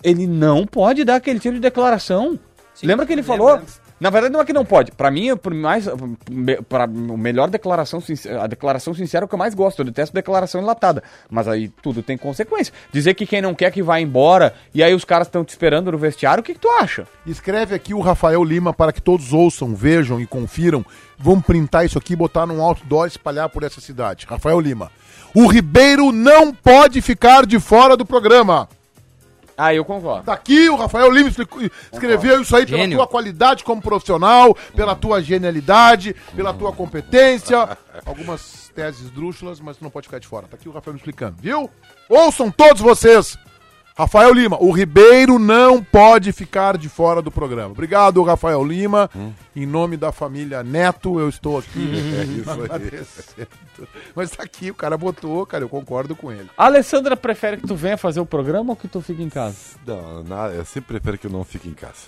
Speaker 1: ele não pode dar aquele tiro de declaração.
Speaker 3: Sim,
Speaker 1: Lembra que ele
Speaker 3: lembro,
Speaker 1: falou?
Speaker 3: lembro.
Speaker 1: Na verdade, não é que não pode. Pra mim, por mais, para melhor declaração, sinc- a declaração sincera é o que eu mais gosto. Eu detesto declaração enlatada. Mas aí tudo tem consequência. Dizer que quem não quer que vá embora e aí os caras estão te esperando no vestiário, o que, que tu acha?
Speaker 4: Escreve aqui o Rafael Lima para que todos ouçam, vejam e confiram. Vamos printar isso aqui, botar num outdoor e espalhar por essa cidade. Rafael Lima. O Ribeiro não pode ficar de fora do programa.
Speaker 1: Ah, eu concordo.
Speaker 4: Tá aqui o Rafael Lima explicou- escreveu isso aí pela
Speaker 3: Gênio.
Speaker 4: tua qualidade como profissional, pela tua genialidade, pela tua competência. Algumas teses esdrúxulas, mas tu não pode ficar de fora. Tá aqui o Rafael Lima explicando, viu? Ouçam todos vocês! Rafael Lima, o Ribeiro não pode ficar de fora do programa. Obrigado, Rafael Lima. Em nome da família Neto, eu estou aqui agradecendo. Mas tá aqui, o cara botou, cara, eu concordo com ele.
Speaker 1: A Alessandra prefere que tu venha fazer o programa ou que tu fique em casa?
Speaker 2: Não, na- eu sempre prefiro que eu não fique em casa.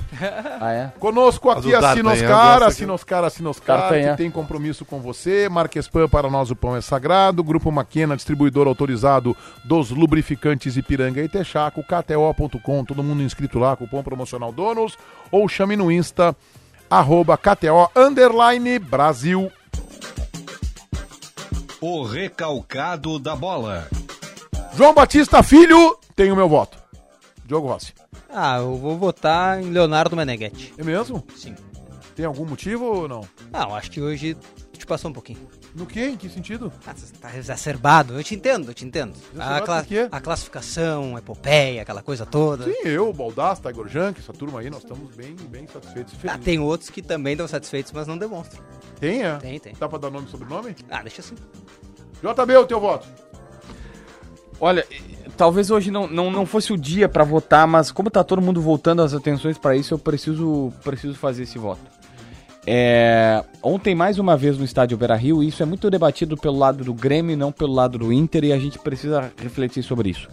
Speaker 1: Ah, é?
Speaker 4: Conosco aqui
Speaker 2: Mas o
Speaker 4: a
Speaker 2: D'Artagnan
Speaker 4: Sinoscar,
Speaker 2: gosta
Speaker 4: a
Speaker 2: que-
Speaker 4: Sinoscar, a Sinoscar,
Speaker 1: D'Artagnan.
Speaker 4: que tem compromisso com você. Marquespan, para nós o pão é sagrado. Grupo Maquena, distribuidor autorizado dos lubrificantes Ipiranga e Texaco. KTO.com, todo mundo inscrito lá, cupom promocional donos. Ou chame no Insta, arroba KTO, underline Brasil.
Speaker 8: O recalcado da bola.
Speaker 4: João Batista Filho, tem o meu voto. Diogo Rossi.
Speaker 3: Ah, eu vou votar em Leonardo Meneghetti.
Speaker 4: É mesmo?
Speaker 3: Sim.
Speaker 4: Tem algum motivo ou não?
Speaker 3: Não, acho que hoje te passou um pouquinho.
Speaker 4: No quê? Em que sentido?
Speaker 3: Ah, você tá exacerbado. Eu te entendo, eu te entendo. A,
Speaker 4: Exacerbado
Speaker 3: cla-
Speaker 4: por quê?
Speaker 3: a classificação, a epopeia, aquela coisa toda.
Speaker 4: Sim, eu, Baldass, Tiger Junk, essa turma aí, nós estamos bem, bem satisfeitos e
Speaker 3: Ah,
Speaker 4: felizes.
Speaker 3: tem outros que também estão satisfeitos, mas não demonstram.
Speaker 4: Tem, é?
Speaker 3: Tem, tem.
Speaker 4: Dá pra dar nome e sobrenome?
Speaker 3: Ah, deixa assim.
Speaker 4: JB, o teu voto.
Speaker 1: Olha, eh, talvez hoje não, não, não fosse o dia pra votar, mas como tá todo mundo voltando as atenções pra isso, eu preciso, preciso fazer esse voto. É, ontem, mais uma vez, no estádio Beira Rio, isso é muito debatido pelo lado do Grêmio e não pelo lado do Inter, e a gente precisa refletir sobre isso.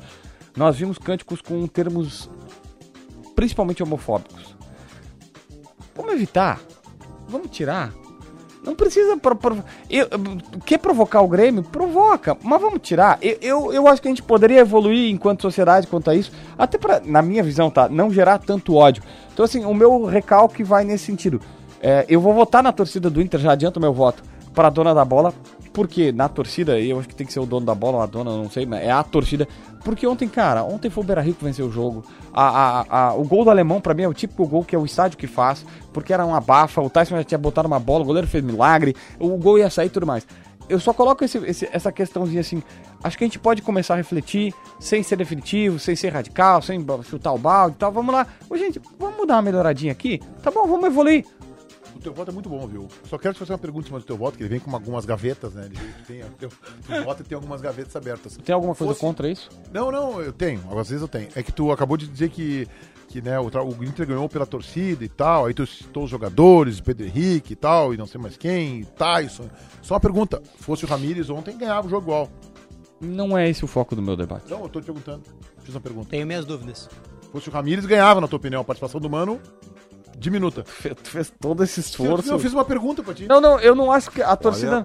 Speaker 1: Nós vimos cânticos com termos principalmente homofóbicos. Vamos evitar. Vamos tirar. Não precisa. Pro, pro- eu- eu- quer provocar o Grêmio? Provoca, mas vamos tirar. Eu, eu, eu acho que a gente poderia evoluir enquanto sociedade quanto a isso, até pra, na minha visão, tá? Não gerar tanto ódio. Então, assim, o meu recalque vai nesse sentido. É, eu vou votar na torcida do Inter, já adianto o meu voto, pra dona da bola, porque na torcida, eu acho que tem que ser o dono da bola, ou a dona, não sei, mas é a torcida. Porque ontem, cara, ontem foi o Beira Rio que venceu o jogo. A- a- a- o gol do alemão, pra mim, é o típico gol que é o estádio que faz, porque era uma bafa, o Tyson já tinha botado uma bola, o goleiro fez milagre, o gol ia sair e tudo mais. Eu só coloco esse- esse- essa questãozinha assim. Acho que a gente pode começar a refletir, sem ser definitivo, sem ser radical, sem ba- chutar o balde e tal. Vamos lá. Ô, gente, vamos dar uma melhoradinha aqui? Tá bom, vamos evoluir.
Speaker 4: O teu voto é muito bom, viu?
Speaker 7: Só quero te fazer uma pergunta em cima do teu voto, que ele vem com algumas gavetas, né? Ele tem, o teu, tu vota e tem algumas gavetas abertas.
Speaker 1: Tem alguma coisa
Speaker 7: Fosse-
Speaker 1: contra isso?
Speaker 7: Não, não, eu tenho. Às vezes eu tenho. É que tu acabou de dizer que, que né, o, tra- o Inter ganhou pela torcida e tal. Aí tu citou os jogadores, o Pedro Henrique e tal, e não sei mais quem, e Tyson. Só uma pergunta. Fosse o Ramires ontem, ganhava o jogo igual.
Speaker 1: Não é esse o foco do meu debate.
Speaker 7: Não, eu tô te perguntando. Fiz uma pergunta.
Speaker 3: Tenho minhas dúvidas.
Speaker 7: Fosse o Ramires, ganhava, na tua opinião. A participação do Mano diminuta.
Speaker 1: Tu fez todo esse
Speaker 7: Eu, eu fiz uma pergunta pra ti.
Speaker 1: Não, não, eu não acho que a torcida.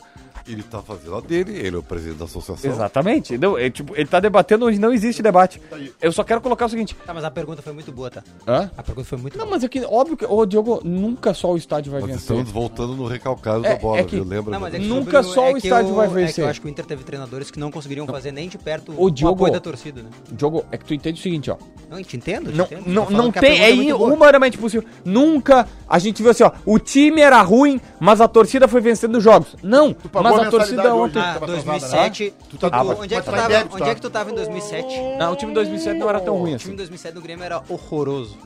Speaker 2: Ele tá fazendo a dele, ele é o presidente da associação.
Speaker 1: Exatamente. Não, é, tipo, ele tá debatendo onde não existe debate. Eu só quero colocar o seguinte.
Speaker 3: Tá, mas a pergunta foi muito boa, tá?
Speaker 1: Hã?
Speaker 3: A pergunta foi muito
Speaker 1: Não,
Speaker 3: boa.
Speaker 1: mas é que, óbvio que, ô Diogo, nunca só o estádio vai
Speaker 2: Nós
Speaker 1: vencer.
Speaker 2: estamos voltando no recalcado
Speaker 1: É-
Speaker 2: da bola,
Speaker 1: é que-
Speaker 2: viu? Lembra?
Speaker 3: Não, mas é que
Speaker 1: Nunca
Speaker 3: sobre
Speaker 1: só o
Speaker 3: que
Speaker 1: estádio
Speaker 3: eu-
Speaker 1: vai
Speaker 3: É que
Speaker 1: vencer.
Speaker 3: eu acho que o Inter teve treinadores que não conseguiriam fazer nem de perto
Speaker 1: Ô, Diogo.
Speaker 3: apoio da torcida, né?
Speaker 1: Diogo, é que tu entende o seguinte, ó.
Speaker 3: Não, eu te entendo, eu te
Speaker 1: Não,
Speaker 3: entendo.
Speaker 1: não,
Speaker 3: Tô falando
Speaker 1: não
Speaker 3: que a
Speaker 1: tem,
Speaker 3: pergunta
Speaker 1: é
Speaker 3: muito boa. Ah,
Speaker 1: humanamente possível. Nunca a gente viu assim, ó. O time era ruim, mas a torcida foi vencendo os jogos. Não,
Speaker 7: pagou
Speaker 1: mas
Speaker 7: a
Speaker 1: a torcida
Speaker 7: mensalidade hoje,
Speaker 1: ontem.
Speaker 7: né?
Speaker 3: Ah,
Speaker 7: Tava
Speaker 3: 2007.
Speaker 7: Tu tá-
Speaker 3: tu-
Speaker 7: Ah, mas-
Speaker 3: onde, é
Speaker 7: mas
Speaker 3: que tu
Speaker 7: tá em
Speaker 3: tava,
Speaker 7: débito,
Speaker 3: onde
Speaker 7: tá?
Speaker 3: é que tu tava em 2007?
Speaker 1: Não, o time de 2007 não era tão ruim
Speaker 3: O time
Speaker 1: assim.
Speaker 3: de 2007 do Grêmio era horroroso.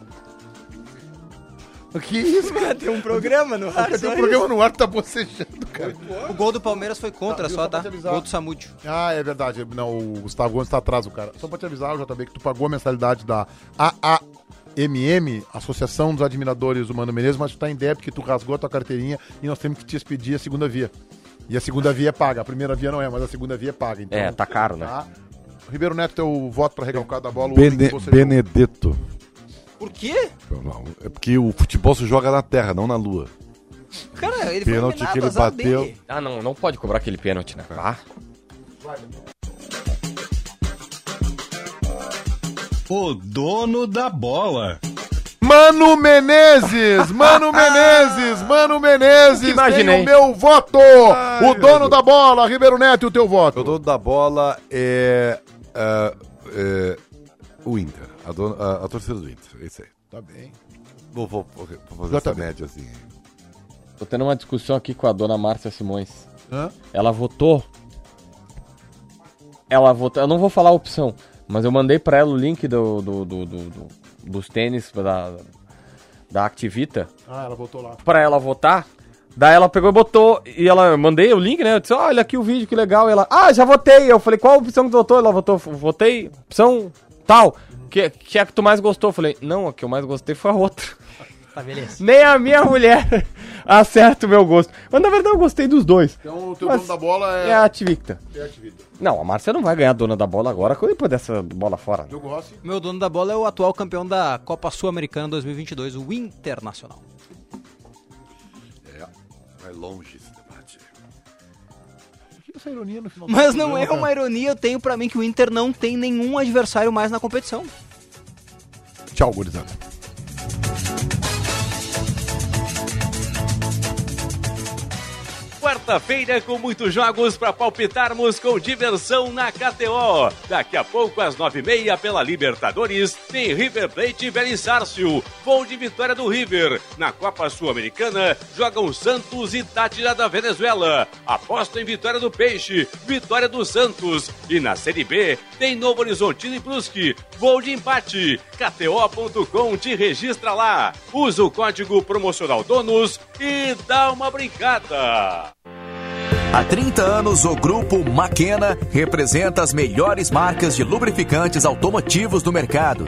Speaker 7: Que isso, cara?
Speaker 3: Tem um programa no ar.
Speaker 7: Tem um programa no ar que tá bocejando, cara.
Speaker 3: O gol do Palmeiras foi contra
Speaker 7: Tá, viu?
Speaker 3: só,
Speaker 7: Só pra
Speaker 3: tá?
Speaker 7: te avisar.
Speaker 3: Gol do Samúdio.
Speaker 7: Ah, é verdade. Não, o Gustavo Gomes tá atrás, o cara. Só pra te avisar, o JB, que tu pagou a mensalidade da AAMM, Associação dos Admiradores Humano Menezes, mas tu tá em débito que tu rasgou a tua carteirinha e nós temos que te expedir a segunda via. E a segunda via é paga. A primeira via não é, mas a segunda via é paga. Então,
Speaker 1: É, tá caro, né?
Speaker 7: tá? Ribeiro Neto, teu voto pra recalcar da bola. o homem
Speaker 2: Bene-
Speaker 7: que você-
Speaker 2: Benedetto.
Speaker 3: Por quê?
Speaker 2: Não, É porque o futebol se joga na terra, não na lua.
Speaker 3: Cara, ele
Speaker 2: Pênalti
Speaker 3: foi eliminado,
Speaker 2: que ele
Speaker 3: azar
Speaker 2: bateu.
Speaker 3: dele.
Speaker 1: Ah, não, não pode cobrar aquele pênalti, né? Ah.
Speaker 8: O dono da bola.
Speaker 4: Mano Menezes, Mano Menezes, Mano Menezes,
Speaker 1: Imaginei.
Speaker 4: tem o meu voto. o dono da bola, Ribeiro Neto, e o teu voto.
Speaker 2: O dono da bola é, ah, é, o Inter. A, dona- a- a torcida do Inter. Esse aí.
Speaker 4: Tá bem.
Speaker 2: Vou, vou- vou fazer
Speaker 4: Já
Speaker 2: essa
Speaker 4: tá bem.
Speaker 2: média assim.
Speaker 1: Tô tendo uma discussão aqui com a dona Márcia Simões.
Speaker 4: Hã?
Speaker 1: Ela votou. Ela votou. Eu não vou falar a opção, mas eu mandei pra ela o link do, do- do- do- do- dos tênis da, da Activita
Speaker 4: Ah, ela voltou lá.
Speaker 1: pra ela votar. Daí ela pegou e botou. E ela eu mandei o link, né? Eu disse, olha aqui o vídeo, que legal. E ela, ah, já votei. Eu falei, qual opção que tu votou? Ela votou, votei, opção tal. Que, que é a que tu mais gostou? Eu falei, não, a que eu mais gostei foi a outra.
Speaker 3: Tá, beleza.
Speaker 1: Nem a minha mulher acerta o meu gosto. Mas na verdade eu gostei dos dois.
Speaker 4: Então o teu
Speaker 1: Mas
Speaker 4: dono da bola
Speaker 1: É,
Speaker 4: é,
Speaker 1: a Ativicta.
Speaker 4: é Ativita.
Speaker 1: Não, a Márcia não vai ganhar a dona da bola agora depois dessa bola fora.
Speaker 4: Diogo Rossi.
Speaker 3: Meu dono da bola é o atual campeão da Copa Sul-Americana 2022, o Internacional.
Speaker 2: Vai longe esse debate.
Speaker 4: Essa ironia no final do
Speaker 3: Mas não é
Speaker 4: programa,
Speaker 3: uma ironia, eu tenho pra mim que o Inter não tem nenhum adversário mais na competição.
Speaker 4: cara. Tchau, gurizada.
Speaker 9: Quarta-feira com muitos jogos para palpitarmos com diversão na KTO. Daqui a pouco, às nove e meia, pela Libertadores, tem River Plate e Belisárcio. Gol de vitória do River. Na Copa Sul-Americana, jogam Santos e Tátira da Venezuela. Aposta em vitória do Peixe, vitória do Santos. E na Série B, tem Novo Horizontino e Brusque. Gol de empate. KTO.com te registra lá. Usa o código promocional DONOS e dá uma brincada.
Speaker 10: Há 30 anos, o Grupo Maquena representa as melhores marcas de lubrificantes automotivos do mercado,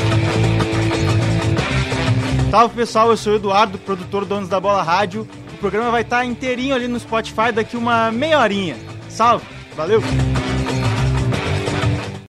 Speaker 11: Salve pessoal, eu sou o Eduardo, produtor do Donos da Bola Rádio. O programa vai estar inteirinho ali no Spotify daqui uma meia horinha. Salve, valeu!